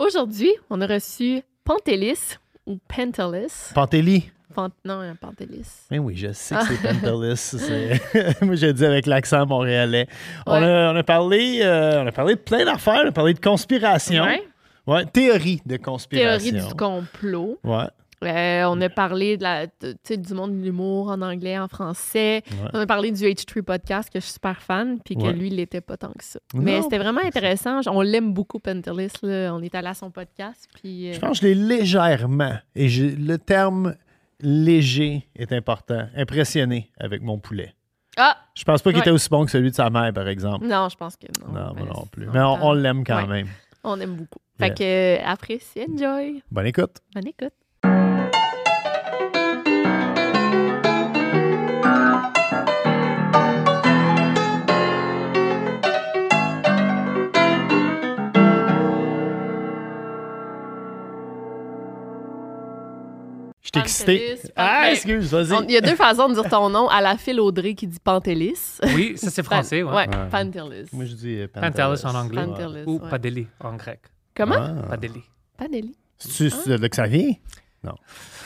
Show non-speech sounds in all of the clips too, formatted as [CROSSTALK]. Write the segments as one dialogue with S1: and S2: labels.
S1: Aujourd'hui, on a reçu Pantelis ou Pentelis.
S2: Pantelli.
S1: Pan- non, un Pantelis.
S2: Eh oui, je sais que c'est
S1: Ah.
S2: Pentelis. c'est- [LAUGHS] Moi, j'ai dit avec l'accent montréalais. On,
S1: Ouais.
S2: a, on a parlé, euh, on a parlé de plein d'affaires. On a parlé de conspiration.
S1: Ouais.
S2: Ouais, théorie de
S1: Théorie
S2: conspiration.
S1: du complot.
S2: Ouais.
S1: Euh, on a parlé de la, de- tu sais, du monde de l'humour en anglais, en français.
S2: Ouais.
S1: On a parlé du H3 podcast que je suis super fan, puis que
S2: Ouais.
S1: lui, il l'était pas tant que ça. Mais
S2: Non.
S1: c'était vraiment intéressant. On l'aime beaucoup, Pentelis. là. On est allé à son podcast. Puis, euh,
S2: Je pense que je l'ai légèrement, et j'ai- le terme léger est important, impressionné avec mon poulet.
S1: Ah!
S2: Je pense pas qu'il
S1: Ouais.
S2: était aussi bon que celui de sa mère, par exemple.
S1: Non, je pense que non. Ben,
S2: Non, moi
S1: Mais
S2: non plus.
S1: sinon,
S2: Mais on, on
S1: euh,
S2: l'aime quand
S1: Ouais.
S2: même.
S1: On aime beaucoup. Fait que, euh, apprécie, enjoy.
S2: Bonne écoute.
S1: Bonne écoute.
S2: Je t'ai excité.
S1: Pantelis,
S2: Ah,
S1: Pantelis.
S2: excuse, vas-y.
S1: On- Il y a deux façons de dire ton nom. À la file Audrey qui dit Pantelis.
S3: Oui, ça c'est
S1: Pan-
S3: français, ouais.
S1: Ouais,
S2: Ouais.
S1: Pantelis.
S2: Moi, je dis euh,
S3: Pantelis en anglais.
S1: Pantelis,
S3: Ou
S1: ouais.
S3: padeli en grec.
S1: Comment?
S2: Ah. [LAUGHS]
S3: Padeli.
S1: Panelli.
S2: C'est-tu
S3: Ah.
S2: c'est de que ça vient?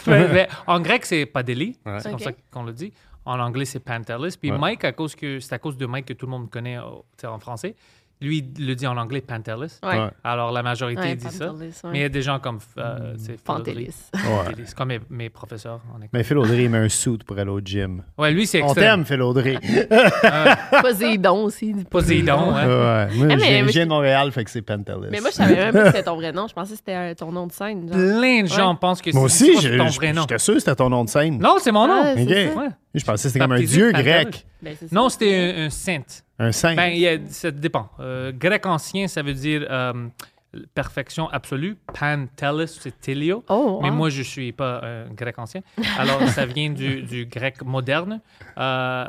S3: Mais- mais en grec, c'est padeli. C'est
S1: Ok.
S3: comme ça qu'on le dit. En anglais, c'est Pantelis. Puis
S2: Ouais.
S3: Mike, à cause que c'est à cause de Mike que tout le monde connaît euh, tu sais, en français, lui il le dit en anglais Pantelis.
S1: Ouais.
S2: Ouais.
S3: Alors la majorité
S1: Ouais,
S3: dit ça.
S1: Pantelis, ouais.
S3: Mais il y a des gens comme euh,
S2: Mm.
S3: tu sais, Phil Audrey,
S1: Pantelis.
S3: Pantelis. C'est comme mes, mes professeurs en école.
S2: Mais Ben, Phil Audrey, il met un suit pour aller au gym.
S3: Ouais, lui c'est
S2: On t'aime,
S3: extrême.
S2: Phil
S3: [LAUGHS]
S2: Audrey.
S1: [LAUGHS] Poséidon aussi. il dit
S2: euh,
S3: Poséidon, ouais.
S2: Ouais. Moi,
S1: Ah, mais-
S2: je viens- je
S1: mais-
S2: viens de Montréal, fait que c'est Pantelis.
S3: [LAUGHS]
S1: Mais moi, je savais même pas que c'était ton vrai nom. Je pensais que c'était euh, ton nom de scène. genre.
S3: Plein de gens
S1: Ouais.
S3: pensent que
S2: Moi
S3: c'est c'est
S2: aussi,
S3: pas
S2: je-
S3: ton
S2: je-
S3: vrai nom.
S2: j'étais sûr que c'était ton nom de scène.
S3: Non, c'est mon nom.
S1: Ah, c'est
S2: Ok.
S1: ça.
S3: Ouais.
S2: Je pensais que c'était comme un
S3: Baptisé
S2: dieu
S3: Pantelis.
S2: grec.
S1: Ben, c'est ça.
S3: Non, c'était un, un saint.
S2: Un saint.
S3: Ben, il y a- ça dépend. Euh, grec ancien, ça veut dire euh, perfection absolue. Pantelis, c'est Telio.
S1: Oh,
S3: Mais
S1: wow.
S3: moi, je suis pas un grec ancien. Alors,
S1: [LAUGHS]
S3: ça vient du, du grec moderne. Euh,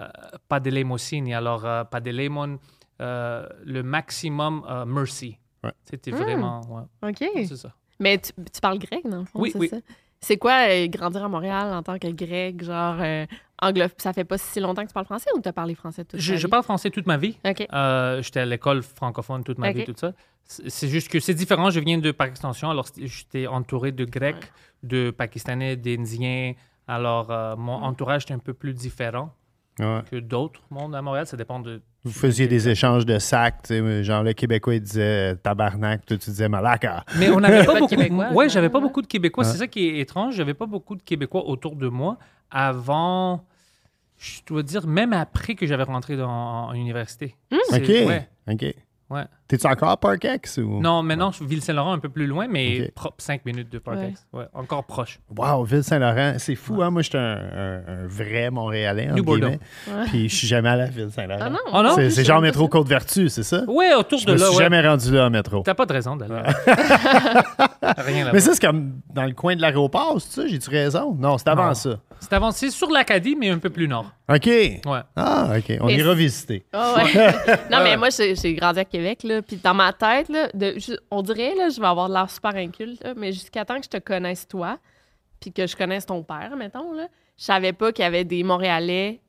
S3: padelémosine. Alors, euh, padelémon, euh, le maximum euh, mercy.
S2: Ouais.
S3: C'était vraiment. ouais,
S1: Hmm. OK.
S3: euh, c'est ça.
S1: Mais tu, tu parles grec, dans le fond,
S3: Oui,
S1: c'est
S3: oui.
S1: ça? C'est quoi euh, grandir à Montréal en tant que grec, genre euh, anglophone? Ça fait pas si longtemps que tu parles français ou t'as parlé français toute
S3: Je,
S1: ta
S3: je
S1: vie?
S3: parle français toute ma vie.
S1: OK.
S3: Euh, J'étais à l'école francophone toute ma
S1: Ok.
S3: vie, tout ça. C'est c'est juste que c'est différent. Je viens de par extension, alors c'est- j'étais entouré de Grecs, de Pakistanais, d'Indiens. Alors, euh, mon entourage est un peu plus différent
S2: Ouais.
S3: que d'autres mondes à Montréal. Ça dépend de.
S2: Vous faisiez des échanges de sacs, tu sais, genre le Québécois il disait euh, tabarnak, toi tu disais malaka.
S3: Mais on [LAUGHS] n'avait pas,
S1: de
S3: beaucoup.
S1: Québécois,
S3: ouais,
S1: ça.
S3: j'avais pas beaucoup de Québécois. C'est ça qui est étrange. J'avais pas beaucoup de Québécois autour de moi avant. Je dois dire, même après que j'avais rentré dans, en université. C'est-
S2: OK.
S3: ouais,
S2: OK.
S3: ouais.
S2: T'es-tu encore à Parkex ou?
S3: Non, maintenant, je- Ville-Saint-Laurent un peu plus loin, mais
S2: Ok.
S3: 5 minutes de Parkex. Ouais, encore proche.
S2: Wow, Ville-Saint-Laurent, c'est fou, hein? Moi, j'étais un, un- un vrai Montréalais.
S3: New
S2: New
S3: Bordeaux.
S2: Puis je suis jamais allé à Ville-Saint-Laurent.
S1: Ah non?
S3: Ah non?
S2: C'est-
S3: Je
S2: c'est genre métro Côte-Vertu, c'est ça?
S3: Ouais, autour
S2: Je
S3: de
S2: me
S3: là.
S2: suis
S3: ouais.
S2: jamais rendu là en métro.
S3: T'as pas de raison d'aller.
S2: [LAUGHS]
S3: Rien là
S2: Mais ça, c'est comme dans le coin de l'aéroport, c'est ça? J'ai-tu raison? Non, c'est avant
S3: Non.
S2: ça.
S3: C'est avancé sur l'Acadie, mais un peu plus nord.
S2: OK.
S3: Ouais.
S2: Ah, OK. On
S1: Mais
S2: ira
S1: c'est-
S2: visiter.
S1: Ah ouais. [LAUGHS] non, mais moi, j'ai j'ai grandi à Québec, là. Puis dans ma tête, là, de, ju- on dirait, là, je vais avoir de l'air super inculte, là, mais jusqu'à temps que je te connaisse toi, puis que je connaisse ton père, mettons, là, je savais pas qu'il y avait des Montréalais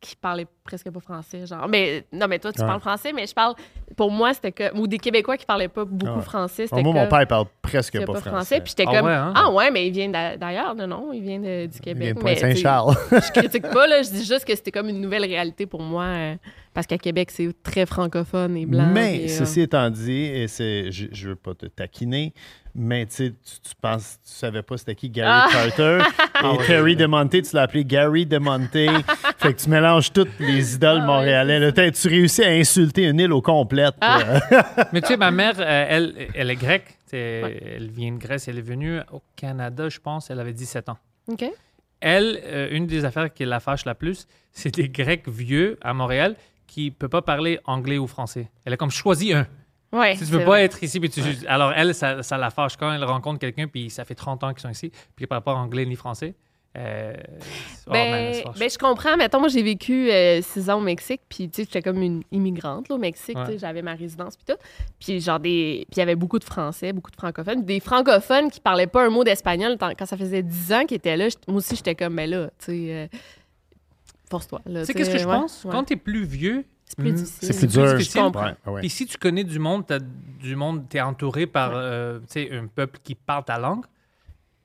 S1: qui parlaient presque pas français, genre. Mais non, mais toi, tu
S2: Ouais.
S1: parles français, mais je parle pour moi, c'était comme. Ou des Québécois qui parlaient pas beaucoup
S2: Ah ouais.
S1: français.
S2: Moi,
S1: C'était
S2: mon
S1: comme-
S2: père, il parle presque
S1: c'était
S2: pas, français.
S1: Puis j'étais
S3: Ah
S1: comme.
S3: ouais, hein?
S1: Ah ouais, mais il vient d'a- d'ailleurs. Non, non, il vient de- du
S2: Il
S1: Québec.
S2: vient de
S1: mais,
S2: Pointe-Saint-Charles.
S1: tu sais, Je critique pas, là. Je dis juste que c'était comme une nouvelle réalité pour moi. euh, parce qu'à Québec, c'est très francophone et blanc.
S2: Mais
S1: puis, euh,
S2: ceci étant dit, et c'est, je, je veux pas te taquiner, mais tu, sais, tu tu penses, tu savais pas c'était qui Gary
S1: Ah! [LAUGHS]
S2: Carter et
S3: ouais,
S2: Terry
S3: ouais.
S2: DeMonte, tu l'as appelé Gary DeMonte. fait que tu mélanges toutes les idoles
S1: Ah
S2: montréalais. là. T'as- tu réussis à insulter une île au complète. euh.
S3: Mais tu sais, ma mère, euh, elle, elle est grecque. Tu sais, Elle vient de Grèce. Elle est venue au Canada, je pense. Elle avait 17 ans.
S1: euh, OK.
S3: Elle, euh, une des affaires qui la fâche la plus, c'est des Grecs vieux à Montréal qui ne peuvent pas parler anglais ou français. Elle a comme choisi un.
S1: Ouais.
S3: Si tu
S1: Eh, c'est
S3: veux pas
S1: vrai.
S3: être ici, puis tu- alors elle, ça, ça la fâche quand elle rencontre quelqu'un, puis ça fait 30 ans qu'ils sont ici, puis ils parlent pas anglais ni français. euh, oh, man, elle
S1: Ben,
S3: se fâche.
S1: ben, je comprends. Mettons, moi, j'ai vécu euh, six ans au Mexique, puis tu sais, j'étais comme une immigrante là, au Mexique. tu sais,
S3: Ouais.
S1: J'avais ma résidence, puis tout. Puis genre des, puis il y avait beaucoup de Français, beaucoup de francophones, des francophones qui parlaient pas un mot d'espagnol. Tant- Quand ça faisait dix ans qu'ils étaient là, j't- moi aussi, j'étais comme, mais là, tu sais, euh, force-toi. là,
S3: Tu sais, qu'est-ce que je
S1: ouais,
S3: pense?
S1: ouais.
S3: Quand tu es plus vieux,
S1: c'est plus
S3: Mm,
S1: difficile.
S2: Hmm. c'est plus dur.
S3: difficile.
S1: Je comprends.
S2: Ouais, ouais.
S3: Puis si tu connais du monde, t'as du monde, t'es entouré par euh, tu sais, un peuple qui parle ta langue,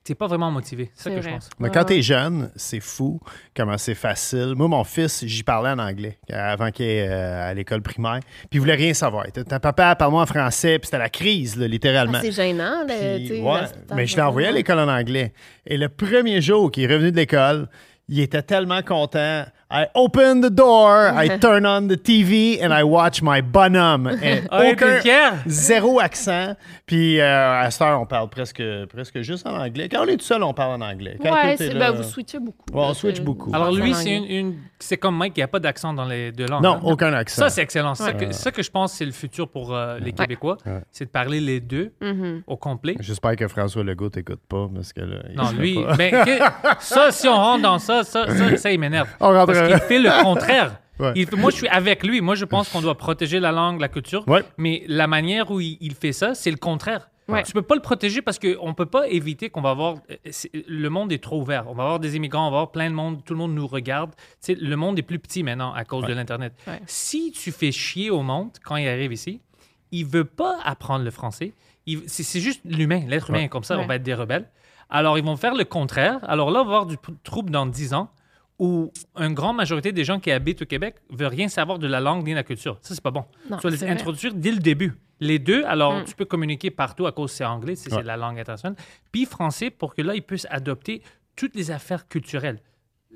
S3: t'es pas vraiment motivé. C'est ça
S1: C'est
S3: que je
S1: vrai.
S3: pense.
S2: Mais quand t'es jeune, c'est fou comment c'est facile. Moi, mon fils, j'y parlais en anglais euh, avant qu'il ait, euh, à l'école primaire. Puis il voulait rien savoir. Il était, Ta papa, parle-moi en français. Puis c'était la crise, là, littéralement.
S1: Ah, c'est gênant, là,
S2: Puis,
S1: tu sais,
S2: ouais,
S1: dans cette
S2: mais je l'ai envoyé à l'école en anglais. Et le premier jour qu'il est revenu de l'école, il était tellement content. I open the door,
S1: [LAUGHS]
S2: I turn on the TV and I watch my bonhomme. Et
S3: Ah, il
S2: aucun,
S3: était fier.
S2: zéro accent. Puis euh, à cette heure, on parle presque, presque juste en anglais. Quand on est tout seul, on parle en anglais. Quand
S1: Ouais,
S2: tout est
S1: c'est-
S2: là-
S1: ben, vous switchez beaucoup.
S2: Ouais, on
S1: là,
S2: switch
S1: c'est-
S2: beaucoup.
S3: Alors lui,
S1: en
S3: c'est une, une- c'est comme Mike, il n'y a pas d'accent dans les deux langues.
S2: Non,
S3: hein.
S2: aucun accent.
S3: Ça, c'est excellent. C'est Ça, que, ça que je pense, c'est le futur pour euh, les Québécois, c'est de parler les deux
S1: Mm-hmm.
S3: au complet.
S2: J'espère que François Legault t'écoute pas parce que là, il
S3: Non,
S2: serait
S3: lui,
S2: pas-
S3: ben, que- ça, si on rentre dans ça, ça, ça, ça, il m'énerve.
S2: On rentre-
S3: Parce qu'il fait le contraire.
S2: [LAUGHS] Ouais.
S3: Il fait- moi, je suis avec lui. Moi, je pense qu'on doit protéger la langue, la culture.
S2: Ouais.
S3: Mais la manière où il, il fait ça, c'est le contraire.
S1: Ouais.
S3: Tu peux pas le protéger parce qu'on peut pas éviter qu'on va avoir. euh, c'est- Le monde est trop ouvert. On va avoir des immigrants, on va avoir plein de monde, tout le monde nous regarde. Tu sais, le monde est plus petit maintenant à cause de l'Internet.
S1: Ouais.
S3: Si tu fais chier au monde quand il arrive ici, il veut pas apprendre le français. Il- C'est c'est juste l'humain. L'être humain est comme ça.
S1: Ouais.
S3: On va être des rebelles. Alors, ils vont faire le contraire. Alors là, on va avoir du p- trouble dans 10 ans où une grande majorité des gens qui habitent au Québec ne veulent rien savoir de la langue ni de la culture. Ça, c'est pas bon.
S1: Non,
S3: tu vas les
S1: c'est vrai. Hmm.
S3: introduire dès le début. Les deux, alors tu peux communiquer partout à cause que c'est anglais, c'est c'est
S2: Ouais.
S3: la langue internationale. Puis français pour que là, ils puissent adopter toutes les affaires culturelles.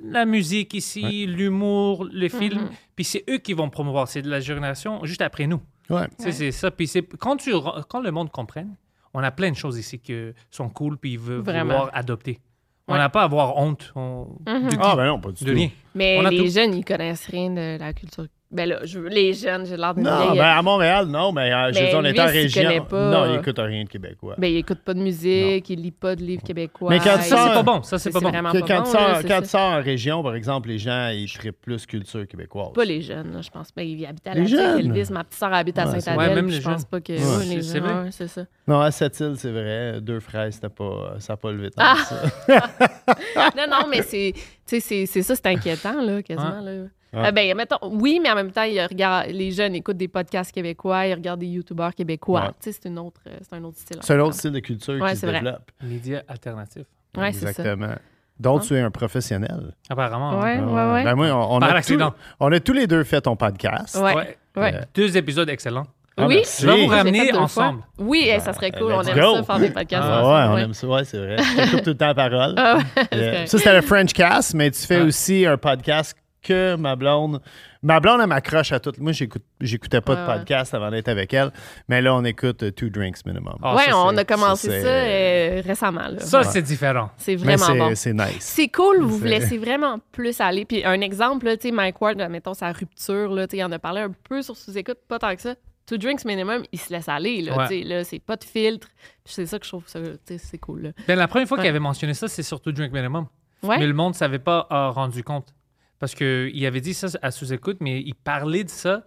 S3: La musique ici, l'humour, les
S1: Hmm,
S3: films. Puis c'est eux qui vont promouvoir. C'est de la génération juste après nous.
S2: Ouais.
S3: Tu sais, C'est ça. Puis c'est- quand, tu, re- quand le monde comprenne, on a plein de choses ici qui euh, sont cool puis ils veulent
S1: Vraiment.
S3: vouloir adopter. On
S1: Ouais. Mm-hmm.
S3: n'a pas à avoir honte on- de,
S2: Ah, ben non, pas du
S3: de
S2: tout.
S3: rien.
S1: Mais
S3: On a
S1: les
S3: tout.
S1: jeunes, ils connaissent rien de la culture. Ben là, je, les jeunes, j'ai l'air de
S2: Non,
S1: mais, euh,
S2: ben à Montréal, non, mais euh, je veux
S1: Mais
S2: dire, on
S1: lui,
S2: est en
S1: s'il connaît
S2: région.
S1: pas- euh,
S2: Non, il écoute rien de québécois.
S1: ben, ils écoutent pas de musique, ils lisent pas de livres québécois.
S2: Mais quand
S1: ils-
S2: ça,
S3: Ça, c'est pas bon. Ça, c'est pas bon.
S1: vraiment
S2: Que-
S1: pas
S2: quand
S1: bon,
S2: tu sors,
S1: là, c'est
S2: quand
S1: ça.
S2: tu sors en région, par exemple, les gens, ils trippent plus culture québécoise.
S1: Pas les jeunes, là, je pense. Ben, ils habitent à
S2: Les
S1: la
S2: jeunes.
S1: Elvis, ma petite soeur habite à
S2: Ouais, c'est-
S3: Ouais,
S1: Saint-Adèle.
S3: même
S1: puis
S3: les
S1: je pense
S3: jeunes.
S1: pas que.
S3: Ouais.
S1: Ouais, les
S3: C'est- c'est
S1: jeunes,
S3: vrai.
S1: ouais, c'est ça.
S2: Non, à cette île, c'est vrai. Deux fraises, c'était pas, ça n'a pas levé
S1: Ah!
S2: tant que ça.
S1: [LAUGHS] non, non, mais c'est, tu sais, c'est, c'est ça, c'est inquiétant, là, quasiment. Là.
S2: Ouais.
S1: Euh, ben, mettons, oui, mais en même temps, ils regardent- les jeunes écoutent des podcasts québécois, ils regardent des youtubeurs québécois.
S2: Ouais.
S1: Tu sais, c'est, une autre, euh, c'est un autre style.
S2: C'est un autre style de culture
S1: Ouais,
S2: qui se
S1: c'est vrai.
S2: développe.
S3: Média alternatif.
S1: Ouais, c'est ça. Ah.
S2: Exactement. Donc, tu es un professionnel.
S3: Apparemment. hein.
S1: Ouais, ouais, ouais.
S2: Ben, moi, on, on
S3: Par
S2: a
S3: accident.
S2: tous- on a tous les deux fait ton podcast.
S1: Ouais.
S3: Ouais.
S1: ouais.
S3: Deux épisodes excellents.
S2: Euh, Ah,
S1: oui,
S2: merci.
S3: Je vais vous
S1: J'ai fait
S3: ramener
S1: deux fois.
S3: ensemble.
S1: Oui, eh, ça serait cool.
S2: euh,
S1: On
S2: let's
S1: aime
S2: go.
S1: ça faire des podcasts.
S2: Ah,
S1: ensemble,
S2: ouais, on
S1: ouais.
S2: aime ça. Ouais, c'est vrai. Je coupe tout le temps la parole.
S1: Ah ouais,
S2: Euh,
S1: c'est correct.
S2: ça, c'était le French Cast, mais tu fais
S3: Ouais.
S2: aussi un podcast que ma blonde. Ma blonde, elle m'accroche à tout. Moi, j'écoute- j'écoutais pas de
S1: Ouais, ouais.
S2: podcast avant d'être avec elle, mais là, on écoute euh, Two Drinks Minimum.
S3: Ah,
S1: Ouais,
S3: ça,
S1: on
S3: c'est-
S1: a commencé
S2: ça,
S1: ça,
S2: c'est-
S1: euh, récemment. là.
S3: Ça, c'est différent.
S1: c'est
S2: mais
S1: vraiment
S2: c'est
S1: bon.
S2: c'est nice.
S1: C'est cool, vous vous
S2: C'est-
S1: laissez vraiment plus aller. Puis un exemple, là, tu sais, Mike Ward, mettons sa rupture, là, tu sais, il en a parlé un peu sur sous-écoute, pas tant que ça. Two drinks minimum, il se laisse aller. Là,
S3: Ouais.
S1: tu sais, là c'est pas de filtre. Puis c'est ça que je trouve ça, tu sais, c'est cool. Là.
S3: Ben, la première fois qu'il avait mentionné ça, c'est surtout Drink Minimum.
S1: Ouais.
S3: Mais le monde ne s'avait pas euh, rendu compte. Parce qu'il avait dit ça à sous-écoute, mais il parlait de ça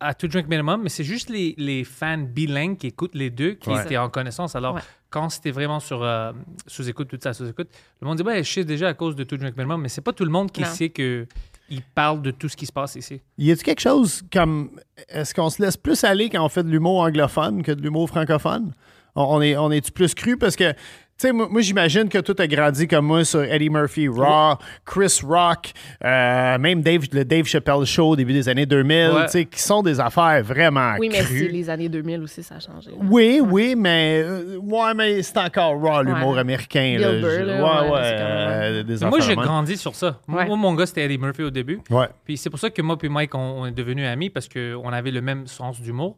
S3: à To Drink Minimum, mais c'est juste les, les fans bilingues qui écoutent les deux qui
S2: Ouais.
S3: étaient en connaissance. Alors,
S1: Ouais.
S3: quand c'était vraiment sur euh, sous-écoute, tout ça sous-écoute, le monde dit, ouais, je sais déjà à cause de To Drink Minimum, mais c'est pas tout le monde qui
S1: Non.
S3: sait que il parle de tout ce qui se passe ici.
S2: Y a-tu quelque chose comme. Est-ce qu'on se laisse plus aller quand on fait de l'humour anglophone que de l'humour francophone? On, on est, on est-tu plus cru? Parce que. Tu sais, moi, moi, j'imagine que tout a grandi comme moi sur Eddie Murphy, Raw, Chris Rock, euh, même Dave, le Dave Chappelle Show au début des années 2000,
S3: Ouais.
S2: tu sais, qui sont des affaires vraiment
S1: Oui, mais c'est
S2: crues.
S1: les années 2000 aussi, ça a changé. là.
S2: Oui, oui, mais, euh, ouais, mais c'est encore raw l'humour
S1: Ouais.
S2: américain.
S1: Bill
S2: là.
S1: Burr,
S2: Je-
S1: là,
S2: ouais,
S1: ouais,
S2: ouais,
S1: c'est comme-
S2: euh, des
S3: Moi,
S2: affaires
S3: j'ai
S2: de même.
S3: grandi sur ça.
S1: Ouais.
S3: Moi, mon gars, c'était Eddie Murphy au début.
S2: Ouais.
S3: Puis c'est pour ça que moi puis Mike, on, on est devenus amis parce qu'on avait le même sens d'humour.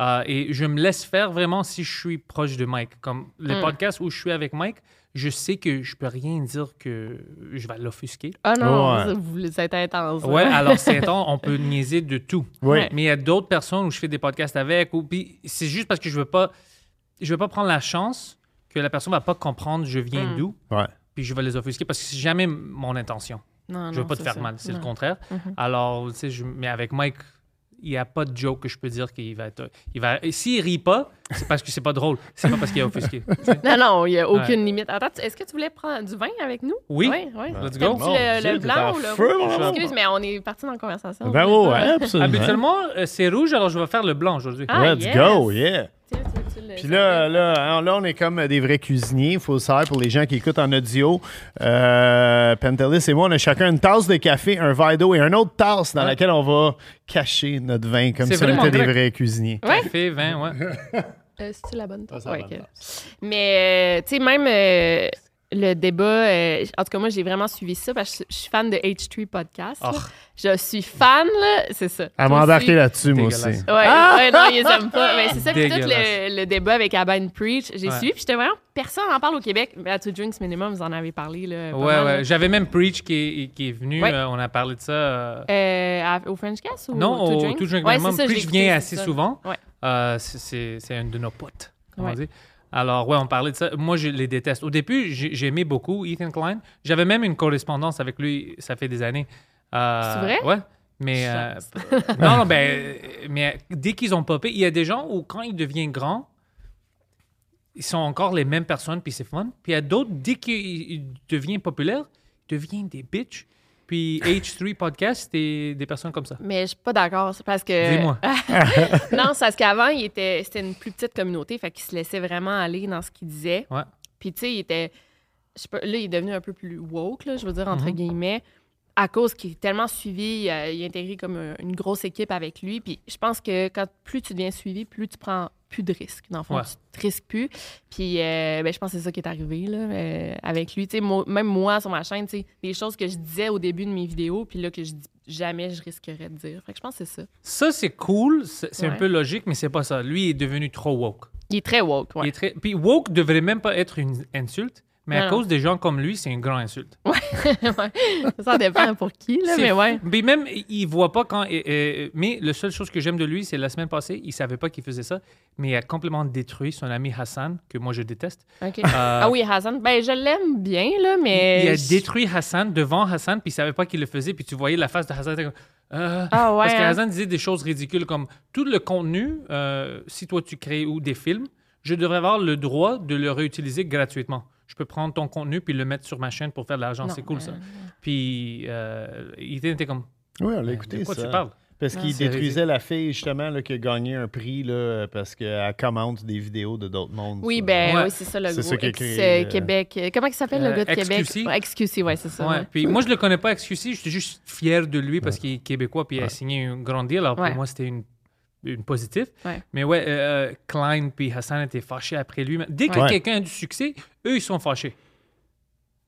S3: Euh, et je me laisse faire vraiment si je suis proche de Mike. Comme le podcast où je suis avec Mike, je sais que je peux rien dire que je vais l'offusquer.
S1: Ah non,
S2: Ouais.
S1: ça, vous voulez- ça a été intense. là.
S3: Ouais, alors c'est temps, on peut niaiser de tout.
S2: Oui.
S1: Ouais.
S3: Mais il y a d'autres personnes où je fais des podcasts avec. Ou, puis c'est juste parce que je veux pas, je veux pas prendre la chance que la personne va pas comprendre je viens d'où.
S2: Ouais.
S3: Puis je vais les offusquer parce que c'est jamais mon intention.
S1: Non,
S3: Je
S1: Ah
S3: veux
S1: non,
S3: pas te
S1: c'est
S3: faire
S1: ça.
S3: mal, c'est le
S1: Non. Mhm.
S3: contraire. Alors, tu sais, je- mais avec Mike, il n'y a pas de joke que je peux dire qu'il va être. Il va, et s'il rit pas, c'est parce que c'est pas drôle. C'est pas parce qu'il est
S1: [LAUGHS]
S3: offusqué. tu sais.
S1: Non, non, il n'y a aucune
S3: Ouais.
S1: limite. Attends, tu- est-ce que tu voulais prendre du vin avec nous?
S3: Oui.
S1: Oui, oui.
S3: Let's go.
S1: T'aimes-tu le, le
S2: Dieu, t'es
S1: blanc
S2: en
S1: ou le
S2: feu, mon
S1: rouge?
S2: amour.
S1: Excuse, mais on est parti dans la conversation.
S2: Ben
S1: On est
S2: ouais,
S1: pas-
S2: absolument.
S3: Habituellement, euh, c'est rouge, alors je vais faire le blanc aujourd'hui.
S1: Ah,
S2: Let's
S1: yes.
S2: go, yeah.
S1: Tu sais, tu- tu le-
S2: Puis là, là, hein, là, on est comme des vrais cuisiniers, il faut le savoir, pour les gens qui écoutent en audio. Euh, Pentelis et moi, on a chacun une tasse de café, un verre d'eau et une autre tasse dans
S3: Ouais.
S2: laquelle on va cacher notre vin, comme
S3: C'est
S2: si on
S3: vraiment
S2: était des
S3: grec.
S2: vrais cuisiniers.
S1: Ouais.
S3: Café, vin,
S1: [LAUGHS]
S3: ouais.
S1: Euh, C'est-tu la bonne
S3: Ah,
S1: tasse?
S2: c'est la
S1: Ouais,
S2: bonne
S1: ok. Mais, euh, tu sais, même euh, le débat, euh, en tout cas, moi, j'ai vraiment suivi ça parce que je suis fan de H3 Podcast. là.
S3: Oh.
S1: Je suis fan, là, c'est ça.
S2: À
S1: Toi
S2: m'embarquer
S1: aussi.
S2: là-dessus, moi aussi.
S3: Dégueulasse.
S1: Ouais, ouais, non, ils aiment pas. Mais c'est ça, puis tout
S3: Ah! Dégueulasse.
S1: le, le débat avec Abba Preach, j'ai
S3: Ouais.
S1: suivi, puis j'étais vraiment, personne n'en parle au Québec. Mais à Two Drinks Minimum, vous en avez parlé, là. pas
S3: Ouais,
S1: mal, là.
S3: ouais. J'avais même Preach qui est, qui est venu,
S1: Ouais.
S3: euh, on a parlé de ça. euh,
S1: Euh, à- au French Cast ou
S3: non,
S1: Two
S3: au
S1: Drinks?
S3: Tout Drink
S1: Ouais,
S3: Minimum.
S1: c'est ça, j'ai
S3: Preach
S1: écouté,
S3: vient
S1: c'est
S3: assez
S1: ça.
S3: souvent.
S1: Ouais.
S3: Euh, c'est- c'est c'est un de nos potes, comme on
S1: Ouais.
S3: dit. Alors, ouais, on parlait de ça. Moi, je les déteste. Au début, j'ai- j'aimais beaucoup Ethan Klein. J'avais même une correspondance avec lui, ça fait des années. Euh,
S1: C'est vrai?
S3: Ouais. Mais, euh, [LAUGHS] non, non, ben, euh, mais dès qu'ils ont popé, il y a des gens où quand ils deviennent grands, ils sont encore les mêmes personnes, puis c'est fun. Puis il y a d'autres, dès qu'ils ils deviennent populaires, ils deviennent des bitches. Puis H3 Podcast, c'était des personnes comme ça.
S1: Mais je suis pas d'accord, c'est parce que.
S3: Dis-moi.
S1: non, c'est parce qu'avant, il était, c'était une plus petite communauté, fait qu'il se laissait vraiment aller dans ce qu'il disait.
S3: Ouais.
S1: Puis tu sais, il était. je sais pas, là, il est devenu un peu plus woke, là, je veux dire, entre
S3: Mm-hmm.
S1: guillemets, à cause qu'il est tellement suivi, euh, il est intégré comme un- une grosse équipe avec lui. Puis je pense que quand plus tu deviens suivi, plus tu prends plus de risques. Dans le fond,
S3: Ouais.
S1: tu te risques plus. Puis euh, ben, je pense que c'est ça qui est arrivé là, euh, avec lui. Tu sais, moi- même moi, sur ma chaîne, tu sais, des choses que je disais au début de mes vidéos, puis là, que je dis jamais je risquerais de dire. Fait que je pense que c'est ça.
S3: Ça, c'est cool, c'est c'est un
S1: Ouais.
S3: peu logique, mais c'est pas ça. Lui, il est devenu trop woke.
S1: Il est très woke,
S3: Il
S1: ouais.
S3: est très- Puis woke devrait même pas être une insulte, mais à
S1: Non, non.
S3: cause des gens comme lui, c'est une grande insulte.
S1: [LAUGHS] ça dépend pour qui, là,
S3: C'est
S1: mais
S3: fou.
S1: ouais.
S3: Puis même, il voit pas quand. et- et- mais la seule chose que j'aime de lui, c'est la semaine passée, il savait pas qu'il faisait ça, mais il a complètement détruit son ami Hassan, que moi je déteste.
S1: OK.
S3: Euh,
S1: Ah oui, Hassan. Ben, je l'aime bien, là, mais.
S3: Il a
S1: je-
S3: détruit Hassan devant Hassan, puis il savait pas qu'il le faisait, puis tu voyais la face de Hassan. t'es comme, Euh,
S1: Ah ouais,
S3: Parce que
S1: hein?
S3: Hassan disait des choses ridicules comme tout le contenu, euh, si toi tu crées ou des films, je devrais avoir le droit de le réutiliser gratuitement. Je peux prendre ton contenu puis le mettre sur ma chaîne pour faire de l'argent.
S1: Non,
S3: C'est cool
S1: mais-
S3: ça. Puis euh, il était comme.
S2: Oui, on l'a
S3: Mais
S2: écouté,
S3: de quoi
S2: ça.
S3: tu parles?
S2: Parce qu'il
S3: C'est
S2: détruisait la fille, justement, là, qui a gagné un prix, là, parce qu'elle commente des vidéos de d'autres mondes.
S1: Oui,
S2: ça.
S1: ben
S3: Ouais.
S1: oui, c'est ça le
S2: C'est
S1: gros
S2: ça qui a
S1: ex-
S2: créé,
S1: euh,
S2: euh,
S1: Québec. euh, Comment il s'appelle
S3: Euh,
S1: le gars de Québec?
S3: XQC?
S1: Ouais, XQC, ouais, c'est ça.
S3: Ouais.
S1: ouais.
S3: Puis moi, je le connais pas, excusez, j'étais juste fier de lui parce qu'il est québécois puis il a signé un grand deal. Alors
S1: Ouais.
S3: pour moi, c'était une, une positive.
S1: Ouais.
S3: Mais ouais, euh, euh, Klein puis Hassan étaient fâchés après lui. Mais Dès que
S2: Ouais.
S3: quelqu'un a du succès, eux, ils sont fâchés.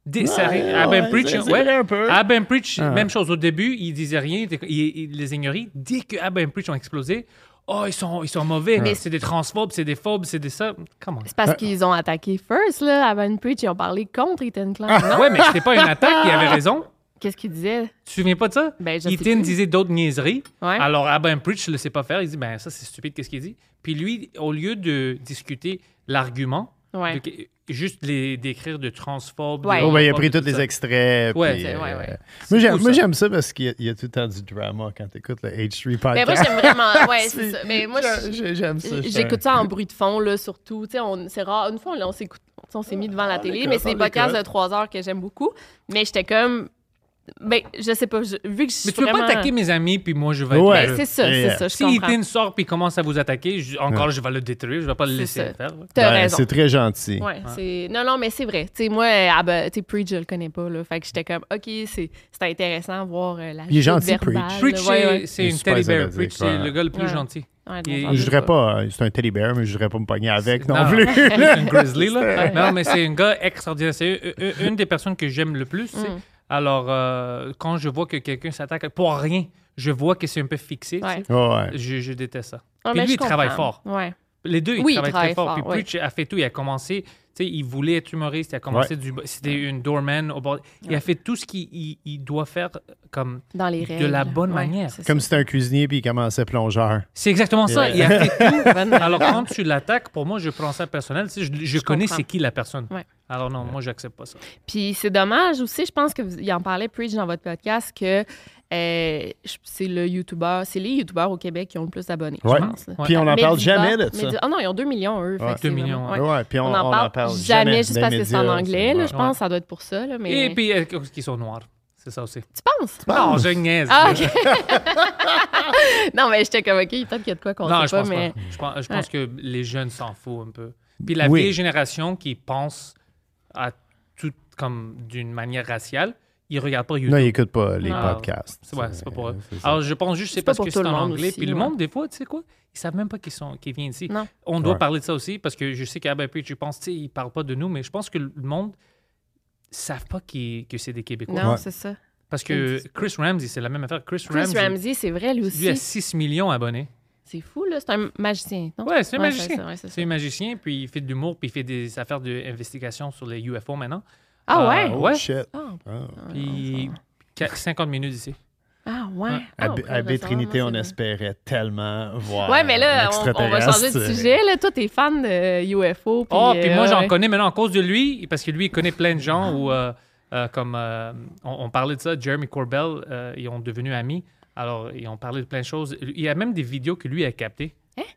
S3: Dès,
S2: Ouais,
S3: ça arrive.
S2: ouais,
S3: Abin
S2: ouais,
S3: Preach,
S2: c'est- c'est
S3: ouais.
S2: vrai un peu.
S3: Abin Preach,
S2: Ah.
S3: même chose au début, il disait rien, il, était- il- il les ignorait. Dès que Abin Preach ont explosé, oh, ils sont, ils sont mauvais,
S1: Mais-
S3: c'est des transphobes, c'est des phobes, c'est des ça. Comment?
S1: C'est parce qu'ils ont attaqué First, là, à Van Preach, ils ont parlé contre Ethan Klein. non?
S3: Ouais, mais c'était pas une attaque, il avait raison.
S1: Qu'est-ce qu'ils disaient?
S3: Tu te souviens pas de ça?
S1: Ben, je sais
S3: Ethan
S1: plus.
S3: disait d'autres niaiseries.
S1: Ouais.
S3: Alors, Abin Preach ne le sait pas faire. Il dit, ben ça, c'est stupide, qu'est-ce qu'il dit? Puis lui, au lieu de discuter l'argument,
S1: Ouais.
S3: de- juste les décrire de transphobes.
S1: Ouais.
S3: de-
S2: Oh, ben, il a
S3: de-
S2: pris
S3: de
S2: tous les
S3: ça.
S2: extraits.
S3: Ouais,
S2: puis,
S3: c'est-
S1: ouais,
S2: euh,
S1: ouais.
S3: C'est
S2: Moi, j'aime- moi,
S3: cool, ça. Ben,
S2: j'aime ça parce qu'il y a- il y, a tout le temps du drama quand t'écoutes le H3
S1: Mais Ben,
S2: podcast.
S1: moi, j'aime vraiment. Ouais, c'est ça. Mais moi,
S2: J'a-
S1: je-
S2: j'ai- j'aime ça.
S1: J'écoute ça en bruit de fond, là, surtout. Tu sais, on- c'est rare. Une fois, on, on s'écoute- on s'est mis devant la
S2: On
S1: télé,
S2: l'écoute,
S1: mais c'est
S2: on
S1: des podcasts
S2: l'écoute.
S1: de trois heures que j'aime beaucoup. Mais j'étais comme. Ben, je sais pas. je- vu que je suis
S3: Mais tu peux
S1: vraiment-
S3: pas attaquer mes amis, puis moi, je vais être
S2: Ouais.
S1: Ben,
S3: heureux.
S1: c'est ça,
S2: Yeah.
S1: c'est ça, je
S3: Si
S1: comprends.
S3: Ethan sort puis commence à vous attaquer, je- encore, je vais le détruire. Je vais pas le
S1: C'est
S3: laisser
S1: ça.
S3: le faire. ouais.
S1: T'as
S2: Ben,
S1: raison.
S2: c'est très gentil.
S1: Ouais, c'est- Non, non, mais c'est vrai. Tu sais, moi, euh, ah ben, tu sais, Preach, je le connais pas. Là. Fait que j'étais comme, OK, c'est c'est intéressant de voir euh, la
S2: Il
S1: joute
S2: est gentil,
S1: verbale,
S2: Preach.
S3: Preach,
S1: Ouais,
S3: c'est
S1: ouais.
S3: c'est
S2: Il est
S3: une
S2: super
S3: teddy bear.
S2: sympathique,
S3: Preach, c'est
S2: ouais.
S3: le gars le plus
S1: Ouais.
S3: gentil.
S1: Ouais,
S3: Il-
S1: non,
S2: Je
S1: j'en
S2: voudrais
S1: doute
S2: pas, euh, c'est un teddy bear, mais je voudrais pas me pogner avec non,
S3: Non.
S1: [LAUGHS]
S2: plus. [LAUGHS]
S3: [LAUGHS] un grizzly, là. Non, mais c'est un gars extraordinaire. C'est u- u- une des personnes que j'aime le plus. tu sais.
S1: Mm.
S3: Alors, euh, quand je vois que quelqu'un s'attaque pour rien, je vois que c'est un peu fixé. tu sais.
S1: Ouais.
S2: Ouais.
S3: Je, je déteste ça.
S1: Ah,
S3: Puis
S1: mais
S3: lui,
S1: je
S3: il travaille
S1: comprends.
S3: fort.
S1: Ouais.
S3: Les deux, ils
S1: Oui, ils
S3: travaillent
S1: travaillent
S3: très fort.
S1: fort,
S3: Puis
S1: ouais.
S3: Preach a fait tout. Il a commencé, tu sais, il voulait être humoriste. Il a commencé du. C'était une doorman au bord. Il a fait tout ce qu'il il- il doit faire comme.
S1: Dans les
S3: De
S1: règles.
S3: la bonne
S1: Ouais,
S3: manière.
S1: c'est ça.
S2: Comme si c'était un cuisinier puis il commençait plongeur.
S3: C'est exactement ça.
S2: Yeah.
S3: Il a fait tout.
S1: [LAUGHS] Bonne-
S3: Alors, quand tu l'attaques, pour moi, je prends ça personnel. Tu sais, je je connais
S1: comprends.
S3: c'est qui la personne.
S1: Ouais.
S3: Alors, non, moi, j'accepte pas ça.
S1: Puis c'est dommage aussi, je pense que vous il en parlait Preach dans votre podcast que euh, je- c'est le youtubeur, c'est les youtubeurs au Québec qui ont le plus d'abonnés,
S2: Ouais.
S1: je pense. là.
S2: Puis on n'en parle
S1: Mediva-
S2: jamais de ça.
S1: Medi- Ah non, ils ont 2 millions eux. fait
S2: Ouais.
S1: que c'est
S3: 2 millions,
S1: vraiment-
S3: ouais.
S2: Ouais, puis on
S1: On n'en parle, jamais, juste
S2: des
S1: parce que c'est en
S2: médias,
S1: anglais, là,
S2: ouais.
S1: je pense, ça doit être pour ça. Là, mais...
S3: Et puis, euh, qui sont noirs. C'est ça aussi.
S1: Tu penses?
S3: Non, je niaise.
S1: Ah, OK. [LAUGHS] non, mais j'étais comme, OK, peut-être qu'il y a de quoi qu'on
S3: Non,
S1: sait
S3: je
S1: pas,
S3: pense
S1: mais...
S3: pas. Je pense, je pense que les jeunes s'en foutent un peu. Puis la
S2: Oui.
S3: vieille génération qui pense à tout comme d'une manière raciale, ils regardent pas YouTube.
S2: Non, ils n'écoutent pas les
S3: Ah,
S2: podcasts.
S3: C'est ouais, c'est pas pour eux.
S2: C'est ça.
S3: Alors, je pense juste que c'est
S1: C'est pas
S3: parce
S1: pour
S3: que
S1: tout
S3: c'est
S1: le
S3: en
S1: monde
S3: anglais.
S1: aussi,
S3: puis le
S1: ouais.
S3: monde, des fois, tu sais quoi, ils savent même pas qu'ils sont, qu'ils viennent ici.
S1: Non.
S3: On doit
S2: Ouais.
S3: parler de ça aussi parce que je sais qu'à puis tu penses, tu sais, ils parlent pas de nous, mais je pense que le monde savent pas qu'ils- que c'est des Québécois.
S1: Non,
S2: Ouais.
S1: c'est ça.
S3: Parce que Chris Ramsey, c'est la même affaire. Chris,
S1: Chris
S3: Ramsey,
S1: Ramsey, c'est vrai, lui
S3: lui a
S1: aussi.
S3: 6 millions d'abonnés.
S1: C'est fou, là. C'est un magicien, non?
S3: Ouais, c'est un
S1: Ouais, c'est ça,
S3: magicien.
S1: ouais, c'est
S3: C'est
S1: ça.
S3: un magicien, puis il fait de l'humour, puis il fait des affaires d'investigation sur les UFO maintenant.
S1: Ah
S3: Ah,
S1: ouais?
S2: Oh,
S3: Ouais.
S2: shit.
S1: Ah,
S2: Ah.
S3: Puis qu- 50 minutes ici.
S1: Ah ouais?
S2: À,
S1: Ah, on pourrait
S2: B- à
S1: le savoir,
S2: Bétrinité,
S1: moi,
S2: on
S1: c'est
S2: espérait tellement
S1: vrai.
S2: voir.
S1: Ouais, mais
S2: un
S1: là, on, on va changer de
S2: extraterrestre.
S1: sujet. Là. Toi, t'es fan de UFO. Puis,
S3: Oh, puis
S1: euh,
S3: moi, j'en
S1: ouais.
S3: connais maintenant à cause de lui, parce que lui, il connaît plein de gens où, euh, euh, comme euh, on, on parlait de ça, Jeremy Corbell, euh, ils ont devenu amis. Alors, ils ont parlé de plein de choses. Il y a même des vidéos que lui a captées.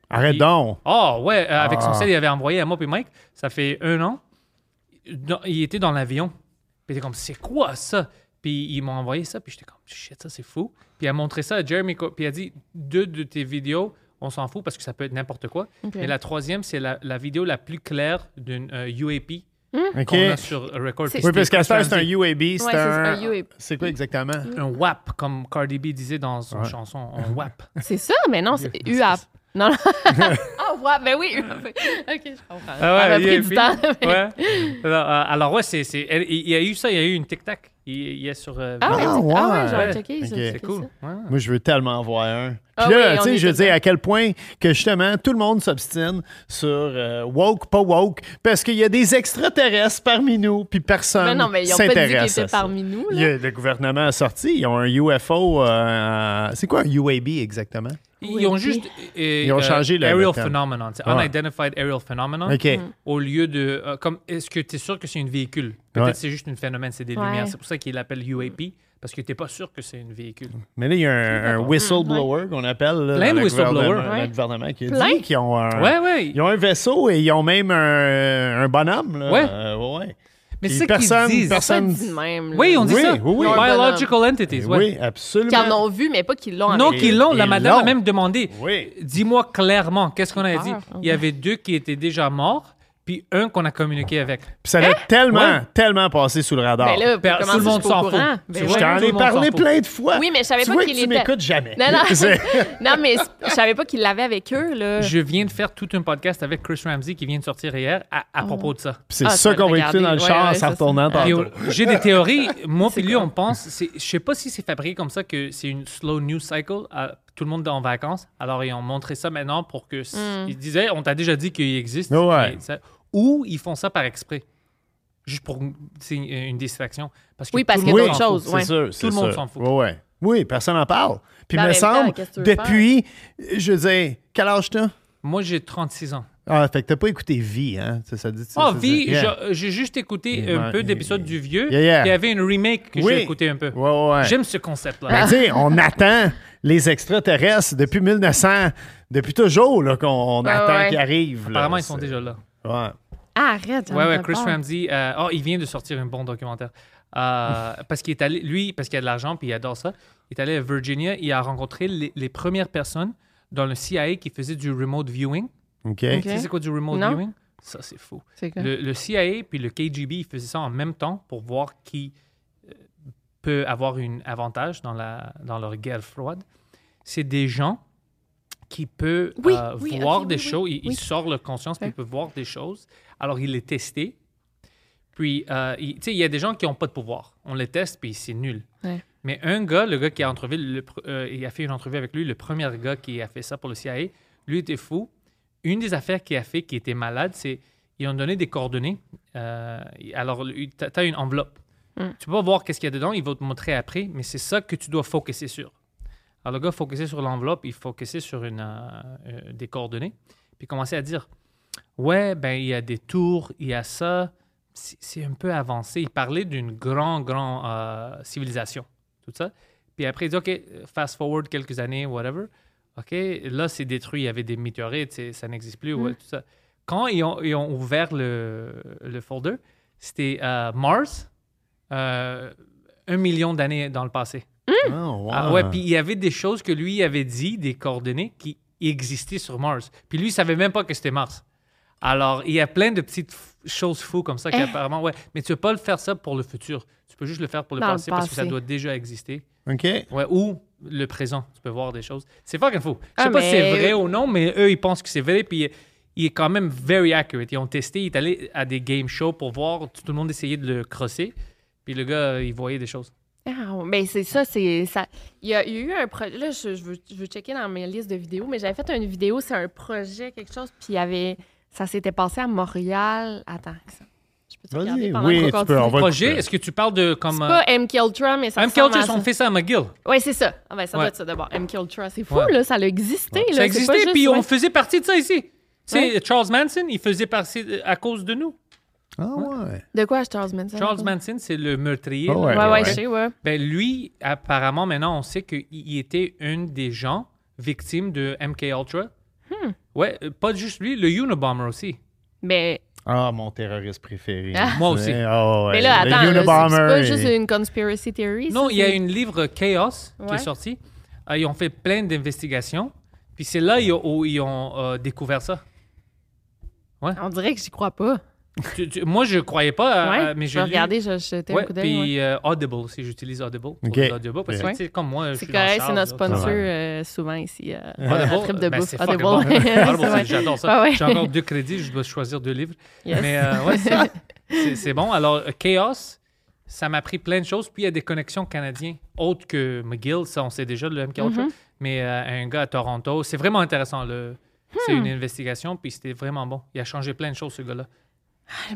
S2: Arrête donc.
S3: Oh, ouais, euh, avec son
S2: Ah.
S3: cell, il avait envoyé à moi puis Mike, ça fait un an. Dans- il était dans l'avion. Puis j'étais comme, c'est quoi ça? Puis ils m'ont envoyé ça, puis j'étais comme, shit, ça c'est fou. Puis il a montré ça à Jeremy, Co- puis il a dit, deux de tes vidéos, on s'en fout parce que ça peut être n'importe quoi. Mais la troisième, c'est la, la vidéo la plus claire d'une euh, UAP
S2: OK.
S3: qu'on a sur Record.
S1: C'est-
S3: Puis
S2: Oui, parce
S3: c'était
S2: qu'à ce
S3: Chris
S2: c'est un
S3: Ramsey.
S2: UAB.
S1: Ouais,
S2: C'est
S1: c'est
S2: un...
S1: un UAB.
S2: C'est quoi exactement?
S3: un WAP, comme Cardi B disait dans son
S2: Ouais. Mhm.
S3: chanson, un WAP.
S1: C'est ça, mais non,
S2: [LAUGHS]
S1: c'est
S3: Dieu,
S1: UAP. Non, non. Ah, ouais, ben oui. UAP. [LAUGHS] OK, je comprends.
S3: Ah
S1: Ça m'a
S3: ouais, il y a
S1: pris
S3: eu
S1: du
S3: film.
S1: temps. mais-
S3: Ouais. Alors, euh, alors ouais, c'est, c'est- elle- il y a eu ça, il y a eu une tic-tac. Il, il y a sur. euh,
S1: Ah, ouais,
S3: vidéo.
S1: tu-
S2: Ah,
S1: ah ouais,
S2: ouais.
S1: j'aurais checké.
S2: Ok.
S1: j'aurais
S3: c'est
S1: checké
S3: cool.
S1: ça.
S3: Ouais.
S2: Moi, je veux tellement en voir un. Puis
S1: Ah
S2: là,
S1: oui, on
S2: tu sais,
S1: est
S2: je veux
S1: tout le
S2: dire
S1: temps.
S2: à quel point que justement tout le monde s'obstine sur euh, woke, pas woke, parce qu'il y a des extraterrestres parmi nous, puis
S1: Mais
S2: personne
S1: Ben non, mais ils ont pas dit qu'ils
S2: s'intéresse
S1: étaient
S2: à ça.
S1: parmi nous.
S2: Il
S1: Là.
S2: y a- le gouvernement a sorti, ils ont un UFO. euh, c'est quoi un UAB exactement?
S3: Ils ont juste. euh,
S2: Ils ont changé le- le
S3: Aerial
S2: terme.
S3: phenomenon. c'est
S2: Ouais.
S3: Unidentified aerial phenomenon.
S2: OK.
S1: Mm.
S3: Au lieu de. euh, comme, est-ce que tu es sûr que c'est un véhicule Peut-être
S2: Ouais.
S3: que c'est juste un phénomène, c'est des
S1: Ouais.
S3: lumières. C'est pour ça qu'ils l'appellent UAP, parce que tu n'es pas sûr que c'est un véhicule.
S2: Mais là, il y a un, un whistleblower qu'on appelle. Là,
S3: Plein
S2: dans
S3: de
S2: le
S3: whistleblowers.
S2: gouvernement- dans
S1: Hmm, Ouais.
S2: Le gouvernement qui a
S1: Plein.
S2: dit qu'ils ont un,
S3: Ouais, ouais.
S2: ils ont un vaisseau et ils ont même un, un bonhomme. Là.
S3: Ouais.
S2: Euh, ouais.
S3: Mais
S2: Puis
S3: c'est ça
S2: personne-
S3: qu'ils disent.
S1: Ça
S2: personne-
S1: dit de même. là.
S3: Oui, on dit
S2: Oui,
S3: ça.
S2: oui, oui.
S3: Biological entities. ouais.
S2: Oui, absolument.
S1: Qu'ils en ont vu, mais pas qu'ils l'ont
S3: Non,
S1: arrêté.
S3: qu'ils l'ont. La
S2: Ils
S3: madame a
S2: l'ont.
S3: même demandé.
S2: Oui.
S3: Dis-moi clairement, qu'est-ce qu'on a
S1: peur,
S3: dit?
S1: hein.
S3: Il y avait deux qui étaient déjà morts, puis un qu'on a communiqué avec.
S2: Puis ça a tellement,
S3: Ouais.
S2: tellement passé sous le radar.
S1: Hein? Ben là,
S3: Ben,
S1: comment
S3: tout le
S1: ça,
S3: monde
S1: je suis pas
S3: s'en
S1: au courant?
S3: fout.
S1: Ben
S3: Tu
S1: ouais.
S2: je t'en
S3: tout le
S2: ai
S3: monde s'en
S2: parlé
S3: fout.
S2: plein de fois.
S1: Oui, mais je savais
S2: tu
S1: pas
S2: vois
S1: qu'il
S2: que tu
S1: était-
S2: m'écoutes jamais.
S1: Non,
S3: [LAUGHS]
S1: non.
S2: [LAUGHS] C'est-
S1: non, mais je savais pas qu'il l'avait avec eux, là.
S3: Je viens de faire tout un podcast avec Chris Ramsey qui vient de sortir hier à, à propos de ça.
S2: C'est
S1: Ah, tu
S2: ça
S1: vas
S2: qu'on
S1: le
S2: va écouter dans le
S1: regarder.
S2: char
S1: Ouais,
S2: en
S1: ouais,
S2: s'en
S1: ça,
S2: retournant
S1: ça.
S3: Puis,
S2: tantôt.
S3: euh, J'ai des théories.
S1: [LAUGHS]
S3: Moi puis lui, on pense. c'est- Je sais pas si c'est fabriqué comme ça que c'est une slow news cycle. euh, tout le monde est en vacances. Alors ils ont montré ça maintenant pour que s-
S1: Hmm.
S3: ils disaient on t'a déjà dit qu'il existe.
S2: Ouais.
S3: mais ça- ou ils font ça par exprès, juste pour c'est une, une distraction. Parce que
S1: Oui, parce
S3: tout
S1: qu'il y
S3: le
S1: a
S3: monde
S1: d'autres
S3: s'en
S1: choses.
S3: fout.
S2: C'est
S1: ouais.
S2: sûr, c'est
S3: le monde
S2: sûr.
S3: s'en fout.
S2: Ouais, ouais. Oui, personne n'en parle. Puis
S1: Ben, en
S2: il me
S1: même temps,
S2: semble,
S1: qu'est-ce que tu veux
S2: depuis, je veux dire, quel âge t'as?
S3: Moi j'ai 36 ans.
S2: Ah, fait que t'as pas écouté Vie, hein? Ça, ça dit
S3: Oh,
S2: ça,
S3: vie,
S2: ça- yeah.
S3: je- j'ai juste écouté
S2: Yeah,
S3: un
S2: man,
S3: peu
S2: yeah,
S3: d'épisodes
S2: yeah.
S3: du vieux.
S2: Yeah, yeah.
S3: Il y avait une remake que
S2: Oui.
S3: j'ai écouté un peu.
S2: Ouais, ouais, ouais.
S3: J'aime ce concept-là.
S2: Ben, tu sais, on [LAUGHS] attend les extraterrestres depuis 1900, depuis toujours là, qu'on on
S1: Ah,
S2: attend
S1: ouais.
S2: qu'ils arrivent. là.
S3: Apparemment, ils sont
S2: C'est-
S3: déjà là.
S2: Ouais.
S1: Ah, arrête. j'en
S3: Ouais, ouais,
S1: ai
S3: Chris
S1: peur.
S3: Ramsey. euh, oh, il vient de sortir un bon documentaire.
S2: [LAUGHS]
S3: Euh, parce qu'il est allé, lui, parce qu'il a de l'argent, puis il adore ça. Il est allé à Virginia, il a rencontré les, les premières personnes dans le CIA qui faisaient du remote viewing.
S2: OK.
S1: Ok.
S3: Tu sais c'est quoi du remote
S1: Non.
S3: viewing? Ça, c'est fou.
S1: C'est quoi?
S3: Le, le CIA puis le KGB, ils faisaient ça en même temps pour voir qui euh, peut avoir un avantage dans, la, dans leur guerre froide. C'est des gens qui peuvent
S1: Oui,
S3: euh,
S1: oui,
S3: voir
S1: ok,
S3: des
S1: oui,
S3: choses.
S1: oui,
S3: Ils,
S1: oui.
S3: ils sortent leur conscience puis
S1: Ouais.
S3: ils peuvent voir des choses. Alors, ils les testaient. Puis, euh, il- tu sais, il y a des gens qui n'ont pas de pouvoir. On les teste puis c'est nul.
S1: Ouais.
S3: Mais un gars, le gars qui a entrevu, le pr- euh, il a fait une entrevue avec lui, le premier gars qui a fait ça pour le CIA, lui était fou. Une des affaires qu'il a fait qui était malade, c'est ils ont donné des coordonnées. Euh, alors, tu as une enveloppe.
S1: Mm.
S3: Tu peux pas voir qu'est-ce qu'il y a dedans, il va te montrer après, mais c'est ça que tu dois focuser sur. Alors, le gars focusait sur l'enveloppe, il focusait sur une, euh, euh, des coordonnées, puis il commençait à dire Ouais, ben, il y a des tours, il y a ça. C'est c'est un peu avancé. Il parlait d'une grande, grande euh, civilisation, tout ça. Puis après, il dit OK, fast forward quelques années, whatever. OK, là, c'est détruit, il y avait des météorites, c'est- ça n'existe plus, ouais, tout ça. Quand ils ont, ils ont ouvert le, le folder, c'était euh, Mars, euh, un million d'années dans le passé.
S2: Oh, wow.
S3: Ah ouais, puis il y avait des choses que lui avait dit, des coordonnées qui existaient sur Mars. Puis lui, il savait même pas que c'était Mars. Alors, il y a plein de petites f- choses fous comme ça
S1: Eh.
S3: qu'apparemment, ouais. Mais tu peux pas le faire ça pour le futur. Tu peux juste le faire pour le,
S1: Dans le
S3: passé, parce que ça
S1: passé.
S3: doit déjà exister.
S2: OK.
S3: Ouais, ou le présent. Tu peux voir des choses. C'est fucking fou. Je
S1: Ah,
S3: sais pas si c'est
S1: mais-
S3: vrai ou non, mais eux, ils pensent que c'est vrai. Puis il est quand même very accurate. Ils ont testé, il est allé à des game shows pour voir. Tout le monde essayait de le crosser. Puis le gars, il voyait des choses.
S1: Ah, ben c'est ça, c'est ça. Il y a, il y a eu un projet. Là, je, je veux, je veux checker dans mes listes de vidéos, mais j'avais fait une vidéo, c'est un projet, quelque chose, puis il y avait. Ça s'était passé à Montréal. Attends, ça. Je peux te regarder
S2: Vas-y.
S1: pendant
S2: Oui,
S1: qu'on
S2: tu
S1: continue?
S2: peux, on va-
S3: Projet,
S2: couper.
S3: est-ce que tu parles de comme.
S1: C'est
S3: euh,
S1: pas MKUltra, mais ça
S3: MK
S1: ressemble à
S3: Ultra,
S1: ça.
S3: on fait ça à McGill.
S1: Oui, c'est ça. Ah ben, ça
S3: Ouais.
S1: doit être ça d'abord. MKUltra, c'est fou,
S3: Ouais.
S1: là. Ça a existé, là.
S3: ça
S1: c'est pas
S3: existait,
S1: juste-
S3: puis
S1: ouais.
S3: on faisait partie de ça ici. Tu sais,
S1: Ouais.
S3: Charles Manson, il faisait partie de- à cause de nous.
S2: Ah ouais.
S1: De quoi, Charles Manson?
S3: Charles Manson, c'est le meurtrier.
S2: Oh,
S3: là.
S1: Ouais, ouais,
S2: Ouais.
S1: je sais, ouais.
S3: Ben, lui, apparemment, maintenant, on sait qu'il il était une des gens victimes de MK Ultra.
S1: Hmm.
S3: Ouais, euh, pas juste lui, le Unabomber aussi.
S1: Mais,
S2: Ah, mon terroriste préféré.
S3: Moi aussi.
S2: Ouais, ah ouais.
S1: mais là,
S2: Le
S1: attends, là, c'est-
S2: Unabomber
S1: c'est pas
S2: et-
S1: juste une conspiracy theory.
S3: Non,
S1: ça,
S3: il y a
S1: c'est-
S3: une livre Chaos qui est
S1: Ouais.
S3: sorti. Euh, ils ont fait plein d'investigations. Puis c'est là ils ont- où ils ont euh, découvert ça.
S1: On dirait que j'y crois pas.
S3: Tu- tu- moi, je croyais pas,
S1: ouais,
S3: euh, mais
S1: je
S3: je
S1: vais
S3: l'ai
S1: regarder, je vais jeter un
S3: Ouais,
S1: coup d'œil. ouais.
S3: puis euh, Audible aussi, j'utilise Audible pour
S2: Ok.
S3: les audiobooks, parce que
S1: Ouais.
S3: tu sais, comme moi, je
S1: C'est
S3: suis dans
S1: correct,
S3: le
S1: c'est
S3: char,
S1: notre
S3: là.
S1: sponsor
S2: Ouais.
S1: euh, souvent ici. Euh, [LAUGHS] la
S3: Audible,
S1: trip de
S3: ben,
S1: bouffe.
S3: c'est fucking
S1: [LAUGHS]
S3: bon.
S1: Audible.
S3: Audible,
S1: C'est
S3: c'est-
S1: vrai. Ah
S3: j'adore ça.
S1: Ouais, ouais.
S3: J'ai encore deux crédits, je dois choisir deux livres.
S1: [LAUGHS] Yes.
S3: Mais euh, ouais, c'est- c'est c'est bon. Alors, euh, Chaos, ça m'a appris plein de choses. Puis il y a des connexions canadiennes autres que McGill, ça on sait déjà le MK
S1: Mm-hmm.
S3: Ultra, mais euh, un gars à Toronto, c'est vraiment intéressant. Le... C'est
S1: Hmm.
S3: une investigation, puis c'était vraiment bon. Il a changé plein de choses, ce gars-là.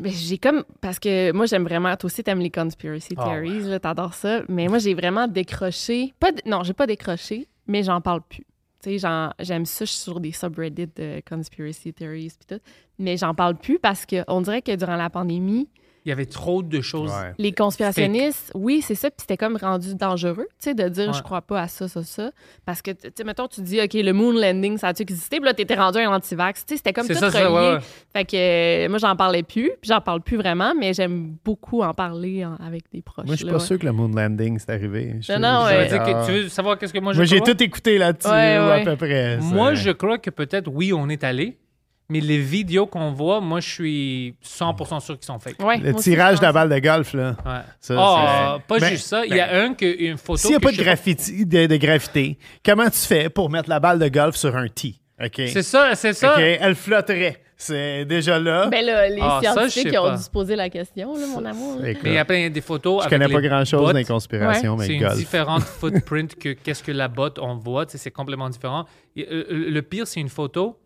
S1: Ben, j'ai comme. Parce que moi, j'aime vraiment. Toi aussi, t'aimes les conspiracy
S3: Ah,
S1: theories, là, t'adores ça. Mais moi, j'ai vraiment décroché. Pas d- Non, j'ai pas décroché, mais j'en parle plus. Tu sais, j'en- j'aime ça, je suis sur des subreddits de conspiracy theories pis tout. Mais j'en parle plus parce qu'on dirait que durant la pandémie,
S3: Il y avait trop de choses.
S2: Ouais.
S1: les conspirationnistes, oui, c'est ça, puis c'était comme rendu dangereux, tu sais, de dire
S3: Ouais.
S1: je crois pas à ça, ça, ça. Parce que, tu sais, mettons, tu dis, OK, le moon landing, ça a-tu existé? Puis là, t'étais rendu un anti-vax. Tu sais, c'était comme tout
S3: C'est ça, c'est ça, ouais,
S1: relié.
S3: ouais.
S1: Fait que euh, moi, j'en parlais plus, puis j'en parle plus vraiment, mais j'aime beaucoup en parler en- avec des proches.
S2: Moi, je suis
S1: là,
S2: pas
S1: ouais.
S2: sûr que le moon landing, c'est arrivé. Je suis-
S1: Non, non,
S2: je-
S1: ouais.
S3: Tu veux dire que-
S2: Ah.
S3: tu veux savoir qu'est-ce que moi je
S2: Moi, j'ai
S3: crois?
S2: tout écouté là-dessus,
S1: Ouais,
S2: ou
S1: ouais.
S2: à peu près. c'est-
S3: Moi, je crois que peut-être, oui, on est allé, mais les vidéos qu'on voit, moi, je suis 100% sûr qu'ils sont fake.
S1: Ouais,
S2: Le
S1: moi aussi,
S2: tirage
S1: je
S2: de la
S1: pense.
S2: balle de golf, là.
S3: Ouais.
S2: Ça,
S3: Ah,
S2: c'est-
S3: pas
S2: Ben,
S3: juste ça. Il y a un que, une photo.
S2: S'il n'y a
S3: que
S2: pas
S3: je
S2: de,
S3: sais pas-
S2: graffiti, de, de graffité, comment tu fais pour mettre la balle de golf sur un tee? OK?
S3: C'est ça, c'est ça.
S2: OK, Elle flotterait. C'est déjà là.
S1: Ben là, les
S3: Ah, ça, je
S1: scientifiques
S3: sais
S1: ont
S3: pas.
S1: dû se poser la question, là, mon amour. là.
S2: Écoute,
S3: Mais il y a plein des photos.
S2: je
S3: avec
S2: connais pas
S3: les
S2: grand-chose
S3: bottes.
S2: des conspirations, mais
S3: C'est
S2: le
S3: une
S2: golf. [LAUGHS]
S3: différente footprint que qu'est-ce que la botte on voit. tu sais, C'est complètement différent. Et, euh, le pire, c'est une photo.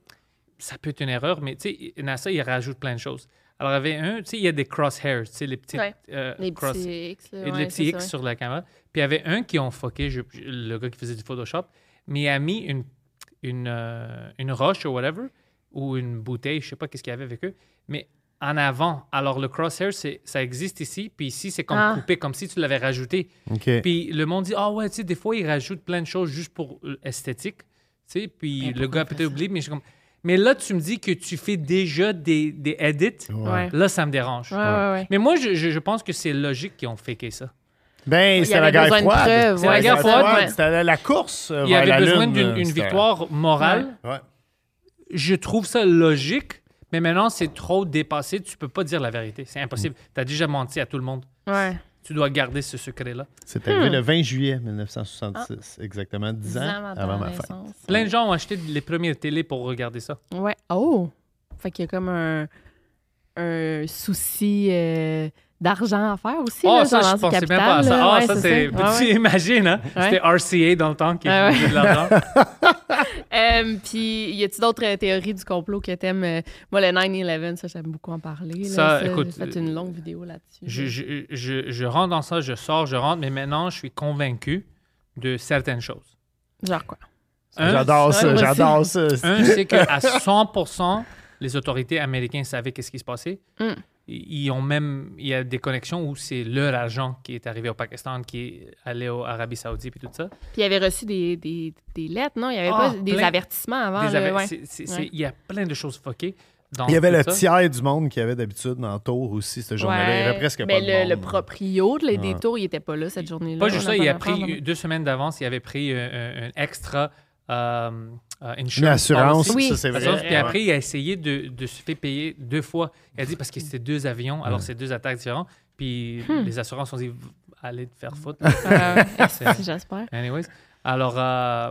S3: Ça peut être une erreur, mais tu sais, NASA, il rajoute plein de choses. Alors, avec un, tu sais, il y a des crosshairs, tu sais, les petites
S1: Ouais.
S3: euh,
S1: Les
S3: cross-
S1: petits X. là,
S3: et
S1: ouais,
S3: le petit
S1: c'est
S3: X
S1: ça.
S3: sur la caméra. Puis il y avait un qui ont foqué, je- je- le gars qui faisait du Photoshop, mais il a mis une, une, euh, une roche ou whatever, ou une bouteille, je sais pas qu'est-ce qu'il y avait avec eux, mais en avant. Alors le crosshair, c'est- ça existe ici, puis ici, c'est comme
S1: Ah.
S3: coupé, comme si tu l'avais rajouté.
S2: OK.
S3: Puis le monde dit, ah ouais, tu sais, des fois, ils rajoutent plein de choses juste pour euh, esthétique, tu sais, puis le gars a peut-être oublié, mais je suis comme... Mais là, tu me dis que tu fais déjà des, des edits.
S1: Ouais.
S3: Là, ça me dérange.
S1: Ouais, ouais, ouais.
S3: Mais moi, je, je- je pense que c'est logique qu'ils ont faké ça.
S2: Ben,
S1: Il y
S2: c'était la
S1: avait
S2: guerre
S1: besoin de
S2: froide.
S1: preuves,
S2: C'était
S3: ouais,
S2: la guerre
S3: c'est ça.
S2: froide.
S1: Ouais.
S2: C'était la- la course euh,
S3: Il y
S2: vers la
S3: avait besoin
S2: Lune,
S3: d'une
S2: euh,
S3: une
S2: c'était-
S3: victoire morale.
S2: Ouais.
S3: Je trouve ça logique, mais maintenant, c'est trop dépassé. Tu peux pas dire la vérité. C'est impossible.
S2: Mm.
S3: Tu as déjà menti à tout le monde.
S1: Ouais.
S3: Tu dois garder ce secret-là.
S2: C'est arrivé le 20 juillet 1966, exactement 10
S1: Dix
S2: ans
S1: ans
S2: avant ma fête.
S1: naissance.
S3: Plein de gens ont acheté les premières télés pour regarder ça.
S1: Ouais. Oh! Fait qu'il y a comme un, un souci euh, d'argent à faire aussi.
S3: oh,
S1: là,
S3: ça,
S1: genre
S3: je
S1: dans
S3: pensais
S1: le
S3: même pas à
S1: capital,
S3: ça.
S1: là.
S3: Ah,
S1: Ouais,
S3: ça, c'est.
S1: Ouais, ouais.
S3: Tu imagines, hein?
S1: Ouais.
S3: C'était RCA dans le temps qui
S1: Ouais,
S3: faisait
S1: [LAUGHS]
S3: de l'argent.
S1: Euh, Puis, y a-tu d'autres euh, théories du complot que t'aimes? euh, moi, le 9-11, ça, j'aime beaucoup en parler. là.
S3: Ça,
S1: Ça,
S3: écoute,
S1: J'ai fait une longue vidéo là-dessus.
S3: je, je, je, je rentre dans ça, je sors, je rentre, mais maintenant, je suis convaincu de certaines choses.
S1: Genre quoi?
S3: Un,
S2: J'adore
S1: ouais,
S2: ça,
S1: moi
S2: j'adore ça. [LAUGHS]
S3: Un, c'est qu'à 100 les autorités américaines savaient qu'est-ce qui se passait.
S1: Mm.
S3: Ils ils ont même, il y a des connexions où c'est leur agent qui est arrivé au Pakistan, qui est allé au Arabie Saoudite et tout ça.
S1: Puis, il avait reçu des, des, des lettres, non? Il y avait pas
S3: Ah,
S1: des
S3: plein.
S1: avertissements avant.
S3: Des
S1: là,
S3: aver-
S1: Ah ouais.
S3: c'est- c'est- c'est-
S1: Ouais.
S3: Il y a plein de choses foquées. dans
S2: Il y avait
S3: tout
S2: le
S3: ça.
S2: tiers du monde qui avait d'habitude dans le tour aussi, ce journée-là. Il y avait
S1: Ouais.
S2: presque
S1: Mais
S2: pas de
S1: le,
S2: monde.
S1: le proprio de les
S2: Ouais.
S1: détours, il était pas là cette journée-là.
S3: Pas
S1: On
S3: juste ça,
S1: pas
S3: il a
S1: d'affaires,
S3: pris
S1: vraiment.
S3: euh, deux semaines d'avance, il avait pris euh, un, un extra euh, euh, insurance.
S2: Une assurance,
S3: policy.
S1: Oui.
S2: ça c'est vrai.
S3: Assurance, Puis
S2: Ouais.
S3: après, il a essayé de, de se faire payer deux fois. Il a dit parce que c'était deux avions, alors c'est deux attaques différentes. Puis les assurances ont dit V- allez te faire foutre.
S1: Euh,
S3: [LAUGHS] C'est-
S1: [LAUGHS] J'espère.
S3: Anyways. Alors, euh,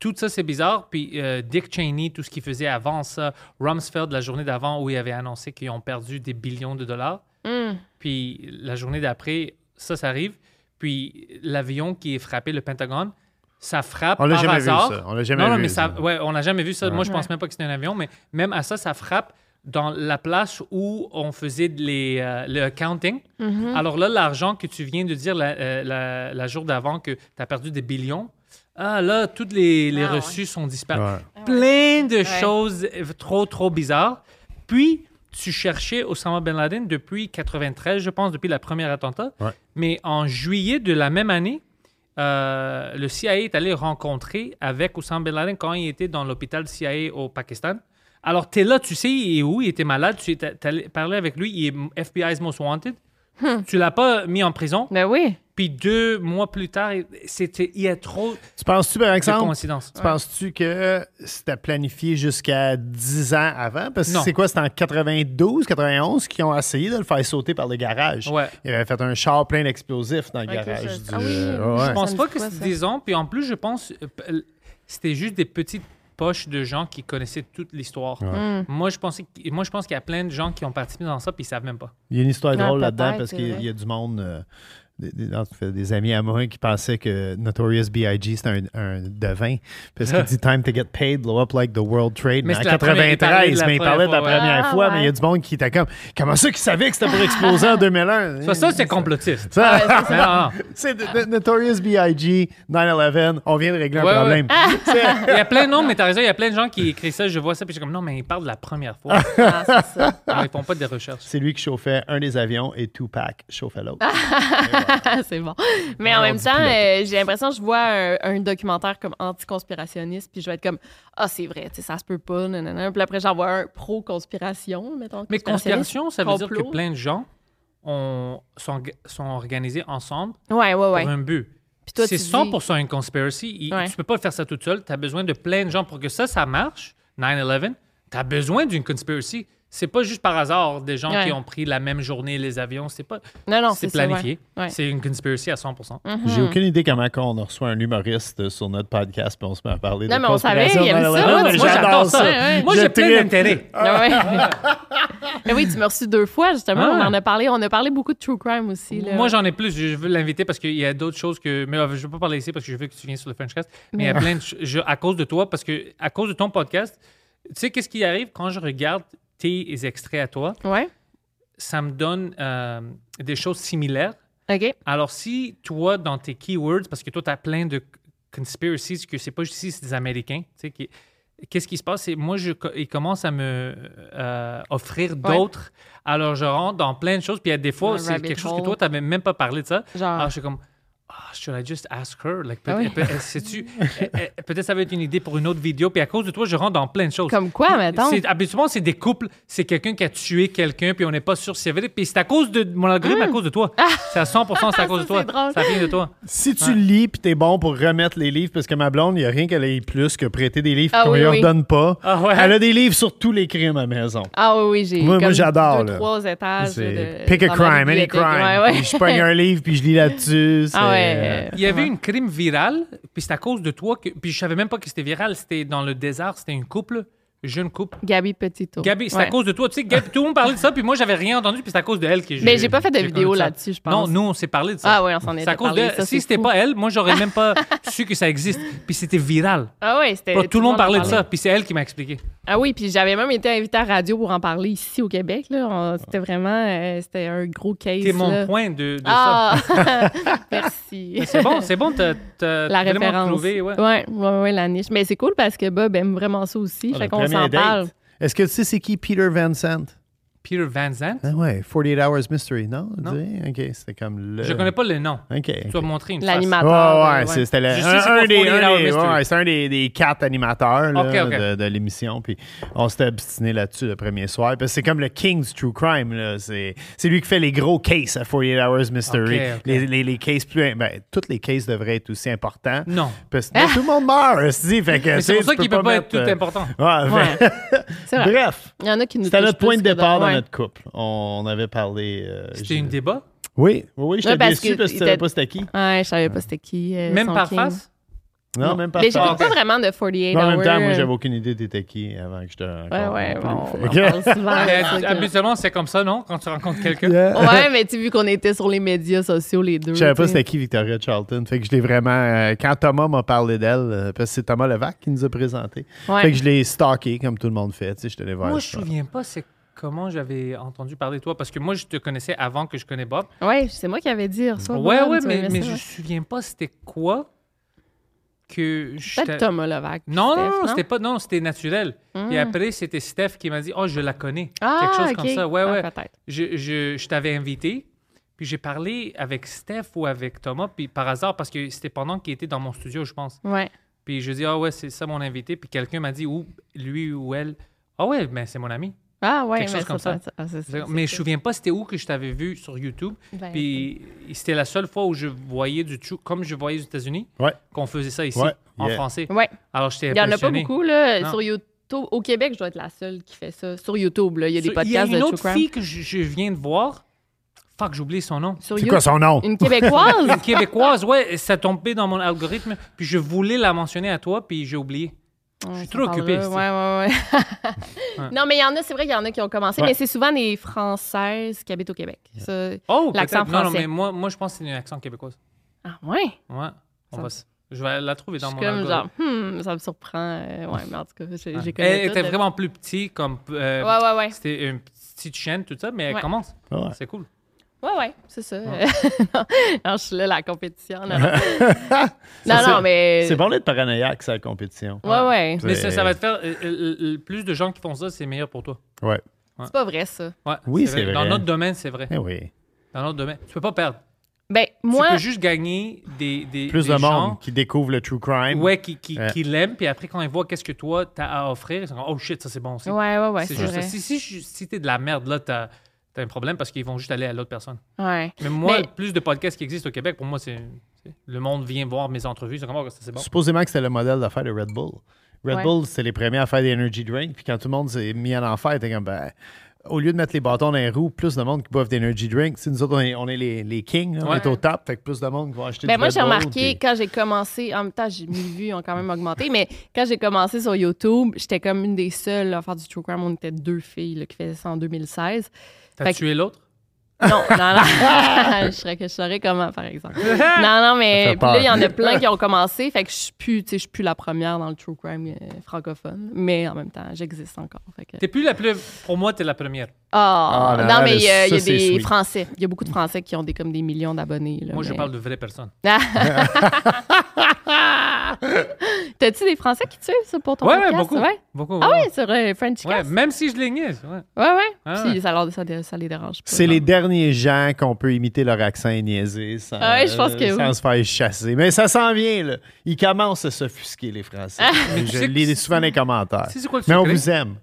S3: tout ça, c'est bizarre. Puis euh, Dick Cheney, tout ce qu'il faisait avant ça, Rumsfeld, la journée d'avant où il avait annoncé qu'ils ont perdu des billions de dollars.
S1: Hum.
S3: Puis la journée d'après, ça, ça arrive. Puis l'avion qui est frappé, le Pentagone, ça frappe
S2: On l'a
S3: par
S2: jamais vu,
S3: hasard.
S2: ça. On l'a jamais
S3: non, non,
S2: vu,
S3: mais
S2: ça.
S3: ouais, on n'a jamais vu ça. Moi, je pense
S1: Ouais.
S3: même pas que c'était un avion, mais même à ça, ça frappe dans la place où on faisait les, euh, le counting.
S1: Mhm.
S3: Alors là, l'argent que tu viens de dire la, euh, la- la jour d'avant que tu as perdu des billions, ah, là, tous les, les
S1: Ah, ouais.
S3: reçus sont disparus
S2: Ouais.
S3: plein de choses euh, trop, trop bizarres. Puis, tu cherchais Osama Bin Laden depuis 93, je pense, depuis la première attentat.
S2: Ouais.
S3: Mais en juillet de la même année, euh, le CIA est allé rencontrer avec Osama Bin Laden quand il était dans l'hôpital CIA au Pakistan. Alors, tu es là, tu sais il est où, il était malade, tu es allé parler avec lui, il est FBI's Most Wanted. Tu l'as pas mis en prison.
S1: Ben oui.
S3: Puis deux mois plus tard, c'était, il y a trop
S2: Tu penses-tu, par
S3: de
S2: exemple,
S3: coïncidences.
S2: tu penses-tu que c'était planifié jusqu'à 10 ans avant? Parce que
S3: Non.
S2: c'est quoi? C'était en 92, 91 qu'ils ont essayé de le faire sauter par le garage.
S3: Ouais.
S2: Ils avaient fait un char plein d'explosifs dans le
S1: Avec le
S2: garage.
S1: geste.
S2: du-
S1: Ah oui,
S2: Ouais, ouais.
S3: Je pense
S1: Ça me
S3: pas
S1: dit
S3: que
S1: quoi,
S3: c'est
S1: ça?
S3: des ans. Puis en plus, je pense euh, p- l- c'était juste des petites poches de gens qui connaissaient toute l'histoire.
S1: Hmm.
S3: Moi, je pensais, qu'- moi, je pense qu'il y a plein de gens qui ont participé dans ça puis ils savent même pas.
S2: Il y a une histoire
S1: Ah,
S2: drôle là-dedans
S1: peut-être,
S2: parce
S1: c'est
S2: qu'il y a-
S1: vrai.
S2: il y a du monde, euh, des, des- en fait, des amis à moi qui pensaient que Notorious B.I.G. c'était un, un devin parce
S3: [LAUGHS]
S2: qu'il dit Time to get paid, blow up like the World Trade.
S3: Mais
S2: en
S3: c'est la première- il parlait de
S2: 93,
S3: la
S2: mais il parlait de la
S3: première fois, ouais.
S2: première
S1: Ah,
S2: fois, mais il y a
S1: ouais.
S2: du monde qui était comme Comment ça qu'ils savaient que c'était pour exploser
S1: [LAUGHS]
S2: en 2001
S3: Ça, ça, c'est complotiste.
S2: Ça-
S3: Non, non, non.
S2: c'est de- de- Notorious B.I.G., 9-11, on vient de régler un
S3: Ouais, ouais.
S2: problème.
S3: Il y a plein de noms, mais t'as raison, il y a plein de gens qui écrivent ça, je vois ça, puis je suis comme, non, mais ils parlent de la première fois.
S1: Ah, c'est ça.
S3: Alors, ils font pas des recherches.
S2: C'est lui qui chauffait un des avions et Tupac chauffait l'autre.
S1: Ah, c'est bon. Mais en
S2: Alors,
S1: même
S2: du
S1: temps,
S2: pilote.
S1: euh, j'ai l'impression que je vois un, un documentaire comme anti-conspirationniste, puis je vais être comme Ah, c'est vrai, tu sais, ça se peut pas, nanana. Puis après, j'en vois un pro-conspiration, mettons.
S3: Mais
S1: conspirationniste.
S3: conspiration, ça veut dire que
S1: complot.
S3: plein de gens ont- sont, sont organisés ensemble
S1: Ouais, ouais, ouais.
S3: pour un but.
S1: toi,
S3: C'est
S1: tu dis-
S3: 100% une conspiracy. Il-
S1: Ouais.
S3: Tu peux pas faire ça toute seule. Tu as besoin de plein de gens pour que ça, ça marche. 9-11, tu as besoin d'une conspiracy. C'est pas juste par hasard des gens
S1: Ouais.
S3: qui ont pris la même journée les avions. C'est pas.
S1: Non, non, c'est
S3: c'est
S1: ça,
S3: planifié.
S1: ouais. Ah, Ouais.
S3: C'est une conspiracy à 100%.
S2: J'ai
S1: Mhm.
S2: aucune idée comment on reçoit un humoriste sur notre podcast puis on se met à parler
S1: Non,
S2: de
S1: mais on savait, il aime
S2: conspiration.
S1: ça,
S2: Non,
S1: moi,
S2: mais
S1: tu vois,
S2: j'adore
S1: j'adore
S2: ça.
S1: ça, ouais.
S3: Moi,
S2: Je
S3: j'ai plein
S2: trippe.
S3: d'intérêt.
S1: Ah [LAUGHS] ouais. Mais oui, tu m'as reçu deux fois, justement. On
S3: Ah.
S1: en a parlé. On a parlé beaucoup de true crime aussi. Là.
S3: Moi, j'en ai plus. Je veux l'inviter parce qu'il y a d'autres choses que. Mais euh, je veux pas parler ici parce que je veux que tu viennes sur le Frenchcast. Mais il y a plein de ch- je- À cause de toi, parce que. À cause de ton podcast, tu sais, qu'est-ce qui arrive quand je regarde tes extraits à toi?
S1: Ouais.
S3: Ça me donne euh, des choses similaires.
S1: OK.
S3: Alors, si toi, dans tes keywords, parce que toi, tu as plein de conspiracies, que c'est pas juste ici, c'est des Américains, tu sais, qui- qu'est-ce qui se passe? C'est moi, je, co- ils commencent à me euh, offrir d'autres. Alors, je rentre dans plein de choses, puis il y a des fois,
S1: Un
S3: c'est
S1: rabbit
S3: quelque chose
S1: hole.
S3: que toi, tu n'avais même pas parlé de ça.
S1: Genre. Ah
S3: Alors, je suis comme, ah, Ah, should I just ask her? Like, peut- peut-
S1: [LAUGHS]
S3: sais-tu- eh, eh, peut-être ça va être une idée pour une autre vidéo. Puis à cause de toi, je rentre dans plein de choses.
S1: Comme quoi, mettons?
S3: C'est- Habituellement, c'est des couples. C'est quelqu'un qui a tué quelqu'un, puis on n'est pas sûr si c'est vrai. Puis c'est à cause de mon algorithme,
S1: Ah!
S3: à cause de
S1: [LAUGHS]
S3: toi. C'est à 100 c'est à cause
S1: Ça,
S3: de toi.
S1: c'est drôle.
S3: Ça vient de toi.
S2: Si tu lis puis t'es bon pour remettre les livres, parce que ma blonde, il n'y a rien qu'elle ait plus que prêter des livres
S1: Ah
S2: qu'on
S1: oui,
S2: lui
S1: oui.
S2: redonne pas.
S3: Ah ouais.
S2: Elle a des livres sur tous les crimes à la maison.
S1: Ah oui, oui, j'ai.
S2: Moi- moi,
S1: comme
S2: j'adore,
S1: Deux,
S2: là.
S1: trois étages.
S2: C'est
S1: De,
S2: pick a
S1: dans ma
S2: crime, any
S1: bibliothèque.
S2: crime.
S1: Ouais, ouais.
S2: Puis Je pogne un livre puis je lis là-dessus. c'est- euh,
S1: Ah ouais.
S3: [LAUGHS] Il y avait une crime virale, puis c'est à cause de toi. Que, puis je savais même pas que c'était viral. C'était dans le désert. C'était un couple, jeune couple.
S1: Gabi Petito.
S3: Gabi, c'est
S1: Ouais.
S3: à cause de toi. Tu sais, Gabi, tout le monde parlait de ça, puis moi, j'avais rien entendu, puis c'est à cause de elle que j'ai.
S1: Mais j'ai pas fait de
S3: j'ai
S1: vidéo
S3: connu ça.
S1: là-dessus, je pense.
S3: Non, nous, on s'est parlé de ça.
S1: Ah ouais, on s'en
S3: C'est
S1: était
S3: à cause
S1: parlé,
S3: de
S1: ça,
S3: Si
S1: c'est
S3: c'était
S1: fou.
S3: pas elle, moi, j'aurais
S1: [LAUGHS]
S3: même pas su que ça existe. Puis c'était viral.
S1: Ah ouais, c'était.
S3: tout le monde
S1: en
S3: parlait de
S1: parlait.
S3: ça, puis c'est elle qui m'a expliqué.
S1: Ah oui, puis j'avais même été invité à radio pour en parler ici au Québec. là. On- C'était vraiment. euh, C'était un gros case.
S3: C'est mon
S1: là.
S3: point de, de ça.
S1: Ah! [LAUGHS]
S2: [LAUGHS]
S1: Merci.
S3: C'est bon, c'est bon, t'as t'as
S1: La
S3: vraiment
S1: référence.
S3: trouvé, ouais.
S1: ouais, ouais, ouais, la niche. Mais c'est cool parce que Bob aime vraiment ça aussi.
S2: Ah,
S1: fait
S2: le
S1: qu'on
S2: premier
S1: s'en
S2: date. [LAUGHS]
S1: parle.
S2: Est-ce que tu sais c'est qui Peter Van Sant?
S3: Peter Van Zandt.
S2: Ah ouais, 48 Hours Mystery, non?
S3: Non.
S2: Dis- Ok, c'était comme le.
S3: Je connais pas le nom.
S2: Euh. Ok.
S3: Tu vas me montrer une face.
S2: Ouais,
S1: L'animateur.
S2: Ah, ouais,
S1: euh,
S2: c'est- c'était le-
S3: Je sais, c'est
S2: un,
S3: pas
S2: un des,
S3: 48
S2: un
S3: Hours
S2: des-
S3: Mystery.
S2: ouais, c'est un des, des quatre animateurs là,
S3: Ok, ok.
S2: de, de l'émission. Puis on s'était obstiné là-dessus le premier soir. Parce que c'est comme le King's True Crime. là. C'est c'est lui qui fait les gros cases à 48 Hours Mystery.
S3: Ok, ok.
S2: Les, les- les cases plus. Ben, toutes les cases devraient être aussi importantes.
S3: Non.
S2: Parce que tout le monde meurt. si, fait que,
S3: Mais
S2: tu sais,
S3: c'est pour ça
S2: tu
S3: qu'il peut pas être
S2: mettre,
S3: tout
S2: euh,
S3: important.
S2: Ouais,
S1: Ouais.
S2: fait-
S1: C'est vrai.
S2: [LAUGHS]
S3: [LAUGHS]
S2: Bref.
S1: Il y en a qui nous
S2: C'était
S1: touchent
S2: notre point
S1: plus
S2: de
S1: que
S2: départ dans
S1: ouais.
S2: notre couple. On avait parlé. euh,
S3: C'était
S2: j'ai-
S3: une débat.
S2: Oui, oui, oui, je
S1: Ouais,
S2: t'ai
S1: parce
S2: déçu
S1: que
S2: parce que tu
S1: il
S2: savais
S1: était-
S2: pas c'était qui.
S1: Ouais, je savais pas c'était qui. euh,
S3: Même
S1: son
S3: par
S1: king.
S3: face.
S2: Non, même pas.
S1: Mais
S2: ça.
S1: j'écoute pas vraiment de 48
S2: Mais en
S1: Hours.
S2: même temps, moi,
S1: euh,
S2: j'avais aucune idée t'étais qui avant que je te
S1: Ouais,
S2: rencontre
S1: ouais,
S2: non
S1: bon,
S2: plus.
S1: on en
S2: Fait
S1: [LAUGHS]
S2: que-
S1: parle souvent.
S2: [LAUGHS]
S3: Mais
S1: ça, que-
S3: Euh, habituellement, c'est comme ça, non? Quand tu rencontres quelqu'un.
S1: Ouais, mais tu sais, vu qu'on était sur les médias sociaux, les deux.
S2: Je savais
S1: tu
S2: pas
S1: sais.
S2: c'était qui Victoria Charlton. Fait que je l'ai vraiment. euh, quand Thomas m'a parlé d'elle, euh, parce que c'est Thomas Levac qui nous a présenté.
S1: Ouais.
S2: Fait que je l'ai stalké comme tout le monde fait. Tu sais, je te l'ai voir.
S3: Moi, je me souviens pas c'est comment j'avais entendu parler de toi, parce que moi, je te connaissais avant que je connais Bob.
S1: Ouais, c'est moi qui avais dit. Reçois
S3: ouais,
S1: Bob,
S3: ouais,
S1: tu
S3: mais,
S1: aimais
S3: mais
S1: ça.
S3: je me souviens pas c'était quoi que je
S1: Peut-être Thomas Levac.
S3: Non, non,
S1: Steph,
S3: non, c'était pas. Non, c'était naturel. Et après, c'était Steph qui m'a dit Oh, je la connais. Quelque chose
S1: ok.
S3: comme ça. Ouais,
S1: Ah,
S3: ouais.
S1: peut-être.
S3: Je, je, je t'avais invité. Puis j'ai parlé avec Steph ou avec Thomas, puis par hasard, parce que c'était pendant qu'il était dans mon studio, je pense.
S1: Ouais.
S3: Puis je dis Ah ouais, c'est ça mon invité. Puis quelqu'un m'a dit Ou lui ou elle. Ah ouais, mais c'est mon ami.
S1: Ah, ouais,
S3: Quelque
S1: mais
S3: chose comme ça.
S1: ah, c'est- c'est-
S3: Mais je
S1: c'est-
S3: me souviens pas c'était où que je t'avais vu sur YouTube.
S1: Ben,
S3: puis c'était la seule fois où je voyais du chou, comme je voyais aux États-Unis,
S2: Ouais.
S3: qu'on faisait ça ici,
S2: Ouais,
S3: en
S2: yeah.
S3: français.
S1: Ouais.
S3: Alors j'étais
S1: Il y en a pas
S3: impressionné.
S1: beaucoup, là.
S3: Non.
S1: Sur YouTube. Au Québec, je dois être la seule qui fait ça. Sur YouTube, là. Il y a des
S3: Sur- Il y a
S1: podcasts
S3: une
S1: de True
S3: autre
S1: Crime.
S3: fille que je, je viens de voir. Fuck, j'ai oublié son nom.
S1: Sur
S2: C'est quoi
S1: YouTube.
S2: son nom?
S1: Une
S3: [LAUGHS]
S1: Québécoise?
S3: Une québécoise, ouais, ça tombait dans mon algorithme. Puis je voulais la mentionner à toi, puis j'ai oublié.
S1: Ouais,
S3: Je suis
S1: ça
S3: trop
S1: parle
S3: occupé,
S1: là.
S3: c'est-
S1: Ouais, ouais, ouais.
S3: Ouais.
S1: Non, mais il y en a, c'est vrai qu'il y en a qui ont commencé,
S2: Ouais.
S1: mais c'est souvent des Françaises qui habitent au Québec. Ça-
S3: Oh,
S1: L'accent
S3: peut-être. Non, non,
S1: français.
S3: mais moi, moi, je pense que c'est une accent québécoise.
S1: Ah, ouais.
S3: Ouais. On
S1: Ça-
S3: va s- je vais la trouver
S1: Je
S3: dans
S1: suis
S3: mon
S1: comme
S3: algorithme.
S1: genre, hmm, ça me surprend. euh, ouais, mais en tout cas, j'ai j'ai connu.
S3: Elle
S1: toutes,
S3: était
S1: euh,
S3: vraiment plus petite, comme. euh,
S1: Ouais, ouais, ouais.
S3: C'était une petite chaîne, tout ça, mais elle
S1: Ouais.
S3: commence.
S2: Ah Ouais.
S3: C'est cool.
S1: Ouais, ouais, c'est ça. [LAUGHS] non, non, je suis là, la compétition. Non, non,
S3: [LAUGHS]
S1: non, non, mais.
S2: C'est bon d'être paranoïaque, ça, la compétition.
S1: Ouais, ouais.
S2: C'est-
S3: Mais ça, ça va te faire. euh, euh, euh, plus de gens qui font ça, c'est meilleur pour toi.
S2: Ouais.
S1: C'est pas vrai, ça.
S3: Ouais,
S2: Oui, c'est
S3: Dans
S2: vrai.
S3: notre domaine, c'est vrai.
S2: Eh oui.
S3: Dans notre domaine. Tu peux pas perdre.
S1: Ben,
S3: Tu
S1: moi.
S3: peux juste gagner des. des
S2: Plus
S3: des
S2: de
S3: gens
S2: monde qui découvre le true crime.
S3: Ouais, qui, qui,
S2: Ouais.
S3: qui l'aiment, puis après, quand ils voient qu'est-ce que toi, t'as à offrir, ils sont comme, oh shit, ça c'est bon aussi.
S1: Ouais, ouais, ouais,
S3: c'est
S1: c'est
S3: juste
S1: vrai.
S3: ça. Si, si, je- si t'es de la merde, là, t'as t'as un problème parce qu'ils vont juste aller à l'autre personne.
S1: Ouais.
S3: Mais moi,
S1: Mais-
S3: plus de podcasts qui existent au Québec, pour moi, c'est. c'est- Le monde vient voir mes entrevues, c'est comme, oh, ça c'est bon.
S2: Supposément que c'était le modèle d'affaires de Red Bull. Red
S1: Ouais.
S2: Bull, c'était les premiers à faire des energy drinks. Puis quand tout le monde s'est mis en enfer, était comme, ben, au lieu de mettre les bâtons dans les roues, plus de monde qui boivent des energy drinks. Tu sais, nous autres, on est, on est les, les kings, là, on
S3: Ouais.
S2: est au top. Fait que plus de monde qui va acheter
S1: Ben
S2: du
S1: moi,
S2: Red
S1: j'ai
S2: Bull,
S1: remarqué
S2: puis-
S1: quand j'ai commencé, en même temps, j'ai, mes vues ont quand même augmenté, mais quand j'ai commencé sur YouTube, j'étais comme une des seules à faire du true crime. On était deux filles là, qui faisaient ça en 2016.
S3: T'as
S1: Fait que-
S3: tué l'autre?
S1: Non, non, [LAUGHS] non.
S2: [LAUGHS]
S1: Ah, je serais que je saurais comment, par exemple. Non, non,
S2: Ça
S1: mais
S2: fait
S1: puis là,
S2: peur.
S1: il y en a plein
S2: [LAUGHS]
S1: qui ont commencé. Fait que je suis plus, tu sais, je suis plus la première dans le true crime euh, francophone, mais en même temps, j'existe encore. Fait que-
S3: T'es plus la plus. Pour moi, t'es la première.
S1: Ah,
S2: Ah, là,
S1: non,
S2: là,
S1: mais il y a,
S2: ça,
S1: il y a
S2: c'est
S1: des
S2: sweet.
S1: Français. Il y a beaucoup de Français
S2: [LAUGHS]
S1: qui ont des, comme des millions d'abonnés. là,
S3: Moi, je
S1: mais-
S3: parle de vraies personnes.
S1: Ah. [LAUGHS] T'as-tu des Français qui te suivent ça, pour ton
S3: Ouais,
S1: podcast?
S3: beaucoup.
S1: Ouais.
S3: Beaucoup.
S1: Ah
S3: vraiment.
S1: oui, sur euh, Frenchcast?
S3: Ouais, même si je les niaise. Ouais.
S1: Ouais, ouais.
S3: Ah
S1: Puis
S3: ouais.
S1: Ça, leur, ça, dé- ça les dérange pas.
S2: C'est les derniers gens qu'on peut imiter leur accent et niaiser sans, euh,
S1: Ah ouais, je pense que
S2: sans
S1: oui.
S2: se faire chasser. Mais ça s'en vient, là. Ils commencent à s'offusquer, les Français.
S1: Ah, [LAUGHS]
S3: tu
S2: je
S3: sais que
S2: lis
S3: c'est-
S2: souvent dans les commentaires.
S3: Tu sais c'est quoi le
S2: Mais on
S3: secret?
S2: vous aime.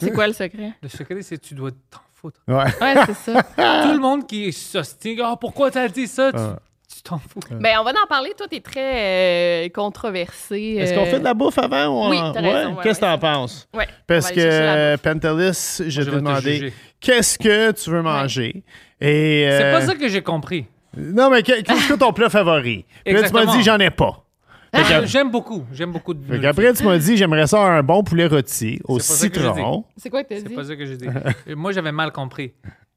S1: C'est quoi le secret?
S3: Le secret, c'est que tu dois t'en foutre.
S2: Ouais.
S1: Ouais, c'est ça.
S3: Tout le monde qui s'ostine, Ah, pourquoi t'as dit ça? Tu-
S2: Ah.
S3: Tu t'en fous.
S1: ben, on va en parler. Toi, t'es très euh, controversé.
S2: Est-ce
S1: euh,
S2: qu'on fait de la bouffe avant ou on...
S1: Oui, t'as raison,
S2: Ouais?
S1: ouais,
S2: Qu'est-ce que
S1: ouais.
S2: t'en penses?
S1: Ouais. on
S2: Parce
S1: va aller chercher la
S2: que
S1: bouffe.
S2: Pantelis, je
S3: Je
S2: t'ai
S3: vais te
S2: demandé
S3: juger.
S2: qu'est-ce que tu veux manger? Et
S3: C'est
S2: euh,
S3: pas ça que j'ai compris.
S2: Non, mais que- qu'est-ce que ton plat favori? Puis là, tu m'as
S3: Exactement.
S2: dit j'en ai pas.
S3: Euh, J'aime beaucoup. J'aime beaucoup de.
S2: Fait qu'après, tu m'as dit j'aimerais ça un bon poulet rôti au
S3: Mmh. C'est pas ça que j'ai
S2: citron.
S1: C'est quoi que t'as
S3: C'est
S1: dit?
S3: pas ça que
S2: [LAUGHS]
S3: j'ai dit. Euh, Moi, j'avais mal compris.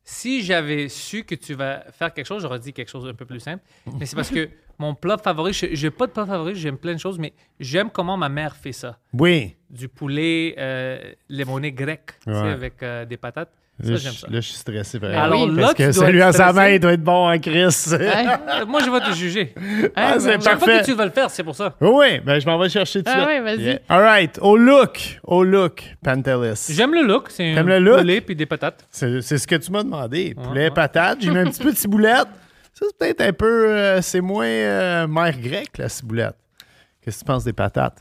S3: Si j'avais su que tu vas faire quelque chose, j'aurais dit quelque chose un peu plus simple. Mais c'est parce que mon plat favori, je- j'ai pas de plat favori, j'aime plein de choses, mais j'aime comment ma mère fait ça.
S2: Oui.
S3: Du poulet euh, lémoné grec, tu sais,
S2: Ouais.
S3: avec euh, des patates. Ça,
S2: Là,
S3: j'aime
S2: je
S3: ça.
S2: là, je suis stressé. par
S3: Alors
S2: exemple,
S3: là,
S2: parce
S3: tu
S2: que
S3: dois
S2: celui
S3: être
S2: à sa
S3: stressé.
S2: main doit être bon en Chris.
S3: Euh, Moi, je vais te juger.
S2: [LAUGHS]
S3: Hein,
S2: Ah, c'est
S3: Je sais pas
S2: parfait.
S3: que tu vas le faire, c'est pour ça.
S2: [LAUGHS] Oui, ben, je m'en vais chercher tout de
S1: Ah
S2: suite.
S1: ouais, vas-y.
S2: All right. Au look. Au look, Pantelis.
S3: J'aime le look. C'est un
S2: T'aimes le look?
S3: poulet puis des patates.
S2: C'est c'est ce que tu m'as demandé. Poulet, patate. J'ai mis un petit peu de ciboulette. Ça, c'est peut-être un peu. euh, c'est moins euh, mère grecque, la ciboulette. Qu'est-ce que tu penses des patates?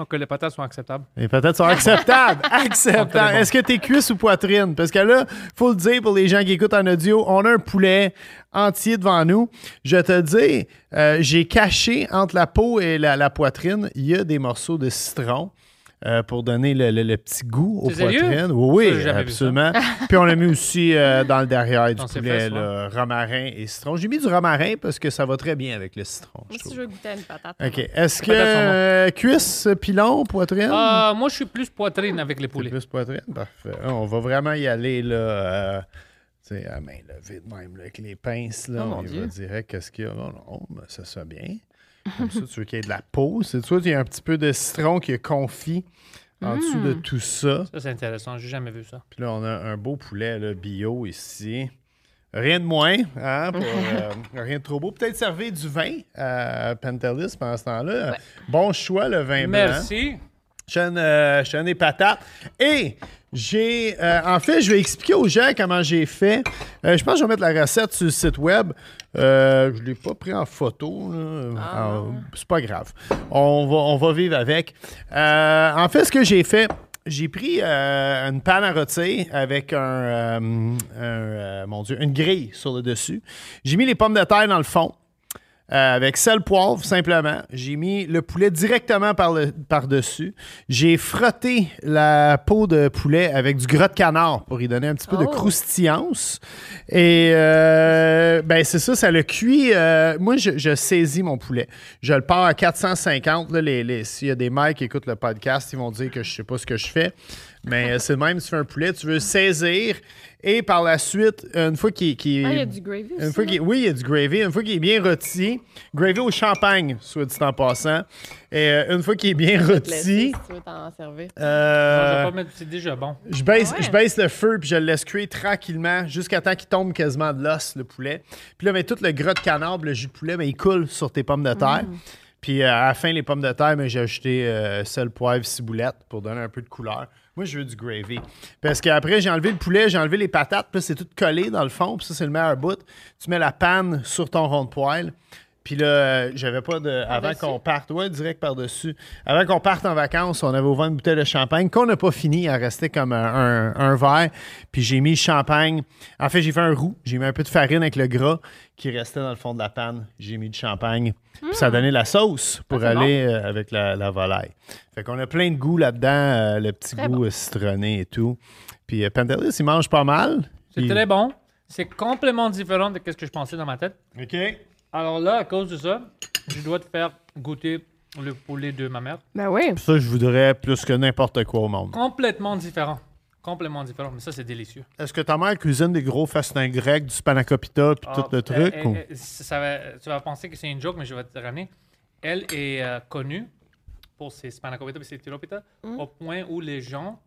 S3: Oh, que les patates sont acceptables.
S2: Les patates sont
S3: [LAUGHS]
S2: acceptables. acceptables. Est-ce que t'es cuisse ou poitrine? Parce que là, faut le dire pour les gens qui écoutent en audio, on a un poulet entier devant nous. Je te le dis, euh, j'ai caché entre la peau et la, la poitrine, il y a des morceaux de citron. euh, pour donner le, le- le petit goût aux
S3: C'est sérieux?
S2: poitrines. Oui,
S3: Ça, j'ai
S2: oui
S3: jamais vu ça. [LAUGHS]
S2: absolument. Puis on a mis aussi euh, dans le derrière du
S3: Dans ses
S2: poulet,
S3: fesses, ouais.
S2: là, romarin et citron. J'ai mis du romarin parce que ça va très bien avec le citron. je
S1: Moi, si
S2: trouve.
S1: je veux goûter à une patate.
S2: OK. Est-ce que
S3: patates sont bonnes.
S2: euh, cuisse, pilon, poitrine?
S3: Ah, moi, je suis plus poitrine avec les poulets.
S2: Plus poitrine, parfait. Ah, On va vraiment y aller là, euh, tu sais, à main levée de même, là, avec les pinces. Là,
S3: Oh, mon
S2: on y
S3: Dieu.
S2: va direct, qu'est-ce qu'il y a? Non, non, mais ça se fait bien. Comme ça, tu veux qu'il y ait de la peau. C'est sûr qu'il y a un petit peu de citron qui est confit en
S3: Mmh.
S2: dessous de tout ça.
S3: Ça, c'est intéressant. J'ai jamais vu ça.
S2: Puis là, on a un beau poulet là, bio ici. Rien de moins, hein,
S3: [LAUGHS]
S2: pour, euh, rien de trop beau. Peut-être servir du vin à Pentelis pendant ce temps-là. Bon choix, le vin blanc.
S3: Merci.
S2: Je donne, euh, je donne des patates. Et j'ai. euh, en fait, je vais expliquer aux gens comment j'ai fait. Euh, je pense que je vais mettre la recette sur le site web. Euh, je ne l'ai pas pris en photo. là. Ah, c'est pas grave. On va, on va vivre avec. Euh, en fait, ce que j'ai fait. J'ai pris euh, une panne à rôtir avec un, euh, un, euh, mon Dieu, une grille sur le dessus. J'ai mis les pommes de terre dans le fond. Euh, avec sel, poivre, simplement. J'ai mis le poulet directement par le- par-dessus. J'ai frotté la peau de poulet avec du gras de canard pour y donner un petit peu de
S1: Oh.
S2: croustillance. Et euh, ben c'est ça, ça le cuit. euh, moi, je, je saisis mon poulet. Je le pars à 450. là, les, les- S'il y a des mecs qui écoutent le podcast, ils vont dire que je sais pas ce que je fais. Mais euh, c'est le même, tu fais un poulet, tu veux saisir. Et par la suite, une fois qu'il qu'il-
S1: Ah, il y a du gravy
S2: une
S1: aussi.
S2: fois qu'il- oui, il y a du gravy. Une fois qu'il est bien rôti, gravy au champagne, soit dit en passant. Et euh, une fois qu'il est bien
S1: te laisser,
S2: rôti,
S1: si tu veux t'en servir.
S2: euh,
S3: Je vais pas mettre- C'est déjà bon.
S2: je, baisse,
S1: Ah ouais.
S2: je baisse le feu puis je le laisse cuire tranquillement jusqu'à temps qu'il tombe quasiment de l'os, le poulet. Puis là, mais tout le gras de canard, le jus de poulet, mais il coule sur tes pommes de terre.
S1: Mm.
S2: Puis euh, à la fin, les pommes de terre, mais j'ai ajouté euh, sel, poivre, ciboulette pour donner un peu de couleur. Moi, je veux du gravy. Parce qu'après, j'ai enlevé le poulet, j'ai enlevé les patates, puis là, c'est tout collé dans le fond. Puis ça, c'est le meilleur bout. Tu mets la panne sur ton rond de poêle. Puis là, euh, j'avais pas de. Avant qu'on parte, ouais, direct par-dessus. Avant qu'on parte en vacances, on avait ouvert une bouteille de champagne qu'on n'a pas fini. Il en restait comme un, un- un verre. Puis j'ai mis champagne. En fait, j'ai fait un roux. J'ai mis un peu de farine avec le gras qui restait dans le fond de la panne. J'ai mis du champagne. Puis ça a donné la sauce pour
S3: Ah,
S2: aller euh, avec la, la volaille. Fait qu'on a plein de goûts là-dedans. euh, le petit goût euh, citronné et tout. Puis euh, Pantelis, il mange pas mal.
S3: C'est
S2: Il-
S3: très bon. C'est complètement différent de ce que je pensais dans ma tête.
S2: OK.
S3: Alors là, à cause de ça, je dois te faire goûter le poulet de ma mère.
S1: Ben oui.
S2: Ça, je voudrais plus que n'importe quoi au monde.
S3: Complètement différent. Complètement différent. Mais ça, c'est délicieux.
S2: Est-ce que ta mère cuisine des gros festins grecs, du spanakopita, puis tout
S3: Ah,
S2: le
S3: euh,
S2: truc?
S3: euh,
S2: ou-
S3: euh, ça- ça va- tu vas penser que c'est une joke, mais je vais te ramener. Elle est euh, connue pour ses spanakopita et ses tiropita
S1: Mm.
S3: au point où les gens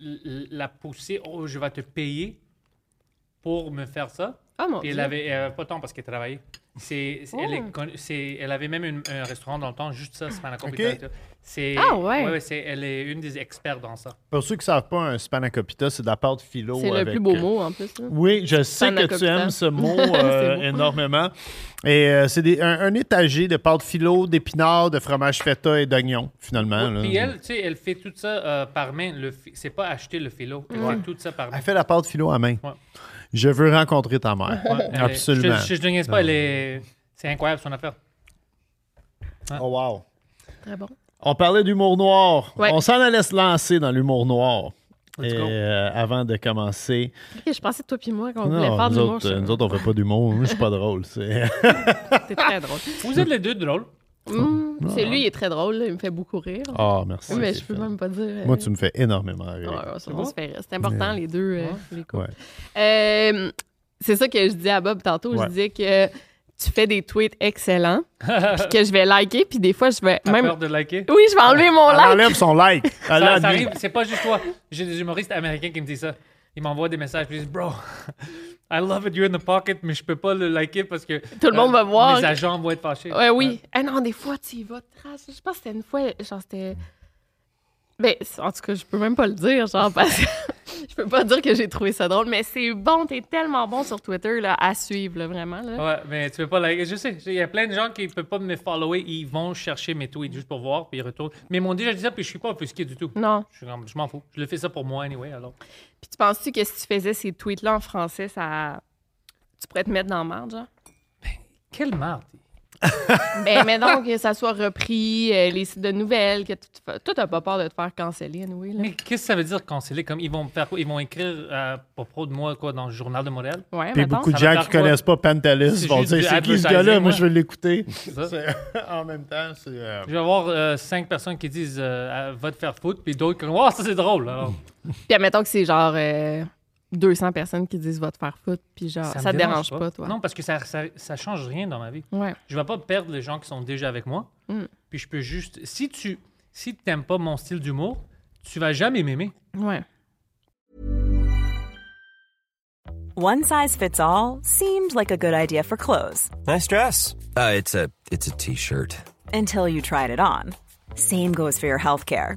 S3: l- l- la poussaient « Oh, je vais te payer pour me faire ça.
S1: Ah, mon
S3: Puis elle
S1: Dieu. Oh.
S3: avait, elle avait pas de temps parce qu'elle travaillait. C'est, c'est- elle, est connu- c'est- elle avait même une- un restaurant dans le temps, juste ça, Spanakopita.
S2: Ok.
S3: et tout. C'est,
S1: Ah, ouais.
S3: c'est, elle est une des expertes dans ça.
S2: Pour ceux qui ne savent pas, un spanakopita, c'est de la pâte philo.
S1: C'est le
S2: avec,
S1: plus beau
S2: euh,
S1: mot en plus. là.
S2: Oui, je sais que tu
S1: Spanakopita. [LAUGHS]
S2: aimes ce mot
S1: C'est
S2: euh,
S1: beau.
S2: énormément. Et euh, c'est des- un, un étagé de pâte philo, d'épinards, de fromage feta et d'oignons, finalement. Hein, là.
S3: Puis elle, tu sais, elle fait tout ça euh, par main. Le fi- C'est pas acheter le philo. Elle fait tout ça par main.
S2: Elle fait la pâte philo à main.
S3: Ouais.
S2: Je veux rencontrer ta mère.
S3: Ouais, elle est-
S2: Absolument.
S3: Je, je, je te niaise pas, elle est- c'est incroyable son affaire.
S2: Oh, wow.
S1: Très bon.
S2: On parlait d'humour noir.
S1: Ouais.
S2: On s'en allait se lancer dans l'humour noir.
S3: Let's
S2: Et,
S3: go.
S2: euh, avant de commencer.
S1: Ok, je pensais toi puis moi qu'on voulait
S2: Non,
S1: faire de
S2: nous,
S1: l'humour.
S2: autres, euh, nous autres, on fait pas d'humour. Moi, Je suis pas drôle. c'est-
S3: [LAUGHS]
S1: C'est très
S2: [LAUGHS]
S1: drôle.
S3: Vous êtes les deux drôles.
S1: Hum, c'est lui, il est très drôle. là, Il me fait beaucoup rire.
S2: Ah, merci.
S1: mais je
S2: Stéphane.
S1: peux même pas dire. euh,
S2: Moi, tu me fais énormément rire.
S1: ouais, ouais, ça, on se fait rire. C'est important, les deux. euh, les couples.
S2: Ouais.
S1: Euh, c'est ça que je dis à Bob tantôt.
S2: Ouais.
S1: Je disais que tu fais des tweets excellents, puis que je vais liker, puis des fois, je vais
S3: T'as
S1: même.
S3: peur de liker?
S1: Oui, je vais enlever mon
S2: Elle
S1: like.
S2: enlève son like. Elle
S3: [LAUGHS] Ça,
S2: a
S3: ça
S2: mis-
S3: arrive, c'est pas juste toi. J'ai des humoristes américains qui me disent ça. Ils m'envoient des messages, puis ils disent Bro, [LAUGHS] I love it, you're in the pocket, mais je peux pas le liker parce que. euh,
S1: Tout le monde va voir
S3: Mes
S1: que-
S3: agents vont être fâchés.
S1: Ouais, oui. Ah non, des fois, tu y vas trash. Je pense que c'était une fois, genre, c'était. Ben, c- en tout cas, je peux même pas le dire, genre, parce que [LAUGHS] je peux pas dire que j'ai trouvé ça drôle, mais c'est bon, t'es tellement bon sur Twitter, là, à suivre, là, vraiment, là.
S3: Ouais, mais tu peux pas liker. Je sais, il y a plein de gens qui peuvent pas me follower, ils vont chercher mes tweets juste pour voir, puis ils retournent. Mais ils m'ont déjà dit ça, puis je suis pas offusqué du tout.
S1: Non.
S3: Je, suis comme, je m'en fous. Je le fais ça pour moi, anyway, alors.
S1: Puis tu penses-tu que si tu faisais ces tweets-là en français, ça. Tu pourrais te mettre dans le marge, genre?
S3: Quelle merde.
S1: Ben, mais donc, que ça soit repris, euh, les sites de nouvelles, que tu- tu fais- toi, t'as pas peur de te faire canceller, anyway, là.
S3: Mais qu'est-ce que ça veut dire canceller Comme ils vont me faire quoi? Ils vont écrire euh, à propos de moi, quoi, dans le Journal de Montréal
S1: Ouais,
S2: Puis
S1: mettons.
S2: beaucoup de
S3: ça va
S2: gens
S3: faire
S2: qui connaissent pas Pantelis
S3: C'est
S2: vont
S3: juste
S2: dire
S3: du
S2: c'est qui ce gars-là,
S3: advertising,
S2: moi
S3: ouais.
S2: je veux
S3: [LAUGHS]
S2: l'écouter.
S3: ça.
S2: C'est- en même temps, c'est. euh,
S3: Je vais avoir euh, cinq personnes qui disent euh, Ah, va te faire foutre, puis d'autres qui disent Oh, ça c'est drôle. Alors,
S1: Puis admettons que c'est genre euh, 200 personnes qui disent va te faire foutre, puis genre, Ah, ça,
S3: me
S1: te dérange pas, toi.
S3: Non, parce que ça, ça, ça change rien dans ma vie.
S1: Ouais.
S3: Je vais pas perdre les gens qui sont déjà avec moi.
S1: Hmm.
S3: Puis je peux juste. Si tu si t'aimes pas mon style d'humour, tu vas jamais m'aimer.
S1: Ouais.
S4: One size fits all seemed like a good idea for clothes
S5: Nice dress. Uh, it's a it's a t-shirt.
S4: until you tried it on. Same goes for your healthcare.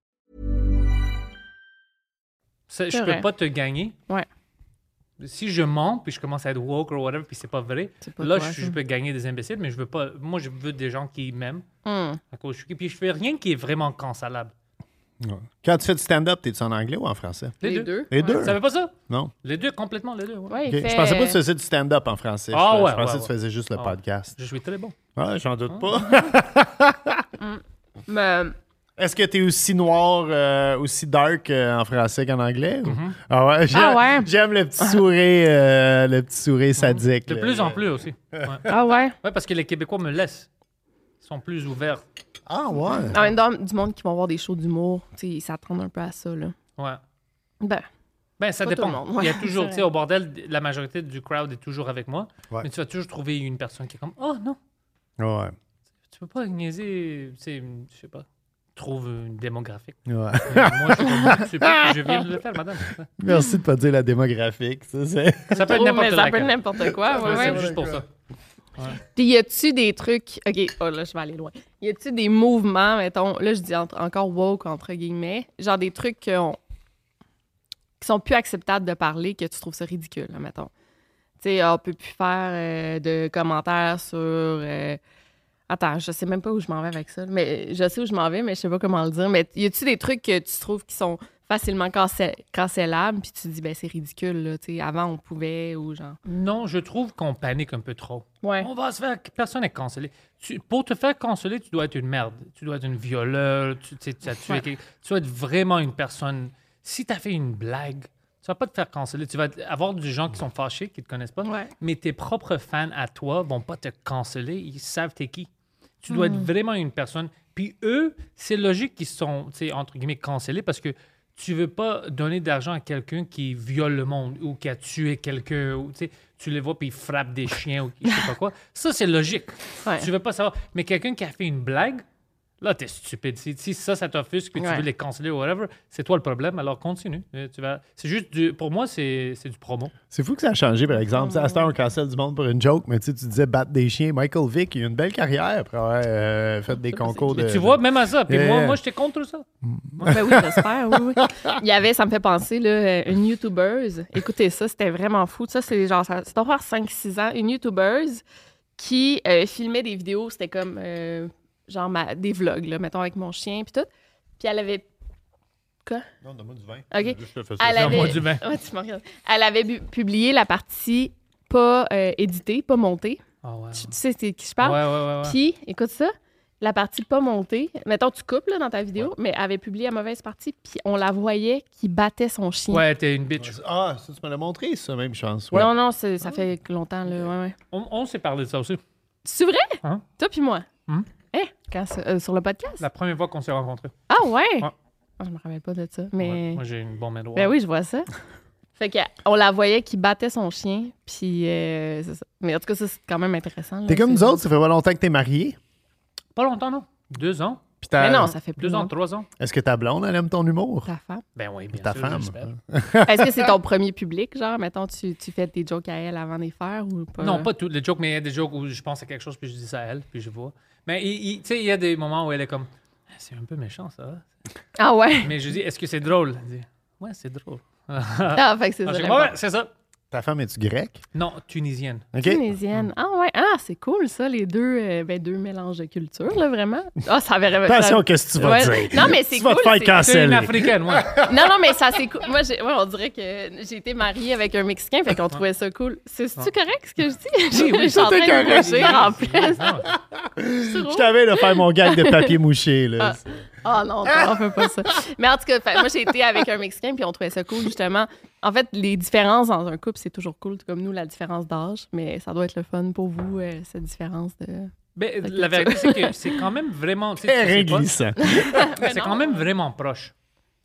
S3: Ça, je
S1: C'est vrai.
S3: peux pas te gagner.
S1: Ouais.
S3: Si je mens, puis je commence à être woke ou whatever, puis c'est pas vrai,
S1: C'est pas
S3: là
S1: toi,
S3: je,
S1: ça.
S3: je peux gagner des imbéciles, mais je veux pas. Moi je veux des gens qui m'aiment.
S1: Hmm.
S3: À cause je suis- Puis je fais rien qui est vraiment cancelable.
S2: Quand tu fais du stand-up, t'es-tu en anglais ou en français?
S3: Les,
S1: Les
S3: deux.
S1: deux.
S2: Les deux.
S3: Ça veut pas ça
S2: Non.
S3: Les deux complètement, les deux. ouais.
S1: Ouais, il
S2: Ok.
S1: fait-
S2: Je pensais pas que tu faisais du stand-up en français.
S3: Ah
S2: je,
S3: ouais,
S2: je pensais
S3: ouais,
S2: que tu
S3: ouais.
S2: faisais juste le
S3: Ah ouais.
S2: podcast.
S3: Je suis très bon.
S2: Ouais, j'en doute pas.
S1: Mais,
S2: Est-ce que t'es aussi noir, euh, aussi dark euh, en français qu'en anglais? ou-
S3: Mhm.
S2: Ah ouais, j'aime,
S1: Ah ouais.
S2: j'aime le petit sourire, euh, le petit sourire sadique.
S3: Mhm. De
S2: là.
S3: plus en plus aussi. Ouais.
S1: ah ouais.
S3: Ouais, parce que les Québécois me laissent. Ils sont plus ouverts.
S2: Ah ouais.
S1: En même temps, du monde qui vont voir des shows d'humour, tu sais, ils s'attendent un peu à ça, là.
S3: Ouais.
S1: Ben,
S3: Ben, ça
S1: Pas tout le
S3: dépend.
S1: monde, ouais,
S3: Il y a
S1: c'est [LAUGHS]
S3: toujours, tu sais,
S1: vrai.
S3: au bordel, la majorité du crowd est toujours avec moi.
S2: Ouais.
S3: Mais tu vas toujours trouver une personne qui est comme, oh non,
S2: Ouais.
S3: tu peux pas niaiser, tu sais, je sais pas, trouve une démographique.
S2: ouais. [LAUGHS]
S3: Euh, [LAUGHS] moi, je suis comme, Tu peux- je viens de le faire, madame.
S2: Merci de pas dire la démographique. ça, c'est- [LAUGHS]
S3: Ça peut être
S1: oh, mais
S3: n'importe
S1: ça peut
S3: laquelle.
S1: être n'importe quoi. ouais,
S3: C'est
S1: ouais.
S3: juste pour ça.
S1: Puis y a-tu des trucs. OK, oh là, je vais aller loin. Y a-tu des mouvements, mettons, là, je dis entre- encore woke, entre guillemets, genre des trucs qu'on- qui sont plus acceptables de parler, que tu trouves ça ridicule, là, mettons. Tu sais, on peut plus faire euh, de commentaires sur. euh, Attends, je sais même pas où je m'en vais avec ça. Mais je sais où je m'en vais, mais je sais pas comment le dire. Mais y a-tu des trucs que tu trouves qui sont facilement cancé- cancellables, puis tu dis, ben c'est ridicule, là, tu sais, avant on pouvait, ou genre.
S3: Non, je trouve qu'on panique un peu trop.
S1: Ouais.
S3: On va se faire. Personne n'est cancellé. Tu- pour te faire canceller, tu dois être une merde. Tu dois être une violeur. Tu, tu sais, tu as tué
S1: Ouais.
S3: quelqu'un. Tu dois être vraiment une personne. Si tu as fait une blague, tu vas pas te faire canceller. Tu vas t- avoir des gens qui sont fâchés, qui te connaissent pas.
S1: Ouais.
S3: Mais tes propres fans à toi vont pas te canceller. Ils savent t'es qui. Tu dois
S1: Mm.
S3: être vraiment une personne. Puis eux, c'est logique qu'ils sont, tu sais, entre guillemets, cancellés parce que tu veux pas donner d'argent à quelqu'un qui viole le monde ou qui a tué quelqu'un. ou, tu sais, Tu les vois puis ils frappent des chiens ou je sais pas
S1: [LAUGHS]
S3: quoi. Ça, c'est logique.
S1: Ouais.
S3: Tu veux pas savoir. Mais quelqu'un qui a fait une blague, là, t'es stupide. Si, si ça, ça t'offusque puis tu
S1: Ouais.
S3: veux les canceller ou whatever, c'est toi le problème. Alors continue. Euh, Tu vas... C'est juste du... Pour moi, c'est c'est du promo.
S2: C'est fou que ça a changé, par exemple. Tu sais, À ce temps, on cancelle du monde pour une joke, mais tu sais, tu disais battre des chiens. Michael Vick, il a une belle carrière après avoir euh, fait des concours de.
S3: Et tu vois, même à ça. Puis
S2: Yeah,
S3: moi,
S2: yeah.
S3: moi j'étais contre ça.
S1: Ben oui, j'espère, oui, oui. Il y avait, ça me fait penser, là, euh, une YouTubeuse. Écoutez ça, c'était vraiment fou. Ça, c'est genre, ça ça doit avoir 5-6 ans. Une YouTubeuse qui euh, filmait des vidéos, c'était comme, euh, genre, ma- des vlogs, là, mettons, avec mon chien, puis tout. Puis elle avait. Quoi?
S2: Non, donne-moi du vin.
S1: OK.
S2: Je te fais ça.
S1: Elle
S3: c'est un mois
S1: avait...
S3: du vin.
S1: Ouais, tu me regardes. Elle avait bu- publié la partie pas euh, éditée, pas montée.
S3: Ah ouais.
S1: Tu, tu sais c'est qui je
S3: Ouais,
S1: parle?
S3: ouais, ouais, ouais.
S1: Puis, écoute ça, la partie pas montée, mettons, tu coupes là, dans ta vidéo, mais elle avait publié la mauvaise partie, puis on la voyait qui battait son chien.
S3: Ouais, t'es une bitch.
S2: Ah, ça, tu me l'as montré, ça, même chance. Ouais.
S1: Non, non, c'est-
S2: Ah
S1: ça fait longtemps, là. Ouais, ouais.
S3: On, on s'est parlé de ça aussi.
S1: C'est vrai?
S3: Hein?
S1: Toi puis moi?
S3: Hum.
S1: Hein? Quand ça- euh, sur le podcast?
S3: La première fois qu'on s'est rencontrés.
S1: Ah ouais?
S3: Ouais.
S1: Ah, je me rappelle pas de ça,
S3: Ouais,
S1: mais...
S3: moi, j'ai une bonne mémoire.
S1: ben oui, je vois
S3: [LAUGHS]
S1: ça. fait que, on la voyait qui battait son chien, puis euh, c'est ça. Mais en tout cas, ça, c'est quand même intéressant. là.
S2: T'es comme
S1: C'est-
S2: nous autres, ça fait pas longtemps que t'es marié.
S3: Pas longtemps, non. Deux ans.
S2: Puis
S1: Mais
S2: t'as-
S1: non, ça fait plus
S3: Deux ans,
S1: longtemps.
S3: trois ans.
S2: Est-ce que ta blonde, elle aime ton humour?
S1: Ta femme.
S2: [LAUGHS]
S3: Ben oui, bien
S2: Ta
S3: sûr,
S2: femme.
S3: j'espère.
S1: Est-ce que c'est ton premier public, genre, mettons, tu, tu fais des jokes à elle avant de les faire ou pas?
S3: Non, pas toutes les jokes, mais il y a des jokes où je pense à quelque chose, puis je dis ça à elle, puis je vois. Mais il- il- tu sais, il y a des moments où elle est comme, Ah, c'est un peu méchant, ça.
S1: Ah ouais?
S3: Mais je dis, est-ce que c'est drôle? Elle dit, ouais, c'est drôle.
S1: Ah, fait que c'est
S3: Alors,
S1: ça.
S3: je dis,
S1: la
S3: ouais, c'est ça.
S2: Ta femme, est tu grecque?
S3: Non, tunisienne.
S2: [LAUGHS] OK.
S1: Tunisienne. Ah ouais, ah, c'est cool ça, les deux, euh, ben, deux mélanges de cultures, là, vraiment. Ah, ça avait ça-
S2: Attention, qu'est-ce que tu vas
S1: Ouais.
S2: dire?
S1: Non, mais c'est
S2: Tu vas te
S1: cool,
S2: faire
S1: c'est-
S3: C'est une
S2: canceller. [LAUGHS]
S3: africaine, moi.
S1: Non, non, mais ça, c'est cool. Moi, j'ai- ouais, on dirait que j'ai été mariée avec un Mexicain, fait qu'on trouvait ça cool. C'est-tu correct ce que je dis?
S3: Oui,
S1: [LAUGHS]
S3: oui,
S1: je suis en train
S2: c'était
S1: de
S2: correct.
S1: rougir en plus. C'est
S2: Je
S1: drôle.
S2: t'avais de faire mon gag de papier mouché, là.
S1: Ah non, on fait pas ça. Mais en tout cas, fait- moi, j'ai été avec un Mexicain, puis on trouvait ça cool, justement. En fait, les différences dans un couple, c'est toujours cool, tout comme nous, la différence d'âge, mais ça doit être le fun pour vous, euh, cette différence de...
S3: Mais
S1: Ok,
S3: la
S1: ça-
S3: vérité, c'est que c'est quand même vraiment. tu sais, tu
S2: Terrain
S3: sais pas,
S2: glissant.
S3: C'est quand même vraiment proche.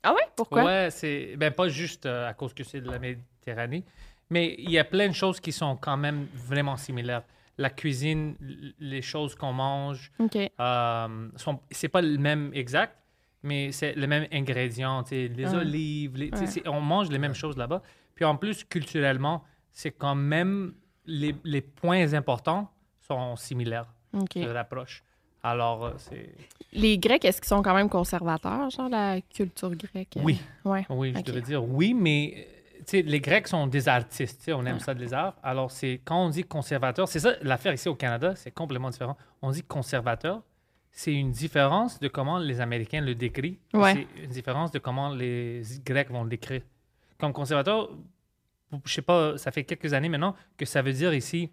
S1: Ah ouais? Pourquoi?
S3: Ouais, c'est. Ben, pas juste euh, à cause que c'est de la Méditerranée, mais il y a plein de choses qui sont quand même vraiment similaires. La cuisine, l- les choses qu'on mange,
S1: OK.
S3: euh, sont- c'est pas le même exact, mais c'est le même ingrédient. tu sais, Les
S1: Ouais.
S3: olives, les- tu sais,
S1: Ah. Ouais.
S3: c'est- on mange les mêmes choses là-bas. Puis en plus, culturellement, c'est quand même. Les, les points importants sont similaires,
S1: OK.
S3: se rapprochent. Alors, euh, c'est.
S1: Les Grecs, est-ce qu'ils sont quand même conservateurs, genre la culture grecque? euh?
S3: Oui.
S1: Ouais.
S3: Oui, je
S1: Ok.
S3: devais dire oui, mais euh, tu sais, les Grecs sont des artistes. tu sais, On aime ça, les arts. Alors, c'est quand on dit conservateur, c'est ça l'affaire ici au Canada, c'est complètement différent. On dit conservateur, c'est une différence de comment les Américains le décrivent. et
S1: Ouais.
S3: C'est une différence de comment les Grecs vont le décrire. Comme conservateur, je sais pas, ça fait quelques années maintenant que ça veut dire ici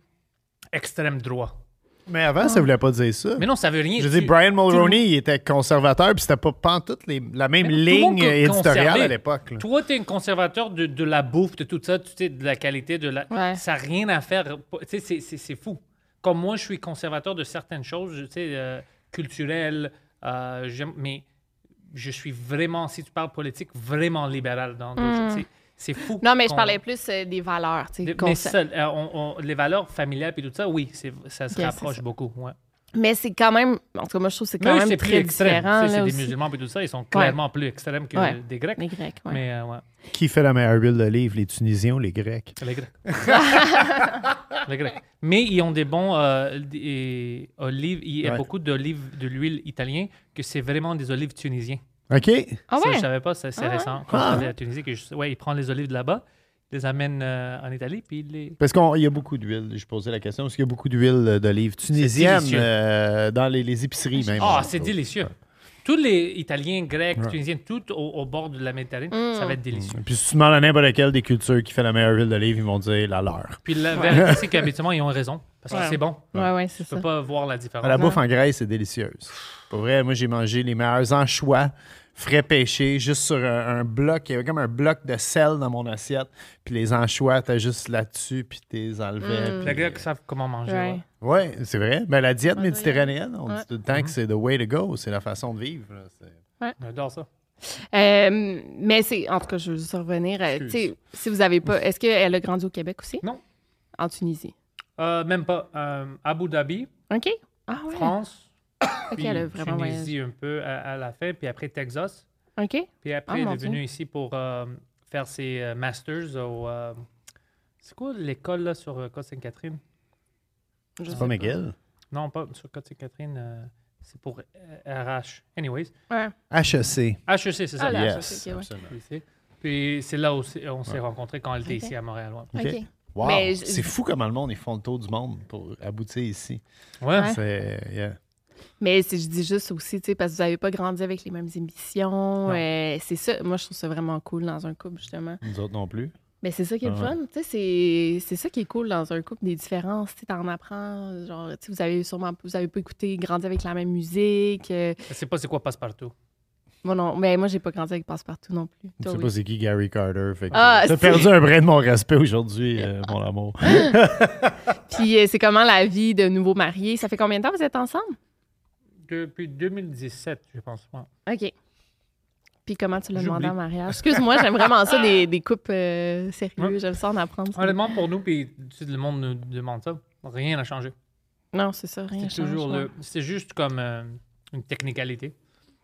S3: extrême droit.
S2: Mais avant, ça voulait pas dire ça.
S3: Mais non, ça veut rien
S2: Je veux
S3: tu-
S2: dire, Brian
S3: tu-
S2: Mulroney, il était conservateur, puis c'était pas pantoute les, la même
S3: Mais non, tout le
S2: ligne
S3: monde co-
S2: éditoriale
S3: conservé.
S2: à l'époque. là.
S3: Toi, tu es un conservateur de, de la bouffe, de tout ça, tu sais, de la qualité, de la...
S1: Ouais.
S3: Ça n'a rien à faire. Tu sais, c'est- c'est c'est fou. Comme moi, je suis conservateur de certaines choses, tu sais, euh, culturelles, euh, j'aime- mais je suis vraiment, si tu parles politique, vraiment libéral dans d'autres choses, tu sais. C'est fou.
S1: Hmm. Non, mais je
S3: qu'on-
S1: parlais plus euh, des valeurs, tu sais.
S3: de- mais
S1: conser-
S3: ça, euh, on- on- les valeurs familiales et tout ça, oui, c'est- ça se
S1: Yeah, c'est
S3: rapproche
S1: ça.
S3: beaucoup. Ouais.
S1: Mais c'est quand même... En tout cas, moi, je trouve que c'est
S3: Mais
S1: quand
S3: eux,
S1: même
S3: c'est plus
S1: très
S3: extrême.
S1: différent.
S3: Tu sais, C'est
S1: là,
S3: des
S1: aussi.
S3: musulmans et tout ça, ils sont clairement plus extrêmes que
S1: Ouais.
S3: des Grecs.
S1: Les Grecs, ouais.
S3: Mais euh, ouais.
S2: Qui fait la meilleure huile d'olive, les Tunisiens ou les Grecs?
S1: [LAUGHS]
S3: Les Grecs. Les Grecs. Mais ils ont des bons euh, des- euh, olives. Il y a
S2: Ouais.
S3: beaucoup d'olives de l'huile italienne que c'est vraiment des olives tunisiennes.
S2: OK.
S1: Ah
S3: ça,
S1: ouais?
S3: je savais pas, ça, c'est
S1: Ah ouais?
S3: récent. Quand je suis allé à Tunisie, que je- ouais, ils prennent les olives de là-bas, les amène euh, en Italie, puis ils les...
S2: Parce qu'il y a beaucoup d'huile. Je posais la question. Est-ce qu'il y a beaucoup d'huile euh, d'olive tunisienne
S3: délicieux.
S2: euh, dans les, les épiceries même?
S3: Ah, c'est délicieux. Tous les Italiens, Grecs, Tunisiens, tout au, au bord de la Méditerranée,
S1: Mm.
S3: ça va être délicieux.
S2: Puis si tu demandes à n'importe quelle des cultures qui fait la meilleure huile d'olive, ils vont dire la leur.
S3: Puis la vérité,
S1: [LAUGHS]
S3: c'est qu'habituellement, ils ont raison, parce que
S1: Ouais.
S3: c'est bon.
S1: Ouais, ouais, c'est
S3: Tu
S1: ça.
S3: peux pas voir la différence.
S2: Ah, La bouffe en Grèce, c'est délicieuse. Pour vrai, moi, j'ai mangé les meilleurs anchois frais pêchés, juste sur un, un bloc. Il y avait comme un bloc de sel dans mon assiette. Puis les anchois, t'as juste là-dessus, puis t'es enlevé.
S1: Mm.
S3: Les Grecs savent comment manger.
S1: Ouais.
S3: ouais.
S2: Oui, c'est vrai. Mais la diète méditerranéenne, on dit tout le temps que c'est the way to go, c'est la façon de vivre. là. C'est-
S3: J'adore ça.
S1: Euh, mais c'est, en tout cas, je veux juste revenir. euh, tu sais, si vous avez pas, est-ce qu'elle a grandi au Québec aussi?
S3: Non.
S1: En Tunisie.
S3: Euh, même pas. Euh, Abu Dhabi,
S1: OK. Ah ouais.
S3: France,
S1: [LAUGHS] OK,
S3: puis
S1: elle a vraiment voyagé.
S3: Tunisie un peu à, à la fin, puis après Texas.
S1: OK.
S3: Puis
S1: Ah,
S3: après, elle
S1: mon
S3: est
S1: Dieu.
S3: venue ici pour euh, faire ses euh, masters au... euh, c'est quoi l'école là, sur euh, Côte-Sainte-Catherine?
S1: Je
S2: C'est
S1: sais
S2: pas McGill.
S3: Non, pas sur Côte-Sainte-Catherine. euh, c'est pour euh, RH. Anyways,
S1: Ouais.
S2: HEC.
S3: HEC, c'est ça.
S1: Ah, là,
S2: yes,
S1: je sais, ok, ouais.
S2: absolument.
S3: lycée. Puis c'est là où c'est- on s'est rencontrés quand elle était ici à Montréal. Ouais.
S1: OK.
S2: Ok. Wow.
S1: Mais je-
S2: C'est fou comment le monde, ils font le tour du monde pour aboutir ici.
S3: Ouais.
S1: Hein?
S2: C'est... yeah.
S1: Mais c'est- je dis juste aussi, tu sais, parce que vous n'avez pas grandi avec les mêmes émissions. euh, c'est ça. Moi, je trouve ça vraiment cool dans un couple, justement.
S2: Nous autres non plus.
S1: Mais c'est ça qui est le
S2: Ah ouais.
S1: fun. Tu sais, c'est- c'est ça qui est cool dans un couple, des différences. Tu sais, t'en apprends. Genre, tu sais, vous avez sûrement vous avez pas écouté, grandi avec la même musique. euh,
S3: Je sais pas c'est quoi Passepartout.
S1: Moi, non. Mais moi, j'ai pas grandi avec Passepartout non plus.
S2: Je
S1: Toi,
S2: sais
S1: oui.
S2: pas c'est qui Gary Carter. Fait que
S1: Ah,
S2: t'as
S1: c'est-
S2: perdu un brin de mon
S1: [LAUGHS]
S2: respect aujourd'hui, euh, mon amour.
S1: Puis euh, c'est comment la vie de nouveau marié? Ça fait combien de temps vous êtes ensemble?
S3: Depuis 2017, je pense. ouais.
S1: OK. Puis comment tu l'as
S3: J'oublie.
S1: demandé en mariage? Excuse-moi, j'aime vraiment ça, des, des couples euh, sérieux.
S3: Ouais.
S1: J'aime ça en apprendre. ça.
S3: Honnêtement, pour nous, puis tu sais, le monde nous demande ça, rien n'a changé.
S1: Non, c'est ça, rien.
S3: C'est toujours
S1: change,
S3: le- c'est juste comme euh, une technicalité.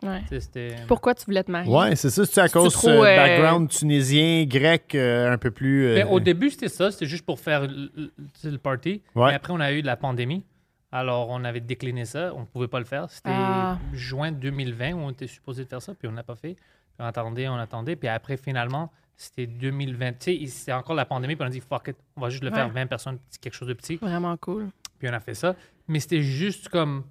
S1: ouais. Ouais.
S3: Tu sais, C'était. euh,
S1: Pourquoi tu voulais te marier?
S2: Ouais, c'est ça. C'est à cause
S1: trop,
S2: du
S1: euh,
S2: background tunisien, grec, euh, un peu plus. euh,
S3: Ben, au début, c'était ça, c'était juste pour faire le, le- tu sais, le party.
S2: Ouais.
S3: Mais après, on a eu de la pandémie. Alors, on avait décliné ça, on ne pouvait pas le faire. C'était
S1: Ah.
S3: juin 2020 où on était supposé de faire ça, puis on n'a pas fait. Puis on attendait, on attendait. Puis après, finalement, c'était 2020. Tu sais, il- c'était encore la pandémie, puis on a dit, fuck it, on va juste le
S1: Ouais.
S3: faire 20 personnes, petit- quelque chose de petit.
S1: Vraiment cool.
S3: Puis on a fait ça. Mais c'était juste comme.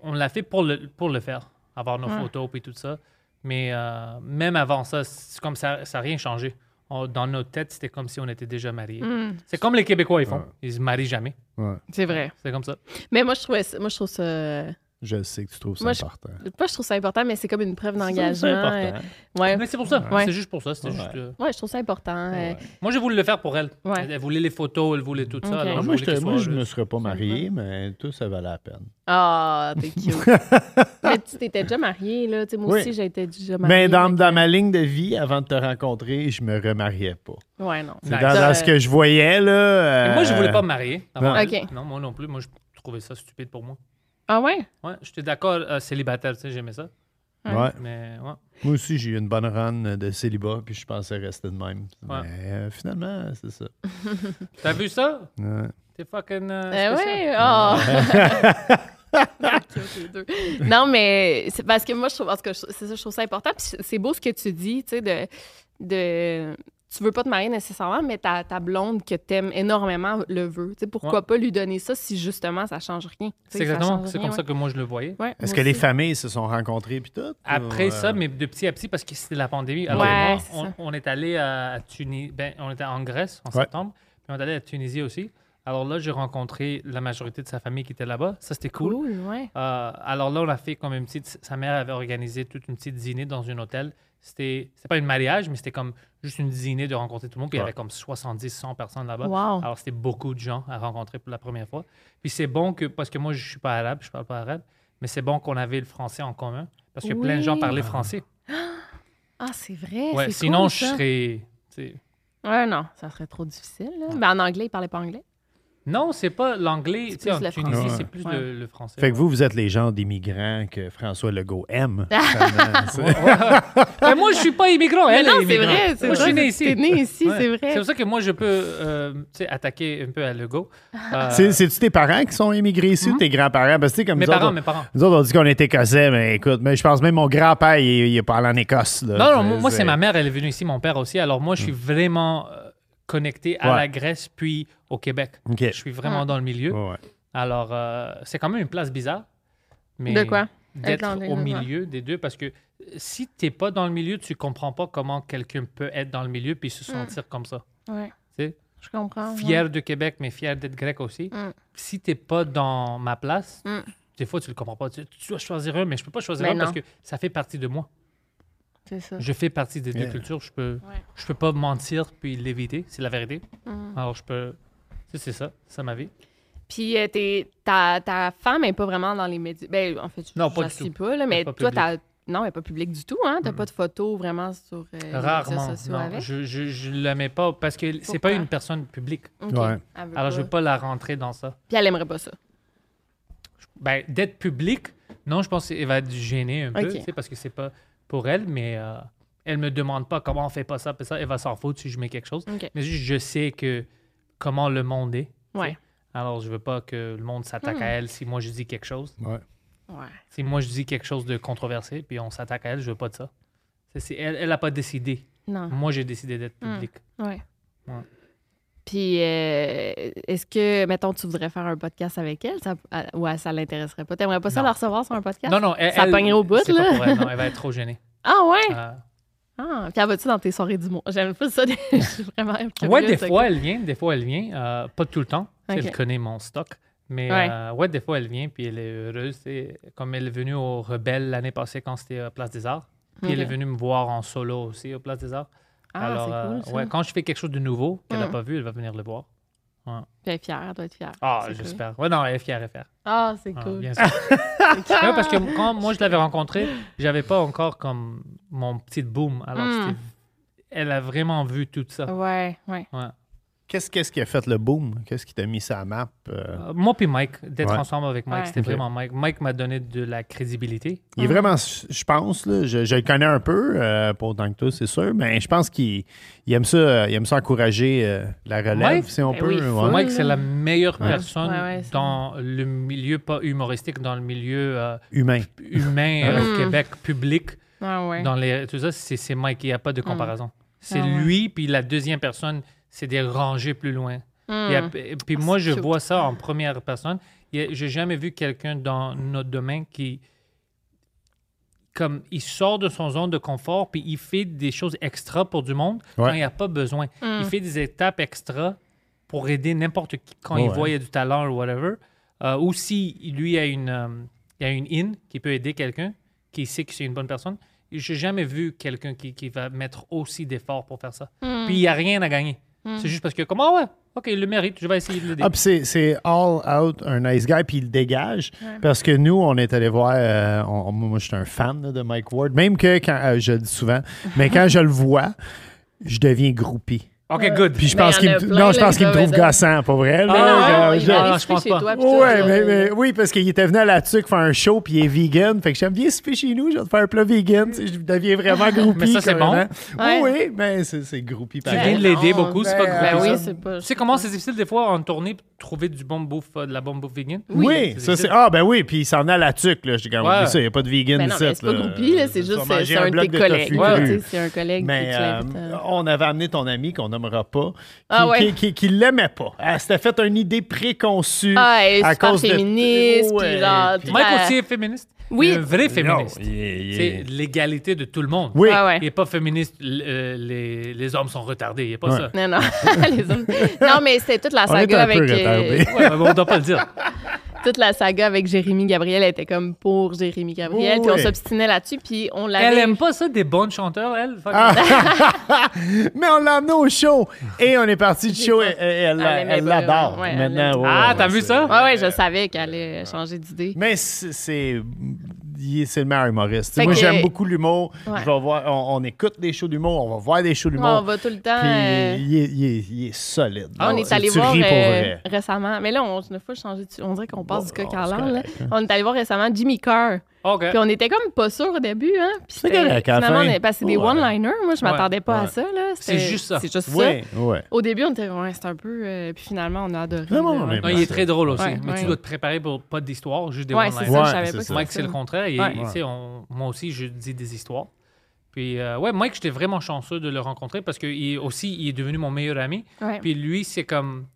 S3: On l'a fait pour le, pour le faire, avoir nos
S1: Ouais.
S3: photos puis tout ça. Mais euh, même avant ça, c'est comme ça n'a rien changé. On- dans nos têtes, c'était comme si on était déjà mariés.
S1: Mm.
S3: C'est comme les Québécois, ils font. Ils se marient jamais.
S2: ouais.
S1: C'est vrai.
S3: C'est comme ça.
S1: Mais moi, je, trouvais ça- moi, je trouve ça.
S2: Je sais que tu trouves ça
S1: Moi, je-
S2: important.
S1: Pas, je trouve ça important, mais c'est comme une preuve
S2: C'est
S1: d'engagement.
S2: important.
S1: Euh, Ouais.
S3: Mais c'est pour ça.
S1: Ouais.
S3: C'est juste pour ça. C'était juste, euh,
S1: Ouais, je trouve ça important. euh,
S3: Moi, je voulais le faire pour elle.
S1: Ouais.
S3: Elle, elle voulait les photos, elle voulait tout
S1: Ok.
S3: ça. alors
S2: Ah,
S3: je
S2: moi,
S3: voulais
S2: j'étais-
S3: qu'il
S2: moi,
S3: soit euh,
S2: je
S3: heureux.
S2: me serais pas marié, mais tout ça valait la peine.
S1: Ah, t'es cute.
S2: [LAUGHS]
S1: mais tu t'étais déjà mariée, là. Tu sais, moi
S2: Oui.
S1: aussi, j'étais déjà mariée.
S2: Mais dans,
S1: fait que-
S2: dans ma ligne de vie, avant de te rencontrer, je me remariais pas.
S1: Ouais, non.
S2: C'est
S3: Nice.
S2: Dans, dans
S1: Euh,
S2: ce que je voyais, là.
S3: Et Moi, je voulais pas
S2: euh,
S3: me marier.
S2: non.
S3: avant elle.
S1: Ok.
S3: Non, moi non plus. Moi, je trouvais ça stupide pour moi.
S1: Ah ouais?
S3: Ouais, j'étais d'accord, euh, célibataire, tu sais, j'aimais ça.
S2: euh, ouais.
S3: Mais ouais.
S2: Moi aussi, j'ai eu une bonne run de célibat, puis je pensais rester de même.
S3: Ouais.
S2: Mais euh, finalement, c'est ça.
S3: T'as vu ça?
S2: Ouais.
S3: T'es fucking. euh,
S1: Euh,
S3: spécial.
S1: ouais, ah!
S2: [LAUGHS]
S1: [LAUGHS] C'est cute, les deux. non, mais c'est parce que moi, je trouve, en tout cas, je- c'est ça, je trouve ça important. Puis c'est- c'est beau ce que tu dis, tu sais, de, de. Tu veux pas te marier nécessairement, mais ta, ta blonde que t'aimes énormément le veut. Tu sais, pourquoi
S3: Ouais.
S1: pas lui donner ça si justement ça change rien? Tu sais,
S3: C'est
S1: ça
S3: exactement
S1: change
S3: c'est
S1: rien,
S3: comme ça que moi je le voyais.
S1: ouais. Ouais,
S2: Est-ce
S1: moi
S2: que les
S1: aussi.
S2: familles se sont rencontrées, puis tout?
S3: Après
S2: ou, euh,
S3: ça, mais de petit à petit, parce que c'était la pandémie. Alors,
S1: Ouais,
S3: moi,
S1: c'est
S3: on,
S1: ça.
S3: on est allé à Tunisie. Ben, on était en Grèce en
S2: Ouais.
S3: septembre. Puis on est allé à Tunisie aussi. Alors là, j'ai rencontré la majorité de sa famille qui était là-bas. Ça, c'était cool.
S1: Cool, ouais.
S3: Euh, alors là, on a fait comme une petite. Sa mère avait organisé toute une petite dîner dans un hôtel. C'était c'était pas un mariage, mais c'était comme juste une dîner de rencontrer tout le monde. Puis il y
S2: Ouais.
S3: avait comme 70, 100 personnes là-bas.
S1: Wow.
S3: Alors c'était beaucoup de gens à rencontrer pour la première fois. Puis c'est bon que. Parce que moi, je suis pas arabe, je parle pas arabe, mais c'est bon qu'on avait le français en commun. Parce que plein de gens
S1: Oui.
S3: parlaient français.
S1: Ah, c'est vrai.
S3: Ouais,
S1: c'est
S3: sinon,
S1: cool,
S3: je
S1: ça.
S3: serais. tu sais.
S1: Ouais, non, ça serait trop difficile. Là. Ben, en anglais, il parlait pas anglais.
S3: Non, c'est pas l'anglais. Tu
S1: plus
S3: sais, en
S1: le
S3: Tunisie,
S1: français.
S3: c'est plus
S1: Ouais.
S3: le, le français.
S2: Fait que
S3: ouais.
S2: vous, vous êtes les genres d'immigrants que François Legault
S1: [LAUGHS]
S2: aime. Finalement, c'est-
S3: [LAUGHS] Mais Ben, moi, je suis pas immigrant. Elle
S1: Mais non,
S3: est
S1: c'est
S3: immigrante.
S1: vrai. c'est
S3: Moi, je
S1: vrai,
S3: suis né
S1: c'est-
S3: ici.
S1: T'es né ici,
S3: Ouais.
S1: c'est vrai.
S3: C'est pour ça que moi, je peux euh, tu sais, attaquer un peu
S2: [LAUGHS]
S3: à Lego. Euh,
S2: C'est- C'est-tu tes parents qui sont immigrés ici
S1: Mhm.
S2: ou tes grands-parents? Parce que, tu sais, comme
S3: mes
S2: nous autres,
S3: parents,
S2: on- Euh,
S3: mes parents.
S2: Nous autres, on dit qu'on est écossais, mais écoute, mais je pense même mon grand-père, il, il est pas allé en Écosse. là.
S3: Non, non, moi, c'est ma mère, elle est venue ici, mon père aussi. Alors, moi, je suis vraiment euh, connecté à
S2: Mm. Ouais.
S3: la Grèce puis au Québec.
S2: OK.
S3: Je suis vraiment dans le milieu.
S2: Ouais, ouais.
S3: Alors, euh, c'est quand même une place bizarre. Mais
S1: De quoi? Être
S3: D'être
S1: dans les-
S3: au
S1: ouais.
S3: milieu des deux, parce que euh, si t'es pas dans le milieu, tu comprends pas comment quelqu'un peut être dans le milieu puis se
S2: Mm.
S3: sentir comme ça.
S1: Ouais,
S3: Tu sais,
S1: je comprends.
S3: fier de Québec, mais fier d'être grec aussi.
S1: Mm.
S3: Si t'es pas dans ma place, des fois, tu le comprends pas. Tu, tu dois choisir un, mais je peux pas choisir
S1: Mais
S3: un parce
S1: non.
S3: que ça fait partie de moi.
S1: C'est ça.
S3: Je fais partie des deux cultures. Je peux, je peux pas mentir puis l'éviter. C'est la vérité.
S1: Mm.
S3: Alors, je peux... tu sais, C'est ça. C'est ma vie.
S1: Puis euh, t'es- ta, ta femme n'est pas vraiment dans les médias. Ben, en fait, je
S3: Non,
S1: je
S3: pas du
S1: sais
S3: tout.
S1: pas, là, mais
S3: Elle est pas
S1: toi, t'as. Non, elle n'est pas publique du tout, hein? T'as pas de photos vraiment sur euh, les
S3: Rarement.
S1: médias sociaux
S3: non.
S1: avec?
S3: Je, je, je la mets pas parce que c'est
S1: Pourquoi?
S3: pas une personne publique.
S1: Ok.
S2: Ouais.
S1: Elle veut
S3: Alors, je
S1: pas.
S3: vais pas la rentrer dans ça.
S1: Puis elle aimerait pas ça.
S3: Ben, d'être publique, non, je pense qu'elle va être gênée un peu,
S1: Ok.
S3: tu sais, parce que c'est pas pour elle, mais euh, elle me demande pas comment on fait pas ça, puis ça, elle va s'en foutre si je mets quelque chose.
S1: Ok.
S3: Mais juste, je sais que comment le monde est. tu sais.
S1: Ouais.
S3: Alors, je veux pas que le monde s'attaque
S1: Hmm.
S3: à elle si moi je dis quelque chose.
S2: Ouais.
S1: Ouais.
S3: Si moi je dis quelque chose de controversé, puis on s'attaque à elle, je veux pas de ça. C'est- c'est- elle, elle a pas décidé.
S1: Non.
S3: Moi, j'ai décidé d'être
S1: Hmm.
S3: publique.
S1: Ouais.
S3: Mm. Ouais.
S1: Puis, euh, est-ce que, mettons, tu voudrais faire un podcast avec elle ça, à- ou elle- ça l'intéresserait pas? T'aimerais pas ça
S3: Non.
S1: la recevoir sur un podcast?
S3: Non, non, elle,
S1: Ça
S3: elle-
S1: pognerait au bout,
S3: c'est pas
S1: là.
S3: pour elle, non,
S1: [LAUGHS]
S3: elle va être trop gênée.
S1: Ah ouais?
S3: Euh,
S1: Ah, puis elle va-tu dans tes soirées du monde? J'aime pas ça. [LAUGHS] je suis vraiment curieuse.
S3: Ouais, des
S1: de-
S3: fois, elle vient, des fois, elle vient. euh, pas tout le temps. tu sais,
S1: Ok.
S3: Elle connaît mon stock. Mais
S1: Ouais.
S3: euh, ouais, des fois, elle vient, puis elle est heureuse. tu sais. Comme elle est venue au Rebelle l'année passée quand c'était à Place des Arts. Puis elle est
S1: Ok.
S3: venue me voir en solo aussi au Place des Arts.
S1: Ah,
S3: Alors,
S1: c'est
S3: euh,
S1: cool, ça. Mm.
S3: ouais, quand je fais quelque chose de nouveau qu'elle n'a pas vu, elle va venir le voir.
S1: Puis elle est fière, elle doit être fière.
S3: Ah,
S1: C'est cool.
S3: j'espère. Ouais, non, elle est fière, elle est fière.
S1: Ah, c'est
S3: Ah,
S1: cool. [LAUGHS]
S3: bien sûr. Ouais, parce que quand moi je l'avais rencontrée, j'avais pas encore comme mon petit boom. Alors,
S1: Mm.
S3: c'était- elle a vraiment vu tout ça.
S1: Ouais, Ah ouais.
S3: Ouais.
S2: Qu'est-ce qu'est-ce qui a fait le boom? Qu'est-ce qui t'a mis ça à map? euh?
S1: Ah.
S3: Euh, Moi puis Mike, d'être
S2: Ouais.
S3: ensemble avec Mike,
S1: Ouais.
S3: c'était
S2: Ok.
S3: vraiment Mike. Mike m'a donné de la crédibilité.
S2: Il est vraiment, je pense, là, je, je le connais un peu, euh, pas autant que toi, c'est sûr, mais je pense qu'il il aime ça, euh, il aime ça encourager euh, la relève,
S3: Ouais.
S2: si on
S1: Ben
S2: peut.
S1: oui, faut.
S2: ouais.
S3: Mike, c'est la meilleure personne
S1: Ouais, ouais, c'est
S3: dans le milieu pas humoristique, dans le milieu euh,
S2: Humain.
S1: [LAUGHS]
S3: humain
S1: Hmm.
S3: euh, au Québec public.
S1: Ah, ouais. Mm.
S3: Dans les, tout ça, c'est c'est Mike. Il n'y a pas de comparaison. C'est
S1: Ah ouais.
S3: lui, puis la deuxième personne, c'est des rangées plus loin. Et ap- Et, puis moi,
S1: Mm. Ah, c'est
S3: je
S1: cute.
S3: vois ça en première personne. Il y a- J'ai jamais vu quelqu'un dans notre domaine qui, comme, il sort de son zone de confort, puis il fait des choses extra pour du monde quand il n'y a pas besoin.
S1: Mm.
S3: Il fait des étapes extra pour aider n'importe qui quand il
S2: Ouais.
S3: voit il y a du talent ou whatever. Euh, ou si lui a une, euh, il y a une in qui peut aider quelqu'un, qui sait que c'est une bonne personne. J'ai jamais vu quelqu'un qui, qui va mettre aussi d'efforts pour faire ça.
S1: Hmm.
S3: Puis il n'y a rien à gagner. C'est juste parce que, comment, ouais, ok, il le mérite, je vais essayer de l'aider.
S2: Ah, puis c'est, c'est all out, un nice guy, puis il dégage. Parce que nous, on est allé voir, euh, on- on- moi, je suis un fan là, de Mike Ward, même que quand, euh, je le dis souvent, mais quand je le vois, je deviens groupie.
S3: ok, good.
S2: Puis je
S1: Mais
S2: pense
S1: y en
S2: qu'il
S1: a
S2: me,
S1: plein,
S2: non, je
S1: là,
S2: pense
S1: qui
S2: qu'il me
S1: doivent
S2: trouve
S1: être-
S2: gossant, pas vrai. là.
S1: Mais non,
S2: Comme
S1: il
S2: je-
S1: va aller
S3: non, je
S1: souper
S3: pense
S1: chez
S3: pas.
S1: toi, puis tout,
S2: Ouais,
S1: là.
S2: mais, mais oui, parce qu'il était venu à la TUC faire un show puis il est vegan. Fait que j'aime bien souper chez nous, je vais te faire un plat vegan. Tu sais, Je deviens vraiment groupie.
S3: [LAUGHS] Mais ça, c'est
S2: carrément.
S1: Ouais.
S2: Oui, oui, mais c'est, c'est groupie
S3: Tu
S2: pareil.
S3: viens de l'aider
S1: non,
S3: beaucoup, c'est
S2: ben,
S3: pas gros.
S1: Ben
S2: c'est
S1: oui,
S2: ça.
S1: c'est pas.
S3: Tu sais comment c'est difficile des fois en tournée pour trouver du bon bouffe, euh, de la bonne bouffe vegan?
S2: Oui, ça c'est.
S3: difficile.
S2: Ah, ben oui, puis il s'en a à la tuque, là. Je dis quand
S3: Ouais.
S2: même, ça, il n'y a pas de vegan
S1: Ben non, mais
S2: ici,
S1: c'est pas
S2: là.
S1: groupie, là, c'est
S2: Tu
S1: juste, euh,
S2: vas
S1: c'est
S2: manger
S1: c'est un de tes
S2: bloc tofu
S1: collègues.
S2: cru.
S3: Ouais.
S1: Tu sais, C'est un collègue
S2: Mais
S1: qui
S2: euh,
S1: l'invite à-
S2: on avait amené ton ami qu'on nommera pas, qui,
S1: Ah ouais.
S2: qui, qui- qui l'aimait pas. Elle s'était fait une idée préconçue
S1: Ah, elle est
S2: à
S1: super
S2: cause de-
S1: féministe, puis
S2: Ouais,
S1: genre,
S2: puis-
S3: Mike
S1: Euh,
S3: aussi est féministe.
S1: oui.
S3: Il est Un vrai
S2: ah. Non,
S3: féministe.
S2: il est- il est-
S3: C'est l'égalité de tout le monde.
S2: Oui.
S1: Ah ouais.
S3: Il n'est pas féministe, l- euh, les, les hommes sont retardés. Il n'est pas ça.
S1: Non, [LAUGHS] non. Les hommes- Non, mais c'était toute la
S2: on est
S1: saga
S2: un peu
S1: avec. euh, [LAUGHS]
S2: retardés.
S3: Ouais, mais on ne doit pas le dire.
S1: toute la saga avec Jérémy Gabriel elle était comme pour Jérémy Gabriel. Puis on
S2: Ouais.
S1: s'obstinait là-dessus. Puis on l'avait.
S3: Elle aime pas ça des bonnes chanteurs, elle. Fuck.
S1: [LAUGHS]
S2: Mais on l'a amené au show et on est parti du show et, et
S1: Elle
S2: elle
S1: aimait
S2: elle
S1: pas,
S2: l'adore
S1: ouais, elle
S2: maintenant.
S1: aime.
S2: ouais,
S3: Ah,
S2: ouais,
S3: t'as vu
S2: c'est-
S3: ça?
S1: Ouais, ouais, je savais qu'elle allait changer d'idée.
S2: Mais c'est c'est il est- c'est le meilleur humoriste.
S1: Fait
S2: Moi,
S1: que-
S2: j'aime beaucoup l'humour.
S1: Ouais.
S2: Je vais voir- On, on écoute des shows d'humour, on va voir des shows
S1: Ouais,
S2: d'humour.
S1: on va tout le temps.
S2: Puis
S1: euh, Ah,
S2: il, est, il est- il est solide.
S1: on
S3: Ah,
S2: là.
S1: est allé
S2: Tu
S1: voir
S2: ris pour
S1: euh,
S2: vrai.
S1: récemment. Mais là, on ne faut changer. de- On dirait qu'on passe
S2: Bon,
S1: du coq
S2: non,
S1: à
S2: c'est
S1: l'âne. là.
S2: correct, hein.
S1: On est allé voir récemment Jimmy Carr.
S3: OK.
S1: Puis on était comme pas sûr au début, hein. Puis
S2: C'est
S1: c'était-
S2: correct, à la
S1: finalement,
S2: fin.
S1: on est- parce que c'est des
S2: Ouais.
S1: one-liners. Moi, je
S3: Ouais,
S1: m'attendais pas à
S2: ouais.
S1: ça, là.
S3: C'est
S1: C'était-
S3: juste ça.
S1: C'est juste ça.
S2: Ouais, ouais.
S1: Au début, on était ouais, c'est un peu. euh, puis finalement, on a adoré.
S2: Non, non,
S1: là.
S2: on aime
S3: Non, il est très drôle aussi.
S1: Ouais,
S3: mais
S1: ouais.
S3: tu dois te préparer pour pas d'histoire, juste des
S1: Ouais, c'est
S3: one-liners.
S1: ça,
S2: Ouais,
S1: je savais
S2: c'est
S1: pas.
S2: ça.
S1: que
S3: Mike,
S1: c'était
S3: c'est le
S1: ça.
S3: contraire. Il-
S1: Ouais.
S3: tu sais, on- moi aussi, je dis des histoires. Puis, euh, ouais, Mike, j'étais vraiment chanceux de le rencontrer parce que il- aussi, il est devenu mon meilleur ami.
S1: Ouais.
S3: Puis lui, c'est comme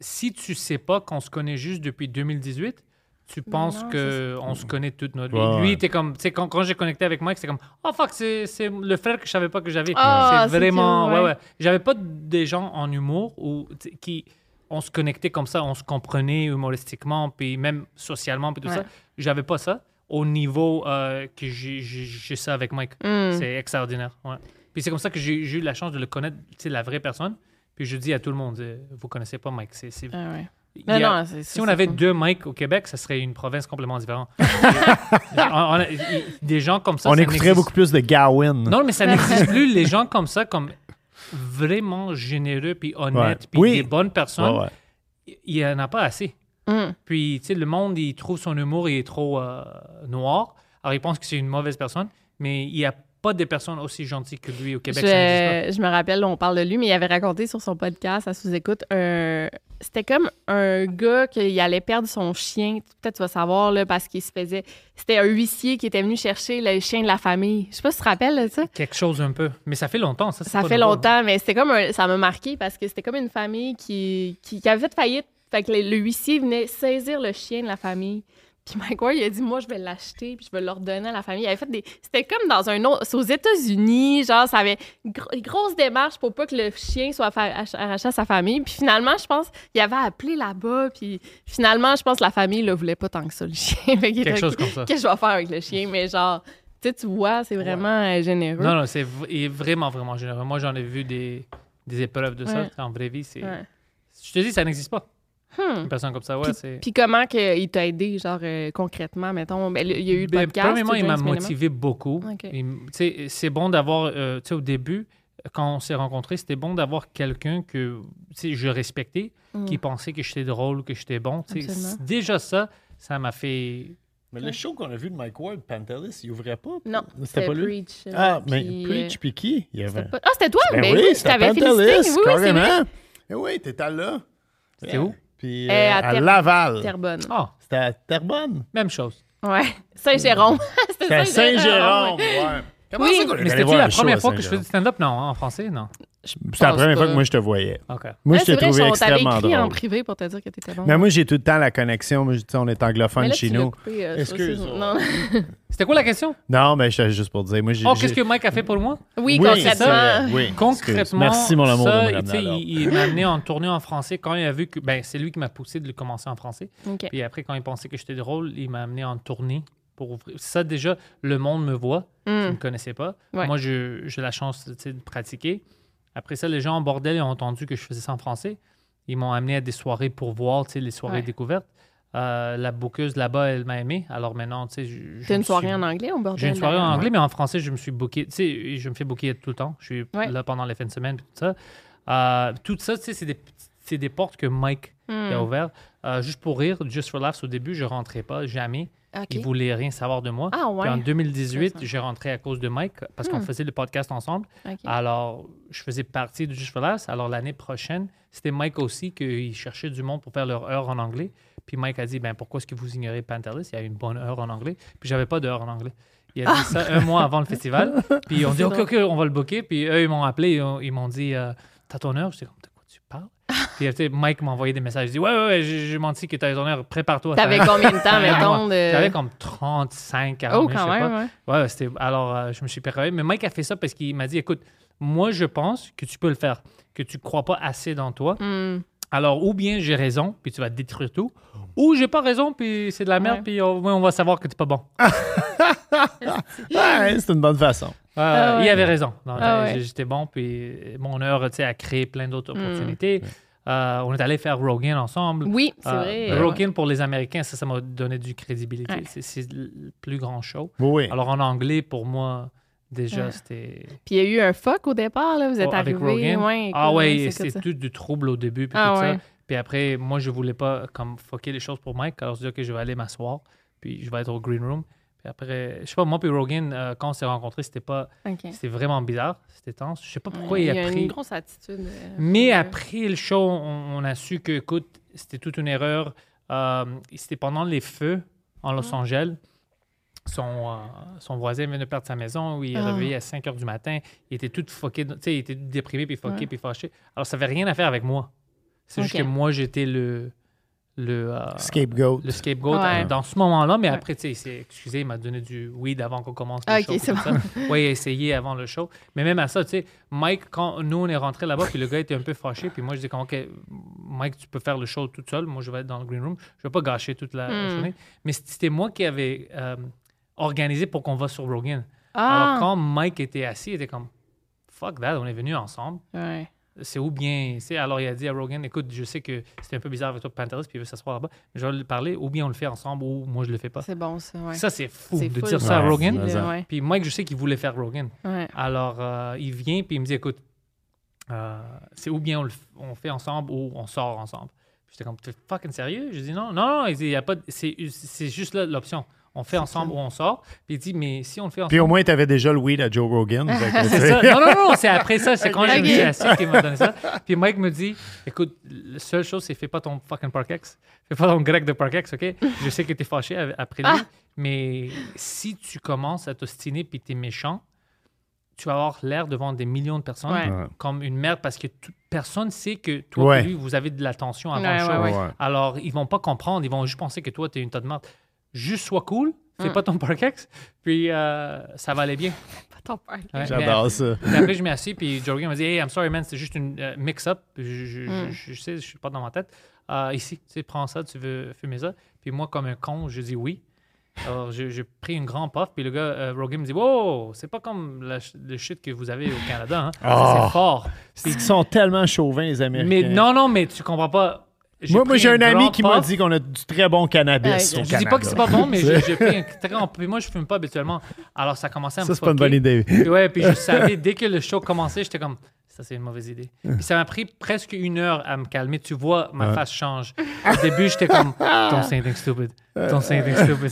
S3: si tu sais pas qu'on se connaît juste depuis 2018, tu penses
S1: Ben non,
S3: que on se connaît toute notre vie.
S2: Ouais,
S3: Lui,
S2: ouais.
S3: t'es comme, tu sais, quand, quand j'ai connecté avec Mike, c'est comme, oh fuck, c'est c'est le frère que je savais pas que j'avais.
S1: Ah,
S3: c'est
S1: c'est
S3: vraiment,
S1: cute,
S3: ouais,
S1: ouais.
S3: ouais. J'avais pas des gens en humour ou tu sais, qui on se connectait comme ça, on se comprenait humoristiquement, puis même socialement, puis tout
S1: Ouais.
S3: ça. J'avais pas ça au niveau euh, que j'ai- j'ai j'ai ça avec Mike.
S1: Hmm.
S3: C'est extraordinaire. Ouais. Puis c'est comme ça que j'ai j'ai eu la chance de le connaître, tu sais, la vraie personne. Puis je dis à tout le monde, euh, vous connaissez pas Mike. c'est c'est-
S1: Ah ouais.
S3: il
S1: Mais
S3: y a-
S1: non, c'est-
S3: si
S1: c'est-
S3: on
S1: c'est
S3: avait
S1: cool.
S3: deux Mike au Québec, ça serait une province
S1: [LAUGHS]
S3: complètement différente. On- on a- il- des gens comme ça.
S2: on
S3: ça
S2: écouterait
S3: n'existe-
S2: beaucoup plus de Gawain.
S3: Non, mais
S2: [LAUGHS]
S3: ça n'existe plus. Les gens comme ça, comme vraiment généreux, puis honnêtes,
S2: Ouais.
S3: puis
S2: Oui.
S3: des bonnes personnes,
S2: Ouais, ouais.
S3: il n'y en a pas assez.
S1: Mm.
S3: Puis, tu sais, le monde, il trouve son humour, il est trop euh, noir. Alors, il pense que c'est une mauvaise personne, mais il n'y a pas de personnes aussi gentilles que lui au
S1: Je,
S3: Québec. ça n'existe
S1: je me rappelle, on parle de lui, mais il avait raconté sur son podcast, à sous-écoute, un- c'était comme un gars qui allait perdre son chien. Peut-être tu vas savoir, là, parce qu'il se faisait. C'était un huissier qui était venu chercher le chien de la famille. Je sais pas si tu te rappelles de ça.
S3: pas. Quelque chose un peu. Mais ça fait longtemps, ça. c'est
S1: Ça
S3: pas
S1: fait
S3: drôle.
S1: longtemps, mais c'était comme un- ça m'a marqué parce que c'était comme une famille qui, qui, qui avait fait faillite. Fait que le, le huissier venait saisir le chien de la famille. Puis Mike Ward, il a dit Moi, je vais l'acheter, puis je vais l'ordonner à la famille. Il avait fait des. C'était comme dans un autre. C'est aux États-Unis, genre, ça avait une gro- une grosse démarche pour pas que le chien soit affa- ach- arraché à sa famille. Puis finalement, je pense, il avait appelé là-bas, puis finalement, je pense que la famille ne voulait pas tant que ça, le [LAUGHS] chien. Fait qu'il
S3: Quelque
S1: était,
S3: chose comme ça.
S1: Qu'est-ce que je vais faire avec le chien? Mais genre, tu sais, tu vois, c'est vraiment euh, généreux.
S3: Non, non, c'est v- il est vraiment, vraiment généreux. Moi, j'en ai vu des, des épreuves de
S1: Ouais.
S3: ça. En vraie vie, c'est.
S1: Ouais.
S3: Je te dis, ça n'existe pas.
S1: Hmm.
S3: Une personne comme ça, ouais,
S1: Puis-
S3: c'est.
S1: Puis comment que il t'a aidé, genre, euh, concrètement, mettons? Ben, le- il y a eu le
S3: Ben,
S1: podcast.
S3: Premièrement,
S1: tu
S3: il
S1: joins
S3: m'a
S1: du minimum.
S3: motivé beaucoup.
S1: Ok.
S3: Il m- tu sais, C'est bon d'avoir, euh, tu sais, au début, quand on s'est rencontrés, c'était bon d'avoir quelqu'un que tu sais, je respectais, qui pensait que j'étais drôle, que j'étais bon. tu sais.
S1: Mm. Absolument.
S3: C'est- Déjà ça, ça m'a fait...
S6: Mais le show qu'on a vu de Mike Ward, Pantelis, il ouvrait pas.
S1: Non,
S6: c'était pas lui.
S1: Preach. euh,
S2: Ah, mais
S1: puis,
S2: Preach,
S1: euh,
S2: puis qui Il y avait.
S1: c'était pas- Ah, c'était toi?
S2: Ben
S1: Ben
S2: oui,
S1: oui, je
S2: c'était
S1: t'avais félicité.
S2: Pantelis,
S1: Oui, oui, c'est vrai.
S2: carrément. Eh oui, t'étais là.
S3: C'était où?
S2: Puis
S1: Euh,
S2: euh,
S1: à
S2: à,
S1: Ter-
S2: Laval.
S1: Terrebonne.
S3: Ah,
S2: C'était à Terrebonne.
S3: même chose.
S1: Ouais. Saint-Jérôme. [LAUGHS] C'était
S2: C'était à
S1: Saint-Jérôme,
S2: Saint-Jérôme. Ah, ouais. Comment
S1: Oui.
S2: ça qu'on est
S3: Mais
S2: allé
S3: c'était
S2: voir
S3: la
S2: un show
S3: première
S2: à
S3: fois que je faisais
S2: Saint-Jérôme?
S3: du stand-up? Non, hein, en français, non.
S2: C'était la première
S1: pas.
S2: fois que moi je te voyais.
S3: OK.
S2: Moi,
S1: Ouais,
S2: je t'ai
S1: Ben, c'est vrai,
S2: trouvé
S1: on t'avait
S2: extrêmement
S1: écrit en
S2: drôle.
S1: privé pour te dire que t'étais bon.
S2: Mais moi, j'ai tout le temps la connexion. Moi, je- tu sais, on est
S1: Mais
S2: anglophone
S1: là,
S2: chez
S1: tu l'as
S2: nous.
S1: coupé, euh, ça aussi.
S2: Excuse.
S1: Non. [LAUGHS]
S3: C'était quoi la question?
S2: Non, mais je- juste pour dire, moi, j'ai.
S3: Oh,
S2: j'ai-
S3: qu'est-ce que Mike a fait pour moi?
S1: Oui,
S2: c'est ça,
S1: concrètement.
S2: oui, excuse.
S3: Concrètement,
S2: Merci, mon amour.
S3: ça,
S2: de me
S3: tu
S2: ramener
S3: sais,
S2: à l'ordre.
S3: il, il m'a amené en tournée en français quand il a vu que... Ben, c'est lui qui m'a poussé de le commencer en français.
S1: OK.
S3: Puis après, quand il pensait que j'étais drôle, il m'a amené en tournée pour ouvrir. Ça, déjà, le monde me voit. Je ne
S1: Mm.
S3: me connaissais pas.
S1: Ouais.
S3: Moi, je- j'ai la chance tu sais, de pratiquer. Après ça, les gens en bordel ils ont entendu que je faisais ça en français. Ils m'ont amené à des soirées pour voir, tu sais, les soirées
S1: Ouais.
S3: découvertes. Euh, la bouqueuse là-bas, elle m'a aimé. Alors maintenant, tu sais, je- je
S1: T'as
S3: me
S1: une soirée
S3: suis-
S1: en anglais au bordel?
S3: J'ai une soirée en
S1: d'ailleurs.
S3: anglais, mais en français, je me suis booké. Tu sais, je me fais booker tout le temps. Je suis
S1: Ouais.
S3: là pendant les fins de semaine, puis tout ça. Euh, tout ça, tu sais, c'est des, c'est des portes que Mike
S1: Hmm.
S3: a ouvertes. Euh, juste pour rire, Just for Laughs, au début, je rentrais pas, jamais.
S1: Ah, Ok.
S3: Ils voulaient rien savoir de moi.
S1: Ah, ouais.
S3: Puis en 2018,
S1: Intéressant. Hmm.
S3: j'ai rentré à cause de Mike parce qu'on faisait le podcast ensemble.
S1: Ok.
S3: Alors, je faisais partie de Just for Laughs. Alors, l'année prochaine, c'était Mike aussi qui cherchait du monde pour faire leur heure en anglais. Puis Mike a dit ben pourquoi est-ce que vous ignorez Pantelis Il y a une bonne heure en anglais. Puis j'avais pas d'heure en anglais. Il a dit ça
S1: Ah.
S3: un mois avant
S1: [LAUGHS]
S3: le festival. Puis on dit ok, ok, on va le booker. Puis eux, ils m'ont appelé. Ils, ont- ils m'ont dit euh, t'as ton heure J'étais comme de quoi tu
S1: [LAUGHS]
S3: parles Puis tu sais, Mike m'a envoyé des messages. Il dit ouais, ouais, ouais, j'ai j'ai menti que t'as ton heure. Prépare-toi.
S1: T'avais
S3: Ça-
S1: combien de temps,
S3: Ouais,
S1: Ah, mettons?
S3: moi,
S1: de-
S3: [LAUGHS] J'avais comme 35, 40
S1: Oh,
S3: minutes,
S1: quand
S3: je sais
S1: même,
S3: pas.
S1: ouais.
S3: Ouais, ouais, c'était- alors, euh, je me suis préparé. Mais Mike a fait ça parce qu'il m'a dit écoute, moi, je pense que tu peux le faire, que tu crois pas assez dans toi.
S1: Hmm.
S3: Alors, ou bien j'ai raison, puis tu vas détruire tout, ou j'ai pas raison, puis c'est de la merde,
S1: Ouais. Ah.
S3: puis on, ouais, on va savoir que t'es pas bon.
S2: Ouais, Ah, c'est une bonne façon.
S3: Euh,
S1: Ah ouais.
S3: Il avait raison. Non,
S1: Ah
S3: j'ai-
S1: ouais. Hmm.
S3: J'étais bon, puis mon heure tu sais, a créé plein d'autres opportunités. Euh, on est allé faire Rogan ensemble.
S1: Oui, c'est
S3: Euh,
S1: vrai.
S3: Rogan pour les Américains, ça, ça m'a donné du crédibilité.
S1: Ouais.
S3: C'est- C'est le plus grand show.
S2: Oui.
S3: Alors en anglais, pour moi, déjà, c'était.
S1: Puis il y a eu un fuck au départ, là. Vous êtes
S3: Oh, avec
S1: arrivés.
S3: Rogan.
S1: ouais,
S3: ah
S1: écoute,
S3: ouais,
S1: c'est
S3: c'est
S1: ça.
S3: tout du trouble au début. Puis,
S1: Ah
S3: tout
S1: ouais.
S3: ça. puis après, moi, je voulais pas comme fucker les choses pour Mike. Alors je disais que je vais aller m'asseoir, puis je vais être au green room. Puis après, je sais pas, moi puis Rogan, euh, quand on s'est rencontrés, c'était pas.
S1: Ok.
S3: C'était vraiment bizarre. C'était tense. Je sais pas pourquoi
S1: Ouais,
S3: il
S1: y
S3: a
S1: a
S3: pris.
S1: une grosse attitude. euh,
S3: Mais
S1: euh,
S3: après le show, on, on a su que, écoute, c'était toute une erreur. Euh, c'était pendant les feux en Los Angeles. son, euh, son voisin vient de perdre sa maison, il est
S7: Ah.
S3: réveillé à 5 heures du matin, il était tout fucké, tu sais, il était tout déprimé, puis fucké,
S7: Ouais.
S3: puis fâché. Alors, ça n'avait rien à faire avec moi. C'est juste
S7: Ok.
S3: que moi, j'étais le. Le euh,
S2: Scapegoat.
S3: Le scapegoat
S7: Ouais.
S3: euh, dans ce moment-là, mais après, tu sais, il s'est excusé, il m'a donné du weed avant qu'on commence le
S7: Ah, ok,
S3: show. puis
S7: c'est
S3: tout
S7: bon.
S3: ça. [LAUGHS] Ouais, il a essayé avant le show. Mais même à ça, tu sais, Mike, quand nous, on est rentrés là-bas, puis le gars était un peu fâché, puis moi, je dis, comme, OK, Mike, tu peux faire le show tout seul. Moi, je vais être dans le green room. Je vais pas gâcher toute la
S7: Hmm.
S3: journée. Mais c'était moi qui avais euh, organisé pour qu'on va sur Rogan.
S7: Ah.
S3: Alors, quand Mike était assis, il était comme, fuck that, on est venus ensemble.
S7: Ouais.
S3: C'est où bien. c'est Alors, il a dit à Rogan, écoute, je sais que c'était un peu bizarre avec toi, Pantelis, puis il veut s'asseoir là-bas. mais Je vais lui parler, ou bien on le fait ensemble, ou moi, je le fais pas.
S7: C'est bon, ça, ouais.
S3: Ça, c'est fou
S7: C'est
S3: de
S7: fou, le
S3: dire ça à
S7: principe,
S3: Rogan.
S7: là, ouais.
S3: Puis Mike, je sais qu'il voulait faire Rogan.
S7: Ouais.
S3: Alors, euh, il vient, puis il me dit, écoute, euh, c'est ou bien on le f- on le fait ensemble, ou on sort ensemble. Puis J'étais comme, t'es fucking sérieux? J'ai dit, non, non, non, il dit, y a pas de- c'est c'est juste là l'option. On fait ensemble ou on sort. Puis il dit, mais si on le fait ensemble.
S2: Puis au moins, tu avais déjà le weed à Joe Rogan. fait que, tu
S3: [LAUGHS] C'est
S2: sais.
S7: [LAUGHS]
S2: [LAUGHS]
S3: ça. Non, non, non, c'est après ça. C'est quand j'ai
S2: Ok.
S3: mis assis qu'il m'a donné ça. Puis Mike me dit écoute, la seule chose, c'est fais pas ton fucking Parkex. Fais pas ton grec de Parkex, OK Je sais que t'es fâché av- après lui,
S7: Ah.
S3: mais si tu commences à t'ostiner puis t'es méchant, tu vas avoir l'air devant des millions de personnes
S7: Ouais. Ouais.
S3: comme une merde parce que tout- personne sait que toi et
S7: Ouais.
S3: lui, vous avez de la tension avant
S7: Ouais,
S3: le show.
S7: ouais, ouais. Ouais.
S3: Alors, ils vont pas comprendre. Ils vont juste penser que toi, t'es une tas de merde. Juste sois cool, fais
S7: Mm.
S3: pas ton Parkex, puis euh, ça va aller bien.
S7: Ton père.
S1: Ah,
S3: Ouais,
S2: J'adore
S3: mais-
S2: ça.
S3: mais après, je m'ai assis, puis Jorgen m'a dit Hey, I'm sorry, man, c'est juste une euh, mix-up. Je, je,
S7: Mm.
S3: je- je sais, je suis pas dans ma tête. Euh, ici, tu sais, prends ça, tu veux fumer ça. Puis moi, comme un con, je dis oui. Alors, j'ai j'ai pris une grande puff, puis le gars, euh, Rogan me dit Wow, c'est pas comme la ch- le shit que vous avez au Canada. Hein. Ça,
S2: Oh.
S3: C'est fort.
S2: C'est qu'ils sont tellement chauvins, les Américains.
S3: Mais non, non, mais tu comprends pas.
S2: Moi, moi
S3: pris
S2: j'ai un
S3: une
S2: ami
S3: grande
S2: qui m'a
S3: puff.
S2: dit qu'on a du très bon cannabis
S3: Je
S2: au
S3: dis pas que c'est pas
S2: Canada.
S3: bon, mais
S2: [LAUGHS]
S3: j'ai j'ai pris un très grand. Puis moi, je fume pas habituellement. Alors, ça commençait à me
S2: Ça, c'est pas une
S3: fucker.
S7: [LAUGHS]
S2: bonne idée.
S3: Puis ouais, puis je savais, dès que le show commençait, j'étais comme, ça, c'est une mauvaise idée. Puis ça m'a pris presque une heure à me calmer. Tu vois, ma
S7: Ouais.
S3: face change. Au début, j'étais comme, don't say anything stupid. Don't say anything stupid.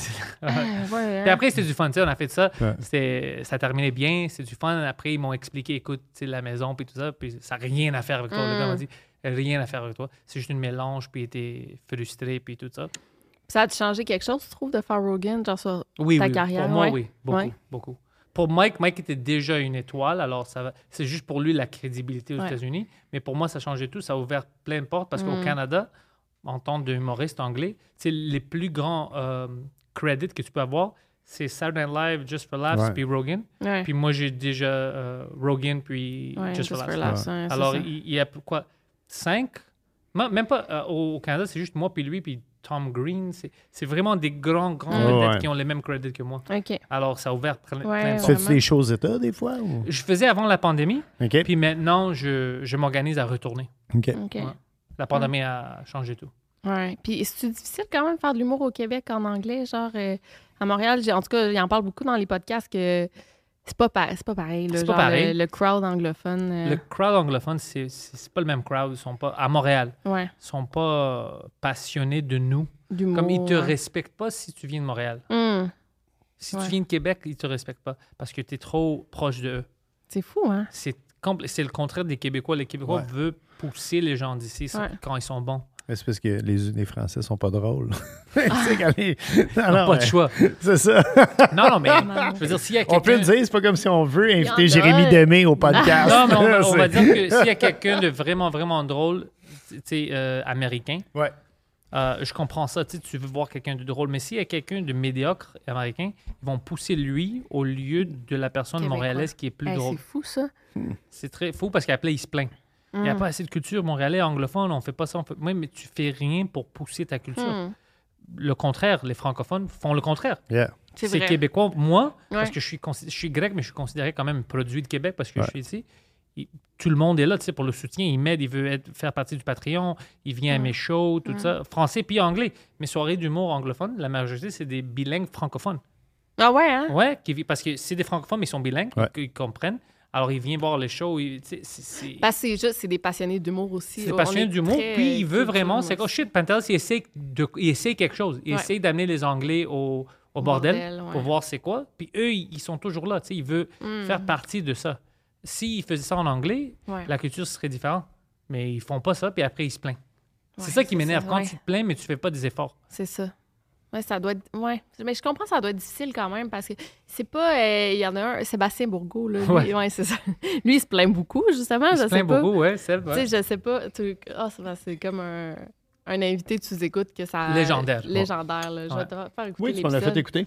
S7: ouais.
S3: Puis après, c'était du fun. Tu sais, on a fait ça.
S7: Ouais.
S3: C'était- Ça terminait bien. C'est du fun. Après, ils m'ont expliqué, écoute, tu sais, la maison, puis tout ça. Puis ça n'a rien à faire avec toi. Le gars m'a
S1: Mm.
S3: dit, rien à faire avec toi. C'est juste une mélange, puis il était frustré, puis tout ça.
S1: Ça a changé quelque chose, tu trouves, de faire Rogan, genre sur
S3: Oui,
S1: ta
S3: oui.
S1: carrière?
S3: Pour moi,
S1: Ouais.
S3: oui. Beaucoup,
S1: Ouais.
S3: beaucoup. Pour Mike, Mike était déjà une étoile, alors ça va- c'est juste pour lui la crédibilité aux
S7: Ouais.
S3: États-Unis. Mais pour moi, ça changeait tout. Ça a ouvert plein de portes parce
S7: Mm.
S3: qu'au Canada, en tant qu'humoriste anglais, c'est les plus grands euh, credits que tu peux avoir. C'est Saturday Night Live, Just for Laughs,
S7: Ouais.
S3: puis Rogan.
S7: Ouais.
S3: Puis moi, j'ai déjà euh, Rogan, puis
S7: Ouais,
S3: Just, for Laughs.
S7: ouais, c'est
S3: Alors,
S7: ça.
S3: il, il y a quoi Cinq Ma- Même pas euh, au au Canada, c'est juste moi, puis lui, puis Tom Green. C'est c'est vraiment des grands, grands
S2: Ouais,
S3: vedettes
S2: ouais.
S3: qui ont les mêmes credits que moi.
S1: OK.
S3: Alors, ça a ouvert plein,
S1: Ouais,
S3: plein de
S2: Tu
S3: portes.
S2: fais-tu des choses d'État, des fois? ou-
S3: Je faisais avant la pandémie,
S2: OK.
S3: puis maintenant, je, je m'organise à retourner.
S2: OK.
S1: OK.
S3: Ouais.
S7: Mm.
S3: La pandémie a changé tout.
S1: Ouais. Puis c'est difficile quand même de faire de l'humour au Québec en anglais, genre euh, à Montréal, j'ai- en tout cas, il en parle beaucoup dans les podcasts que c'est pas, pa- c'est pas pareil. là,
S3: C'est pas
S1: genre,
S3: pareil.
S1: Le, le crowd anglophone. euh,
S3: Le crowd anglophone, c'est- c'est c'est pas le même crowd. Ils sont pas, à Montréal,
S1: Ouais.
S3: ils sont pas euh, passionnés de nous.
S1: D'humour,
S3: Comme ils te
S1: ouais.
S3: respectent pas si tu viens de Montréal.
S1: Hmm.
S3: Si
S1: Ouais.
S3: tu viens de Québec, ils te respectent pas parce que tu es trop proche de eux.
S1: C'est fou, hein?
S3: C'est compl- c'est le contraire des Québécois. Les Québécois
S2: Ouais.
S3: veulent pousser les gens d'ici
S1: Ouais.
S3: quand ils sont bons.
S2: Mais C'est parce que les, les Français sont pas drôles. [LAUGHS] C'est
S3: Ah.
S2: quand les- Non, non,
S3: pas de
S2: mais-
S3: choix.
S2: [LAUGHS] C'est
S3: [LAUGHS]
S2: ça.
S3: Non, non, mais je veux dire, s'il y a
S2: On peut le
S3: quelqu'un-
S2: dire, c'est pas comme si on veut
S3: y en
S2: inviter
S3: a.
S2: Jérémy Demé au podcast.
S3: [LAUGHS] Non, mais on va-
S2: [LAUGHS]
S3: on,
S2: C'est-
S3: va dire que s'il y a quelqu'un de vraiment, vraiment drôle, tu sais, euh, américain,
S2: [LAUGHS]
S3: euh, je comprends ça. Tu sais, tu veux voir quelqu'un de drôle, mais s'il y a quelqu'un de médiocre américain, ils vont pousser lui au lieu de la personne
S1: Québécois.
S3: montréalaise qui est plus
S1: Hey,
S3: drôle.
S1: C'est fou, ça.
S3: C'est très fou parce qu'après, il se plaint. Il n'y a
S1: Mm.
S3: pas assez de culture montréalais, anglophone, on fait pas ça. On fait... Oui, mais tu fais rien pour pousser ta culture.
S1: Mm.
S3: Le contraire, les francophones font le contraire.
S2: Yeah.
S1: C'est
S3: C'est
S1: vrai.
S3: québécois, moi,
S1: Ouais.
S3: parce que je suis, consi- je suis grec, mais je suis considéré quand même produit de Québec parce que je suis ici. Il- tout le monde est là, tu sais, pour le soutien. Il m'aide, il veut être- faire partie du Patreon, il vient à
S7: Mm.
S3: mes shows, tout
S7: Mm.
S3: ça. Français puis anglais. Mes soirées d'humour anglophone, la majorité, c'est des bilingues francophones.
S1: Ah ouais, hein?
S3: Ouais, qui vi- parce que c'est des francophones, mais ils sont bilingues,
S2: Ouais.
S3: ils, ils comprennent. Alors, ils viennent voir les shows. ils- tu sais, c'est- c'est-
S1: Parce que c'est juste, c'est des passionnés d'humour aussi.
S3: c'est
S1: On
S3: passionné
S1: est
S3: d'humour,
S1: très
S3: puis il veut
S1: culture,
S3: vraiment.
S1: moi
S3: C'est quoi,
S1: aussi.
S3: shit, Pantelis, il essaie, de, il essaie quelque chose. Il
S1: Ouais.
S3: essaie d'amener les Anglais au, au bordel,
S1: bordel, ouais.
S3: pour voir c'est quoi. Puis eux, ils ils sont toujours là. tu sais, Il veut
S1: Mm.
S3: faire partie de ça. S'ils faisaient ça en anglais,
S1: Ouais.
S3: la culture serait différente. Mais ils font pas ça, puis après, ils se plaignent. c'est ça qui m'énerve.
S1: ça, Ah,
S3: Quand
S1: ouais.
S3: tu te plains, mais tu fais pas des efforts.
S1: C'est ça. Ouais, ça doit être. Ouais. Mais je comprends, ça doit être difficile quand même parce que c'est pas. euh, Il y en a un, Sébastien Bourgault, là. Lui,
S3: Ouais.
S1: ouais, c'est ça. [LAUGHS] Lui, il se plaint beaucoup, justement.
S3: Il
S1: je sais
S3: se plaint
S1: pas.
S3: beaucoup, ouais, Seb, ouais.
S1: Tu sais, je sais pas. tu- Ah, c'est vrai, c'est comme un, un invité, tu nous écoutes que ça.
S3: Légendaire.
S1: Légendaire, là. Je
S3: Ouais.
S1: vais te faire écouter.
S2: Oui, tu m'en as fait
S1: l'épisode.
S2: écouter.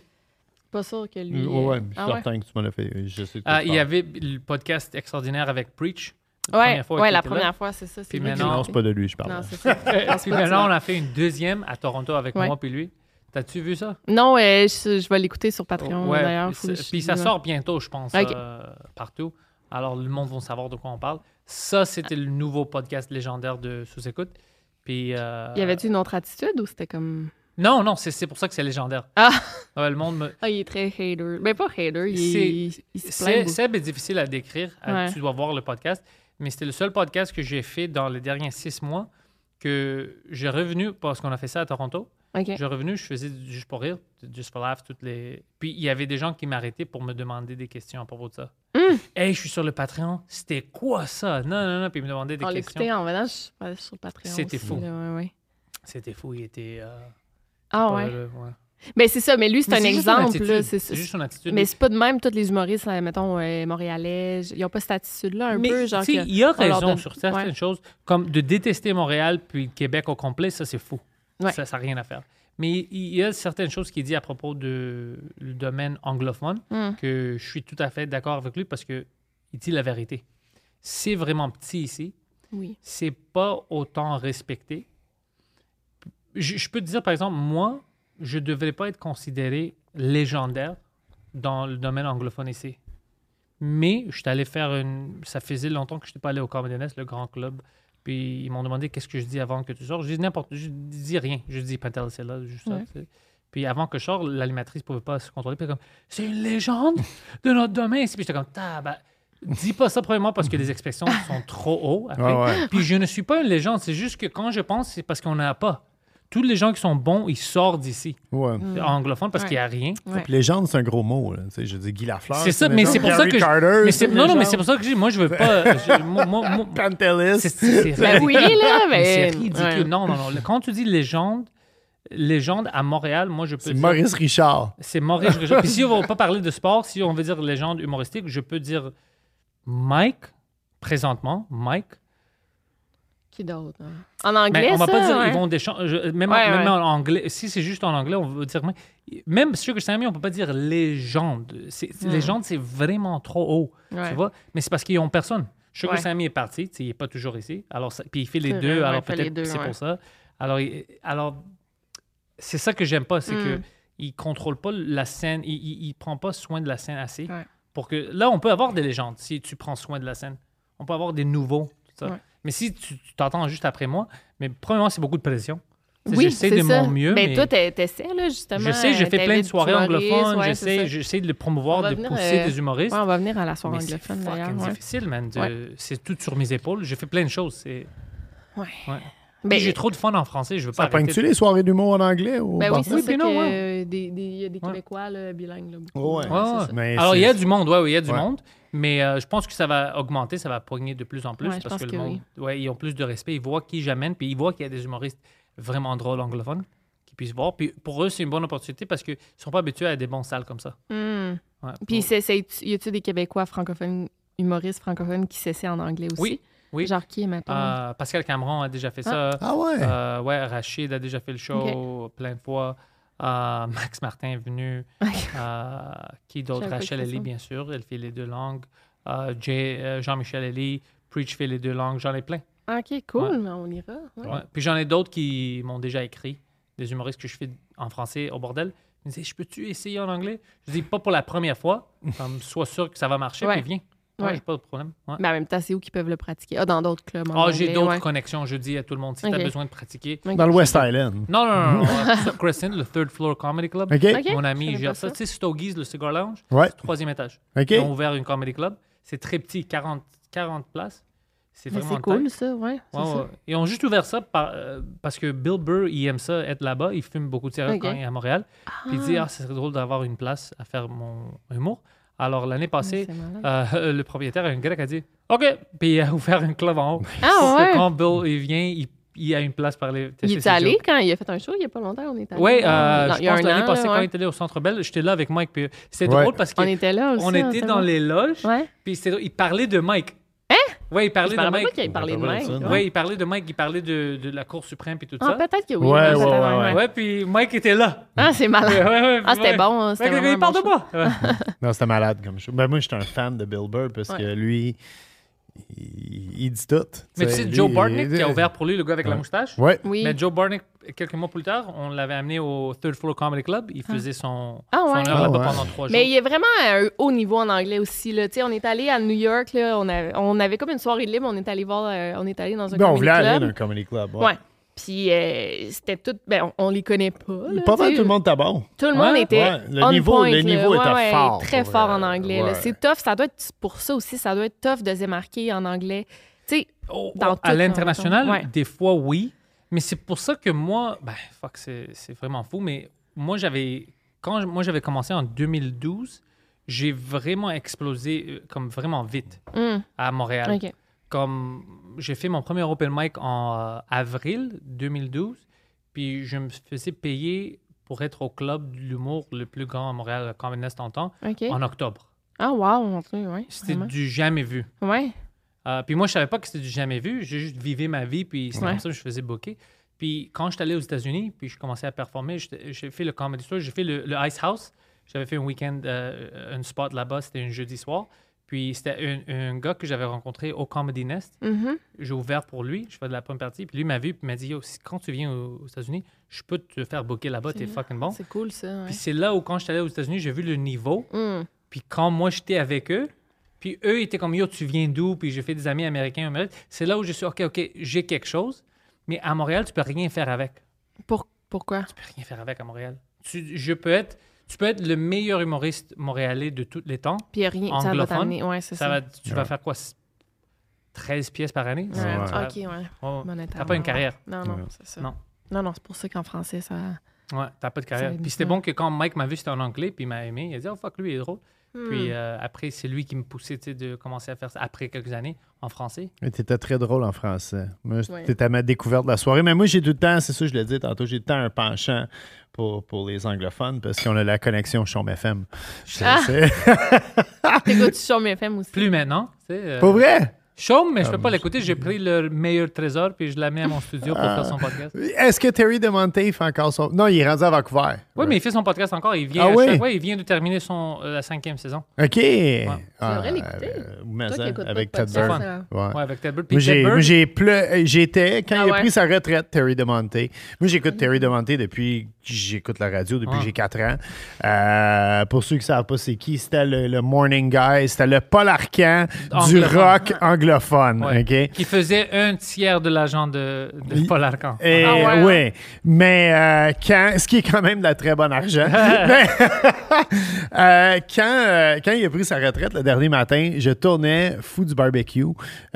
S1: Pas sûr que lui.
S2: Oui, ouais, ouais,
S1: euh,
S2: je suis
S1: ah ouais?
S2: certain que tu m'en as fait. euh, Je sais de quoi
S3: Ah,
S2: tu
S3: il
S2: parles.
S3: y avait le podcast extraordinaire avec Preach.
S1: [LAUGHS] Ouais,
S3: qu'il
S1: ouais, la
S3: était là.
S1: première fois, c'est ça, c'est
S3: Puis
S1: lui qui
S3: maintenant,
S1: l'a fait. Non, c'est pas de lui, je parle. Non, c'est ça. On se
S3: puis
S1: peut
S3: maintenant, on
S1: dire.
S3: a fait une deuxième à Toronto avec
S1: Ouais.
S3: moi puis lui. T'as-tu vu ça?
S1: Non, euh, je, je vais l'écouter sur Patreon,
S3: Ouais,
S1: d'ailleurs.
S3: puis
S1: faut que
S3: c'est-
S1: je-
S3: Puis ça sort bientôt, je pense,
S1: Ok.
S3: euh, partout. Alors, le monde va savoir de quoi on parle. Ça, c'était le nouveau podcast légendaire de Sous-Écoute. Puis. euh,
S1: Y avait-tu une autre attitude ou c'était comme.
S3: Non, non, c'est c'est pour ça que c'est légendaire.
S1: Ah!
S3: Ouais, le monde me.
S1: Ah, il est très hater. Mais pas hater, il,
S3: C'est-
S1: il, il se plaint
S3: C'est-
S1: beaucoup.
S3: Seb est difficile à décrire. à-
S1: Ouais.
S3: Tu dois voir le podcast. Mais c'était le seul podcast que j'ai fait dans les derniers six mois que j'ai revenu parce qu'on a fait ça à Toronto.
S1: Ok.
S3: J'ai revenu, je faisais du juste pour rire, du just for laugh, toutes les. Puis il y avait des gens qui m'arrêtaient pour me demander des questions à propos de ça.
S1: Hmm.
S3: Hey, je suis sur le Patreon. C'était quoi ça? Non, non, non. Puis ils me demandaient des
S1: On
S3: questions.
S1: l'écoutait en venant je- ouais, sur Patreon.
S3: C'était
S1: aussi,
S3: fou.
S1: là, ouais, ouais.
S3: C'était fou. Il était. euh,
S1: Ah
S3: pas
S1: ouais.
S3: le- ouais.
S1: Mais c'est ça, mais lui, c'est
S3: Mais
S1: un
S3: c'est juste son
S1: exemple.
S3: attitude.
S1: là, c'est-
S3: C'est juste son attitude.
S1: Mais c'est pas de même, tous les humoristes, là, mettons, euh, montréalais, j- ils ont pas cette attitude-là un
S3: Mais,
S1: peu. genre
S3: tu sais,
S1: que-
S3: il y a
S1: on leur
S3: raison
S1: donne-
S3: sur certaines
S1: Ouais.
S3: choses, comme de détester Montréal puis le Québec au complet, ça c'est fou.
S1: Ouais.
S3: Ça, ça n'a rien à faire. Mais il y a certaines choses qu'il dit à propos de le domaine anglophone
S1: Mm.
S3: que je suis tout à fait d'accord avec lui parce que il dit la vérité. C'est vraiment petit ici.
S1: Oui.
S3: C'est pas autant respecté. Je, je peux te dire, par exemple, moi, je devrais pas être considéré légendaire dans le domaine anglophone ici. Mais je suis allé faire une. Ça faisait longtemps que je n'étais pas allé au Comedy Nest, le grand club. Puis ils m'ont demandé qu'est-ce que je dis avant que tu sors. Je dis n'importe Je dis rien. Je dis Pantel, c'est là, juste ça.
S7: Ouais.
S3: tu sais. Puis avant que je sors, l'animatrice ne pouvait pas se contrôler. Puis elle est comme C'est une légende de notre domaine ici. Puis j'étais comme Tabac. Dis pas ça, premièrement, parce que les expressions sont trop hautes. après.
S2: Ouais, ouais.
S3: Puis je ne suis pas une légende. C'est juste que quand je pense, c'est parce qu'on n'en a pas. Tous les gens qui sont bons, ils sortent d'ici.
S2: Ouais.
S3: C'est Anglophone, parce
S2: Ouais.
S3: qu'il n'y a rien.
S2: Puis légende, c'est un gros mot. Là. Tu sais, Je dis Guy Lafleur.
S3: C'est ça,
S2: une
S3: mais
S2: légende.
S3: c'est pour ça
S2: Gary
S3: que. je-
S2: Carter,
S3: mais c'est-
S2: une
S3: non, non, mais
S2: légende.
S3: c'est pour ça que je dis, moi, je veux pas. je- moi, moi,
S2: [LAUGHS]
S3: moi- C'est- c'est- c'est
S2: Ben oui, là,
S3: Mais C'est
S2: ben,
S3: ridicule.
S2: ouais.
S3: Non, non, non. Le- Quand tu dis légende, légende à Montréal, moi, je peux.
S2: C'est
S3: dire-
S2: Maurice Richard.
S3: C'est Maurice Richard. Puis si on va pas parler de sport, si on veut dire légende humoristique, je peux dire Mike, présentement, Mike.
S1: Qui d'autre? hein? En anglais,
S3: Mais Ben, on va pas
S1: ça, hein?
S3: dire
S1: ouais.
S3: ils vont des champs- je- même,
S1: Ouais,
S3: même
S1: ouais.
S3: en anglais. Si c'est juste en anglais, on veut dire. Même ceux que je on peut pas dire légende. C'est- c'est-
S7: Mm.
S3: Légende, c'est vraiment trop haut.
S7: Ouais.
S3: Tu vois? Mais c'est parce qu'ils ont personne. Sugar
S7: Ouais.
S3: Sammy est parti, tu sais, il n'est pas toujours ici. Alors, ça- puis il fait les
S7: C'est
S3: deux,
S7: vrai,
S3: alors
S7: ouais, il fait les
S3: peut-être
S7: deux,
S3: c'est
S7: ouais.
S3: pour ça. Alors, il- alors c'est ça que j'aime pas, c'est
S7: Mm.
S3: que il contrôle pas la scène, il, il, il prend pas soin de la scène assez pour que là on peut avoir des légendes si tu prends soin de la scène. On peut avoir des nouveaux, tout ça.
S1: Ouais.
S3: Mais si tu tu t'entends juste après moi, mais premièrement c'est beaucoup de pression. Tu sais,
S1: Oui,
S3: j'essaie
S1: c'est
S3: de
S1: ça.
S3: mon mieux,
S1: Ben,
S3: mais
S1: toi, t'es- t'essaies, là, justement.
S3: je sais, j'ai
S1: euh,
S3: fait plein de
S1: David
S3: soirées
S1: Dumouriez,
S3: anglophones,
S1: ouais, c'est
S3: j'essaie,
S1: ça.
S3: j'essaie de le
S1: On
S3: promouvoir,
S1: va
S3: de
S1: venir,
S3: pousser
S1: euh,
S3: des humoristes.
S1: ouais, on va venir à la soirée
S3: Mais c'est
S1: anglophone,
S3: fucking
S1: d'ailleurs, ouais.
S3: difficile, man. de-
S1: Ouais.
S3: C'est tout sur mes épaules. J'ai fait plein de choses. C'est...
S1: Ouais.
S3: Puis
S1: Ben-
S3: j'ai trop de fun en français. Je veux
S2: Ça
S3: pas. arrêter
S2: pogne-tu
S3: de-
S2: les soirées d'humour en anglais? Au
S1: Ben oui,
S2: Barclay?
S1: c'est ça que, euh, des- des- il y a des Québécois là, bilingues. là, beaucoup,
S2: Ouais,
S3: Ouais,
S1: c'est
S3: ouais.
S1: ça.
S2: Mais
S3: Alors,
S2: c'est-
S3: il y a du monde, ouais, ouais, il y a du
S2: Ouais.
S3: monde, mais euh, je pense que ça va augmenter, ça va pogner de plus en plus
S1: Ouais, je
S3: parce
S1: pense
S3: que,
S1: que
S3: le monde, ouais, ils ont plus de respect, ils voient qui j'amène, puis ils voient qu'il y a des humoristes vraiment drôles anglophones qui puissent voir. Puis pour eux, c'est une bonne opportunité parce qu'ils sont pas habitués à des bons salles comme ça.
S1: Hmm.
S3: Ouais.
S1: Puis, c'est- c'est- y a-tu des Québécois francophones, humoristes francophones qui s'essaient en anglais aussi?
S3: Oui, oui.
S1: Genre qui, maintenant?
S3: Euh, Pascal Cameron a déjà fait
S1: Ah.
S3: ça.
S1: Ah ouais?
S3: Euh, ouais, Rachid a déjà fait le show plein de fois. Euh, Max Martin est venu. Euh, qui d'autre?
S7: J'avais pas
S3: Rachel
S7: écrit
S3: Ellie,
S7: ça.
S3: bien sûr. Elle fait les deux langues. Euh, Jay- euh, Jean-Michel Ellie, Preach fait les deux langues. J'en ai plein.
S1: Ah, [LAUGHS] OK, cool, mais on ira. ouais.
S3: Ouais. Puis j'en ai d'autres qui m'ont déjà écrit, des humoristes que je fais en français au bordel. Ils me disaient, je peux-tu essayer en anglais? Je dis, pas pour la première fois. Comme, sois sûr que ça va marcher,
S1: Ouais.
S3: puis viens. Ouais,
S1: Ouais.
S3: j'ai pas de problème. Ouais.
S1: Mais en même temps, c'est où qu'ils peuvent le pratiquer? Ah, dans d'autres clubs. en
S3: Ah, j'ai
S1: anglais,
S3: d'autres
S1: ouais.
S3: connexions, je dis à tout le monde. Si tu
S1: Ok.
S3: as besoin de pratiquer.
S1: Ok.
S2: Dans le West Island.
S3: Non, non,
S2: [LAUGHS]
S3: non. non, non. Sur Crescent, le Third Floor Comedy Club.
S2: Ok. Ok,
S3: Mon
S2: je
S3: ami
S2: savais
S3: gère
S2: pas
S3: ça.
S2: ça.
S3: Tu sais, Stogie's, le Cigar Lounge,
S2: Ouais.
S3: c'est le troisième étage.
S2: Ok.
S3: Ils ont ouvert une comedy club. C'est très petit, 40, 40 places. C'est
S1: Mais
S3: vraiment
S1: c'est cool,
S3: tight.
S1: ça, ouais, c'est ça.
S3: Ils ont juste ouvert ça par- euh, parce que Bill Burr, il aime ça, être là-bas. Il fume beaucoup de cigarettes
S7: Ok.
S3: quand il est à Montréal. Puis il dit, ah, ce serait drôle d'avoir une place à faire mon humour. Alors, l'année passée, euh, [LAUGHS] le propriétaire, un grec, a dit, OK. Puis il a ouvert un club en haut.
S7: Ah,
S3: Pour que
S7: ouais.
S3: Quand Bill il vient, il il y a une place par les.
S1: Il est allé quand il a fait un show il n'y a pas longtemps, on est allé.
S3: Oui,
S1: Non,
S3: Ah euh, je
S1: il y a
S3: pense
S1: un
S3: l'année
S1: an,
S3: passée,
S1: là,
S3: quand
S1: Ah ouais.
S3: il était allé au Centre Bell, j'étais là avec Mike. Puis euh, c'était
S2: Ouais.
S3: drôle parce qu'on
S1: On était là aussi,
S3: On
S1: hein,
S3: était
S1: c'est
S3: dans
S1: vrai.
S3: les loges.
S1: Ouais.
S3: Puis c'était drôle, il parlait de Mike.
S1: Hein?
S3: Oui, il parlait
S1: Je
S3: de
S1: parlais
S3: Mike.
S1: pas qu'il parlait de Mike.
S3: Oui, il parlait de Mike, il parlait de, de la Cour suprême et tout
S1: Ah,
S3: ça.
S1: peut-être que oui. Ouais, peut-être, ouais, ouais, ouais.
S3: Ouais, puis Mike était là. [LAUGHS]
S1: Ah, c'est malade.
S3: Ouais, ouais, ouais,
S1: ah, c'était
S3: ouais.
S1: bon. hein, c'était
S3: Fait que le gars,
S1: vraiment
S3: il parle
S1: bon
S3: de moi. Ouais.
S2: [LAUGHS] Non, c'était malade comme show. Ben, moi, j'étais un fan de Bill Burr parce que
S1: Ouais.
S2: lui, il, il dit tout.
S3: Mais tu sais, Joe Bartnick qui a ouvert pour lui, le gars avec la
S2: Ouais.
S3: moustache.
S2: Ouais.
S1: Oui.
S3: Mais Joe Barnick, quelques mois plus tard, on l'avait amené au Third Floor Comedy Club. Il faisait son,
S1: Ah
S3: son
S1: ouais.
S3: heure
S2: Ah
S3: là-bas
S2: ouais.
S3: pendant trois jours.
S1: Mais il est vraiment à un haut niveau en anglais aussi. Là. Tu sais, On est allé à New York, là, on, avait, on avait comme une soirée libre, on est allé voir, euh, on est allé dans un
S2: Ben, on
S1: comedy
S2: voulait
S1: club.
S2: aller dans un comedy club.
S1: Ouais. Puis euh, c'était tout. Ben, on, on les connaît pas. là,
S2: Pas mal
S1: tu sais.
S2: tout le monde était bon.
S1: Tout le monde
S3: Ouais.
S1: était
S2: Ouais, le
S1: on
S2: niveau-
S1: point,
S2: le
S1: là.
S2: niveau
S1: Ouais,
S2: était
S1: ouais,
S2: fort,
S1: Très
S2: pour
S1: fort
S2: vrai.
S1: en anglais. là.
S2: Ouais.
S1: C'est tough. Ça doit être pour ça aussi. Ça doit être tough de se démarquer en anglais. Tu sais,
S3: Au-
S1: dans
S3: Oh, à
S1: tout,
S3: l'international,
S1: dans le fond. Ouais.
S3: des fois, oui. Mais c'est pour ça que moi, ben, fuck, c'est c'est vraiment fou. Mais moi, j'avais, quand je- moi, j'avais commencé en 2012, j'ai vraiment explosé, euh, comme vraiment vite,
S1: hum,
S3: à Montréal.
S1: ok.
S3: Comme j'ai fait mon premier open mic en euh, avril 2012, puis je me faisais payer pour être au club de l'humour le plus grand à Montréal, comme Nest en temps,
S1: ok.
S3: en octobre.
S1: Ah, wow, mon Dieu, ouais.
S3: C'était
S1: vraiment.
S3: du jamais vu.
S1: Ouais.
S3: Euh, puis moi, je savais pas que c'était du jamais vu. J'ai juste vivé ma vie, puis c'est
S1: Ouais.
S3: comme ça que je faisais booker. Puis quand j'étais allé aux États-Unis, puis je commençais à performer, j'étais- j'ai fait le Comedy Store, j'ai fait le, le Ice House. J'avais fait un week-end, euh, un spot là-bas, c'était un jeudi soir. Puis c'était un, un gars que j'avais rencontré au Comedy Nest.
S1: Mhm.
S3: J'ai ouvert pour lui, je fais de la première partie. Puis lui m'a vu, puis m'a dit Yo, si- quand tu viens aux, aux États-Unis, je peux te faire booker là-bas,
S1: C'est
S3: t'es
S1: là.
S3: fucking bon.
S1: C'est cool, ça. ouais.
S3: Puis c'est là où, quand j'étais allé aux États-Unis, j'ai vu le niveau.
S1: Hum.
S3: Puis quand moi, j'étais avec eux, puis eux étaient comme, yo, tu viens d'où? Puis j'ai fait des amis américains. américains. C'est là où je suis, OK, OK, j'ai quelque chose, mais à Montréal, tu peux rien faire avec.
S1: Pour- pourquoi?
S3: Tu peux rien faire avec à Montréal. Tu, je peux être, tu peux être le meilleur humoriste montréalais de tous les temps.
S1: Puis rien, ça va
S3: Anglophone,
S1: t'amener. Ouais, c'est
S3: Ça,
S1: ça.
S3: va, tu vas faire quoi? s- 13 pièces par année?
S1: Ouais,
S3: Tu vas-
S1: Ok, ouais.
S3: Ouais, ouais.
S1: Monétairement,
S3: T'as pas une
S1: ouais.
S3: carrière.
S1: Non, non, c'est ça.
S3: Non.
S1: non, non, c'est pour ça qu'en français, ça. [LAUGHS]
S3: Ouais, t'as pas de
S1: Ça
S3: carrière.
S1: aide
S3: Puis c'était
S1: pas.
S3: bon que quand Mike m'a vu, c'était en anglais, puis il m'a aimé. Il a dit, oh fuck, lui, il est drôle.
S1: Hmm.
S3: Puis euh, après, c'est lui qui me poussait tu sais, de commencer à faire ça après quelques années en français.
S2: Mais T'étais très drôle en français. Moi,
S1: Ouais.
S2: T'étais à ma découverte de la soirée. Mais moi, j'ai tout le temps, c'est ça, je l'ai dit tantôt, j'ai tout le temps un penchant pour, pour les anglophones parce qu'on a la connexion Chaume FM.
S1: Ah.
S2: C'est-
S1: T'écoutes sur mes femmes aussi.
S3: Plus maintenant. tu sais, euh,
S2: Pas vrai? Ah,
S3: Chaume, mais je peux pas l'écouter. J'ai pris le meilleur trésor, puis je l'ai mis à mon studio pour
S2: Ah.
S3: faire son
S2: [LAUGHS]
S3: podcast.
S2: Est-ce que Terry DeMonte fait encore son. Non, il est rendu à Vancouver.
S3: Oui, mais il fait son podcast encore. Il vient,
S2: Ah
S3: à
S2: oui?
S3: chaque- ouais, il vient de terminer son, euh, la cinquième saison.
S2: OK. Ah,
S1: devrais l'écouter.
S2: euh, mais
S1: Toi qui
S2: ça,
S1: écoutes pas
S2: avec
S1: de
S2: Ted
S1: podcast,
S2: Bird.
S1: ça.
S2: Ouais.
S3: Ouais, avec Ted Bird. Puis
S2: Moi,
S3: Ted
S2: j'ai-
S3: Bird-
S2: moi, j'ai pleu- euh, J'étais, quand
S1: Ah
S2: il
S1: ouais.
S2: a
S1: Mm-hmm.
S2: pris sa retraite, Terry DeMonte. Moi, j'écoute Terry DeMonte depuis que j'écoute la radio, depuis
S3: Ouais.
S2: que j'ai 4 ans. Euh, pour ceux qui ne savent pas c'est qui, c'était le, le Morning Guy, c'était le Paul Arcan du
S3: Anglophone.
S2: rock anglophone.
S3: ouais,
S2: OK?
S3: Qui faisait un tiers de l'agent de, de Paul Arcan.
S2: Et,
S1: Ah ouais, hein?
S2: oui, mais euh, quand, ce qui est quand même de la très bonne
S3: [LAUGHS]
S2: argent. [LAUGHS] Mais, euh, quand, euh, quand il a pris sa retraite le dernier matin, je tournais Fou du barbecue,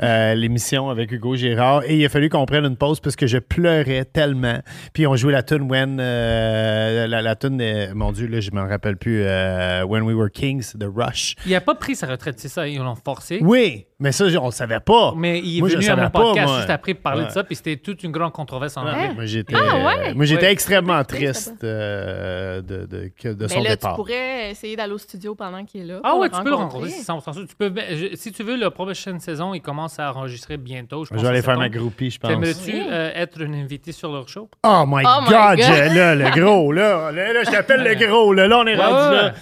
S2: euh, l'émission avec Hugo Gérard, et il a fallu qu'on prenne une pause parce que je pleurais tellement. Puis on jouait la tune When, euh, la, la tune, euh, mon Dieu, là, je m'en rappelle plus, euh, When We Were Kings de Rush.
S3: Il a pas pris sa retraite, c'est ça. Ils l'ont forcé.
S2: Oui, mais ça, on le savait pas.
S3: Mais il est
S2: Moi, je
S3: venu
S2: le
S3: à
S2: savais
S3: mon
S2: pas,
S3: podcast
S2: moi.
S3: juste après pour parler de
S2: Ouais.
S3: ça, puis c'était toute une grande controverse en anglais.
S2: Moi, j'étais, euh,
S1: Ah ouais?
S2: moi, j'étais
S3: Ouais.
S2: extrêmement
S1: Je sais
S2: triste euh, de, de, que- de son
S1: Mais Ben là,
S2: départ.
S1: tu pourrais essayer d'aller au studio pendant qu'il est là.
S3: Ah
S1: pour
S3: ouais,
S1: le
S3: tu peux le
S1: rencontrer.
S3: rencontrer, c'est sans sans doute. Tu peux, ben, je- si tu veux, la prochaine saison, ils commencent à enregistrer bientôt. Je,
S2: Je
S3: pense
S2: vais
S3: en
S2: aller faire ma
S3: septembre.
S2: groupie, je pense.
S3: T'aimerais-tu euh, être un invité sur
S2: [LAUGHS]
S3: leur show?
S2: Oh my
S1: Oh my
S2: God,
S1: God.
S2: je- là, le gros, là, là, là, je
S1: [LAUGHS]
S2: t'appelle le gros, là, là, on est
S3: Ouais,
S2: rendu
S3: ouais,
S2: là.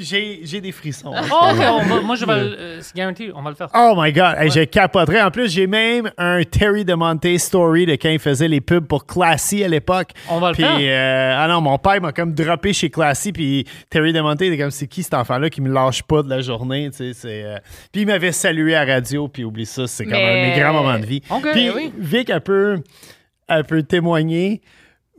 S2: J'ai j'ai des frissons.
S3: Oh, ok, on va- moi, je vais le- euh, c'est garanti, on va le faire.
S2: Oh my God, hey, je capoterais. En plus, j'ai même un Terry DeMonte story de quand il faisait les pubs pour Classy à l'époque.
S3: On va le
S2: Puis,
S3: faire.
S2: euh, ah non, mon père m'a comme droppé chez Classy, puis Terry DeMonte était comme, c'est qui cet enfant-là qui me lâche pas de la journée, tu sais, c'est... euh, Puis il m'avait salué à la radio, puis oublie ça, c'est comme
S1: Mais-
S2: un des grands moments de vie.
S3: Ok,
S2: puis
S3: eh oui.
S2: Vic, elle peut, elle peut témoigner...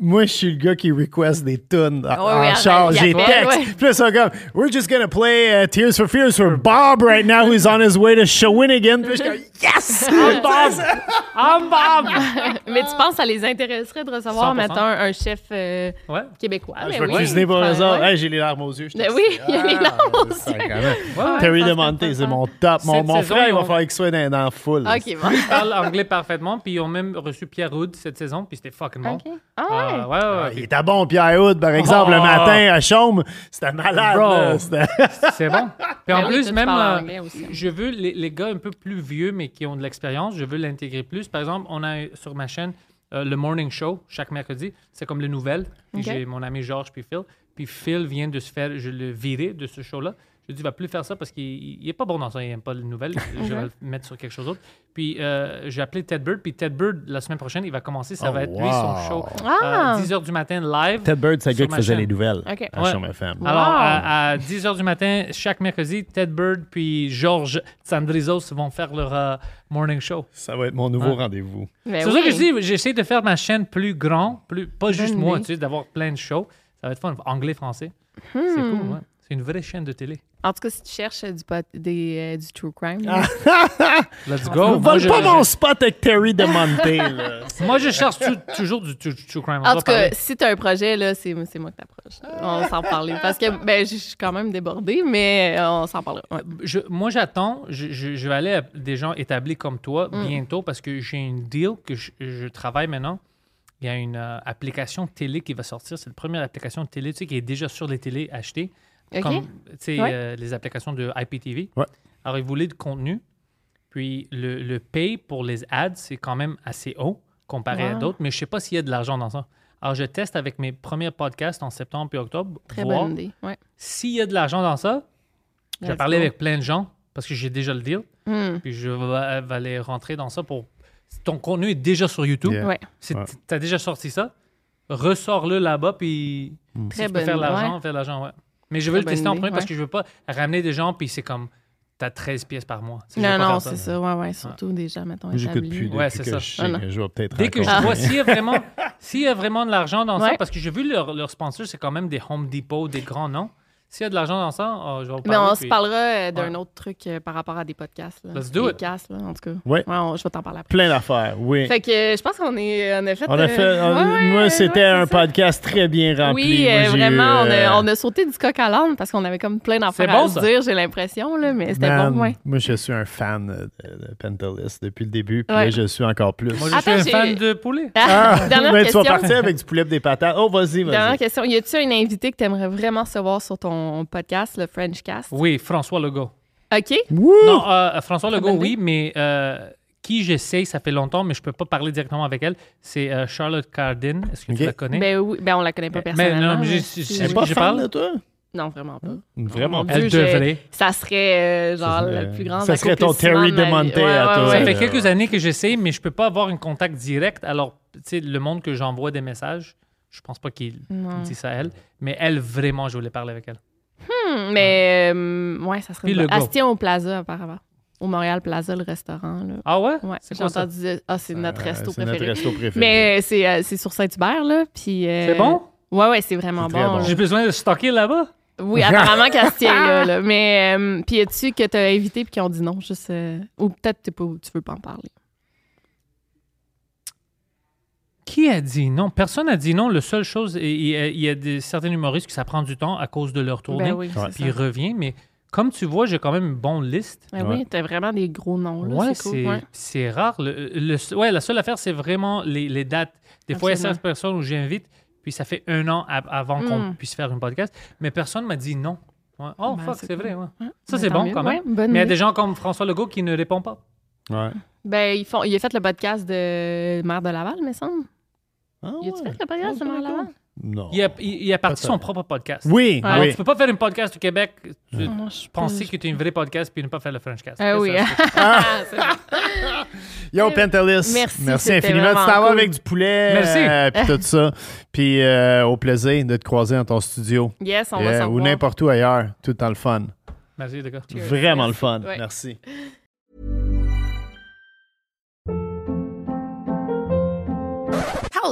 S2: Moi, je suis le gars qui request des tunes
S1: oui,
S2: en, en
S1: arrête,
S2: char.
S1: il
S2: J'ai
S1: appelle,
S2: texte.
S1: ouais.
S2: Puis là, ils sont comme, euh, we're just gonna play uh, Tears for Fears for Bob right now, who's on his way to Shawinigan. Puis là, je suis comme,
S8: Yes!
S1: [LAUGHS] I'm
S8: Bob!
S1: I'm
S3: bah!
S1: Bob! [LAUGHS] Mais tu penses que ça les intéresserait de recevoir,
S2: 100%.
S1: mettons, un chef euh, québécois?
S2: Ah, je
S1: Ben
S2: vais
S1: oui.
S2: cuisiner pour
S1: Ben
S2: eux autres.
S1: ouais.
S2: Hey, j'ai les larmes aux yeux. je te
S1: Ben
S2: dis.
S1: oui, il y a les larmes aux yeux.
S2: Quand même.
S1: Ouais,
S2: Terry
S1: ça se
S2: DeMonte, c'est mon top. Mon,
S3: Cette
S2: mon
S3: saison,
S2: frère, il va
S3: ils ont-
S2: falloir qu'il soit dans, dans la foule.
S1: Ok,
S3: [LAUGHS]
S1: bon. Ben
S3: Il parle anglais parfaitement, puis ils ont même reçu Pierre Hood cette saison, puis c'était fucking bon. Ah, ouais, ouais, ouais.
S2: Il était bon, Pierre Hood, par exemple, le
S3: Oh.
S2: matin à Chaume. C'était malade.
S3: Bro.
S2: là. C'était-
S3: C'est bon. Puis
S2: Ben
S3: en
S2: oui,
S3: plus,
S2: toi, tu
S3: même,
S2: parles
S3: euh,
S2: anglais aussi.
S3: je veux les, les gars un peu plus vieux, mais qui ont de l'expérience, je veux l'intégrer plus. Par exemple, on a euh, sur ma chaîne euh, le Morning Show, chaque mercredi. C'est comme les nouvelles. Puis
S7: Ok.
S3: J'ai mon ami Georges puis Phil. Puis Phil vient de se faire, je le virer de ce show-là. Je lui dis, va plus faire ça parce qu'il n'est pas bon dans ça, il n'aime pas les nouvelles.
S2: [LAUGHS]
S3: je vais
S7: Mhm.
S3: le mettre sur quelque chose d'autre. Puis euh, j'ai appelé Ted Bird. Puis Ted Bird, la semaine prochaine, il va commencer. Ça
S2: Oh,
S3: va être lui, son
S2: wow.
S3: show.
S2: Ah.
S3: 10h du matin, live.
S2: Ted Bird, c'est le
S3: sur
S2: gars qui
S3: ma
S2: faisait
S3: chaîne.
S2: les nouvelles
S3: Ok.
S2: à Chum FM.
S3: Alors,
S2: Wow.
S3: à, 10 h du matin, chaque mercredi, Ted Bird puis Georges Sandrizos vont faire leur euh, morning show.
S2: Ça va être mon nouveau rendez-vous.
S3: C'est
S7: Ben
S3: pour ça
S7: oui.
S3: que je dis, j'essaie de faire ma chaîne plus grand, plus, pas juste
S7: Bonne
S3: moi,
S7: idée.
S3: tu sais, d'avoir plein de shows. Ça va être fun, anglais, français. C'est
S1: Hmm.
S3: cool, ouais. C'est une vraie chaîne de télé.
S1: En tout cas, si tu cherches euh, du, pot- des, euh, du true crime,
S2: Ah,
S1: là,
S3: Let's
S2: On
S3: go.
S2: vole
S3: Moi, je-
S2: pas
S3: je-
S2: mon spot avec Terry DeMonte. [LAUGHS] là.
S3: Moi, je cherche tu- toujours du true true crime. On
S1: En
S3: doit
S1: tout cas,
S3: parler.
S1: si t'as un projet, là, c'est c'est moi qui t'approche. On s'en parlait. Parce que ben, je suis quand même débordée, mais euh, on s'en parlera. Ouais.
S3: Je- moi, j'attends. Je, je- je vais aller à des gens établis comme toi
S1: Mm.
S3: bientôt parce que j'ai une deal que je, je travaille maintenant. Il y a une euh, application télé qui va sortir. C'est la première application télé tu sais, qui est déjà sur les télés achetées.
S7: Ok.
S3: Comme tu sais,
S7: Ouais.
S3: euh, les applications de IPTV.
S2: Ouais.
S3: Alors, ils voulaient du contenu. Puis le, le pay pour les ads, c'est quand même assez haut comparé à
S7: Wow.
S3: d'autres. Mais je ne sais pas s'il y a de l'argent dans ça. Alors, je teste avec mes premiers podcasts en septembre et octobre.
S1: Très
S3: voir
S1: bonne idée. Ouais.
S3: S'il y a de l'argent dans ça, je vais
S1: Let's
S3: parler
S1: go.
S3: avec plein de gens parce que j'ai déjà le deal.
S1: Hmm.
S3: Puis je vais, vais aller rentrer dans ça pour. Ton contenu est déjà sur YouTube.
S1: Yeah. Ouais.
S3: C'est- T'as déjà sorti ça. Ressors-le là-bas, puis
S1: Hmm.
S3: si
S7: Très
S3: tu peux
S7: bonne-
S3: faire l'argent,
S7: ouais.
S3: faire l'argent, ouais. Mais je veux
S7: Très
S3: le tester
S7: bonne
S3: en
S7: idée,
S3: premier parce
S7: ouais.
S3: que je veux pas ramener des gens, puis c'est comme. T'as 13 pièces par mois. Tu sais, je
S1: Non,
S3: veux pas
S1: non,
S3: faire
S1: c'est ça. Ouais, ouais, surtout des gens, mettons,
S2: Moi, j'écoute
S1: établis.
S2: plus depuis
S3: Ouais, c'est
S2: que
S3: ça.
S2: je sais
S1: Ah, non.
S2: que je vais peut-être
S3: Dès que je
S2: rencontrer.
S3: vois s'il y
S1: [LAUGHS]
S3: a vraiment, s'il y a vraiment de l'argent dans ça,
S1: Ouais.
S3: parce que j'ai vu leur, leur sponsor, c'est quand même des Home Depot, des grands noms. S'il y a de l'argent dans ça, euh, je vais vous
S1: Mais
S3: parler,
S1: Ben, on se
S3: puis-
S1: parlera euh, d'un
S3: Ouais.
S1: autre truc euh, par rapport à des podcasts. Là.
S3: Let's do
S1: Des
S3: it.
S1: casses, là, en tout cas.
S2: Ouais.
S1: on- je vais t'en parler après.
S2: Plein d'affaires, oui.
S1: Fait que euh, je pense qu'on est, on a fait.
S2: On a
S1: euh,
S2: fait, on-
S1: ouais, ouais,
S2: moi,
S1: ouais,
S2: c'était
S1: ouais,
S2: un
S1: c'est ça.
S2: podcast très bien rempli.
S1: Oui,
S2: Moi,
S1: euh,
S2: j'ai eu,
S1: vraiment, on
S2: euh,
S1: a, on a sauté du coq à l'âne parce qu'on avait comme plein d'affaires
S3: C'est bon,
S1: à
S3: ça.
S1: se dire, j'ai l'impression, là, mais c'était bon,
S2: man,
S1: ouais.
S2: Moi, je suis un fan euh, de, de Pentalist depuis le début, puis
S1: Ouais.
S2: là, je suis encore plus.
S3: Moi, je suis
S1: Attends,
S3: un fan
S1: j'ai-
S3: de poulet.
S2: Ah,
S1: [LAUGHS]
S2: [LAUGHS]
S1: Dernière
S2: ben, tu vas
S1: question.
S2: partir avec du poulet et des patates. Oh, vas-y,
S1: Dernière
S2: vas-y.
S1: question. Y a-tu un invité que t'aimerais vraiment recevoir sur ton podcast, le Frenchcast?
S3: Oui, François Legault.
S1: OK?
S3: Non, euh, François Legault,
S1: bonne
S3: oui, mais euh, qui j'essaie, ça fait longtemps, mais je peux pas parler directement avec elle, c'est euh, Charlotte Cardin. Est-ce que
S2: Ok.
S3: tu la connais?
S1: Ben oui, ben on la connaît pas
S3: mais
S1: personnellement.
S3: non, mais j'ai-
S1: mais
S3: j'ai-
S1: si-
S2: T'es pas
S3: je
S2: fan
S3: parle.
S2: de toi?
S1: Non, vraiment pas.
S2: Vraiment
S1: Mon
S2: pas.
S1: Dieu, je- Ça serait euh, genre
S2: serait-
S1: le plus grand.
S2: ça serait ton
S1: accomplissement
S2: Terry
S1: de ma vie.
S2: DeMonte à
S1: Ouais, ouais,
S2: toi.
S1: ouais.
S3: Ça
S2: Ouais,
S3: fait
S2: ouais.
S3: quelques années que j'essaie, mais je peux pas avoir un contact direct. Alors, tu sais, le monde que j'envoie des messages, je pense pas qu'il
S1: Non.
S3: dit ça à elle, mais elle, vraiment, je voulais parler avec elle.
S1: Hmm, mais euh, ouais, ça serait.
S3: Puis
S1: une bonne-
S3: le
S1: Elle
S3: gars.
S1: se tient au Plaza, apparemment. Au Montréal Plaza, le restaurant. Là.
S3: Ah ouais?
S1: Ouais,
S3: C'est
S1: j'ai
S3: quoi ça?
S1: entendu dire, ah, c'est notre resto
S2: Euh, c'est notre
S1: préféré.
S2: resto préféré.
S1: Mais c'est euh, c'est sur Saint-Hubert, là. Puis. euh,
S3: C'est bon?
S1: Ouais, ouais, c'est vraiment
S3: Très bon.
S1: là.
S3: J'ai besoin de stocker là-bas.
S1: Oui, apparemment qu'elle se tient là. là. Mais euh, puis tu que t'as invité puis qu'ils ont dit non, juste euh, ou peut-être t'es pas, tu veux pas en parler.
S3: Qui a dit non? Personne n'a dit non. La seule chose, et- et- et il y a, des, certains humoristes qui ça prend du temps à cause de leur tournée.
S1: Ben oui, c'est Ouais.
S3: Puis
S1: ça.
S3: ils reviennent, mais comme tu vois, j'ai quand même une bonne liste.
S1: Ben oui, t'as vraiment des gros noms là.
S3: Ouais,
S1: c'est cool.
S3: c'est
S1: ouais.
S3: c'est rare. Le, le- ouais, la seule affaire, c'est vraiment les, les dates. Des fois, il y a
S1: Absolument.
S3: certaines personnes où j'invite, puis ça fait un an av- avant qu'on
S1: Mm.
S3: puisse faire une podcast, mais personne m'a dit non. Ouais. Oh,
S1: Ben,
S3: fuck,
S1: c'est
S3: c'est
S1: cool.
S3: vrai. ouais.
S1: Ouais, ben,
S3: Ça, c'est
S1: tant
S3: bon
S1: mieux.
S3: quand même.
S1: Ouais, bonne
S3: mais il y a
S1: idée.
S3: des gens comme François Legault qui ne répondent pas.
S2: Ouais.
S1: Ben ils font, il a fait le podcast de Mère de Laval, me semble.
S3: Ah
S1: Il a tu fait le podcast de Mère de Laval?
S2: Ah, Non.
S3: Il a, il, il a parti
S2: Peut-être.
S3: son propre podcast.
S2: Oui,
S3: Alors,
S2: oui.
S3: tu peux pas faire une podcast au Québec, tu
S1: Ah, je
S3: penser
S1: peux-
S3: que tu es une vraie podcast puis ne pas faire le Frenchcast.
S1: Ah
S3: Ça, Ah.
S1: oui. Ah, [LAUGHS]
S3: c'est-
S1: C'est bon. [LAUGHS]
S2: Yo, Pentelis.
S1: Merci,
S2: Merci
S1: c'était
S2: infiniment. Tu
S1: vraiment
S2: t'en vas
S1: cool.
S2: avec du poulet.
S1: Merci.
S2: euh, puis
S1: [LAUGHS]
S2: tout ça. Puis euh, au plaisir de te croiser dans ton studio. Euh,
S1: Yes, on va se
S2: Ou
S1: revoir.
S2: n'importe où ailleurs. Tout le temps le fun.
S3: Merci, les gars.
S2: Vraiment le fun.
S1: Ouais.
S2: Merci.
S9: How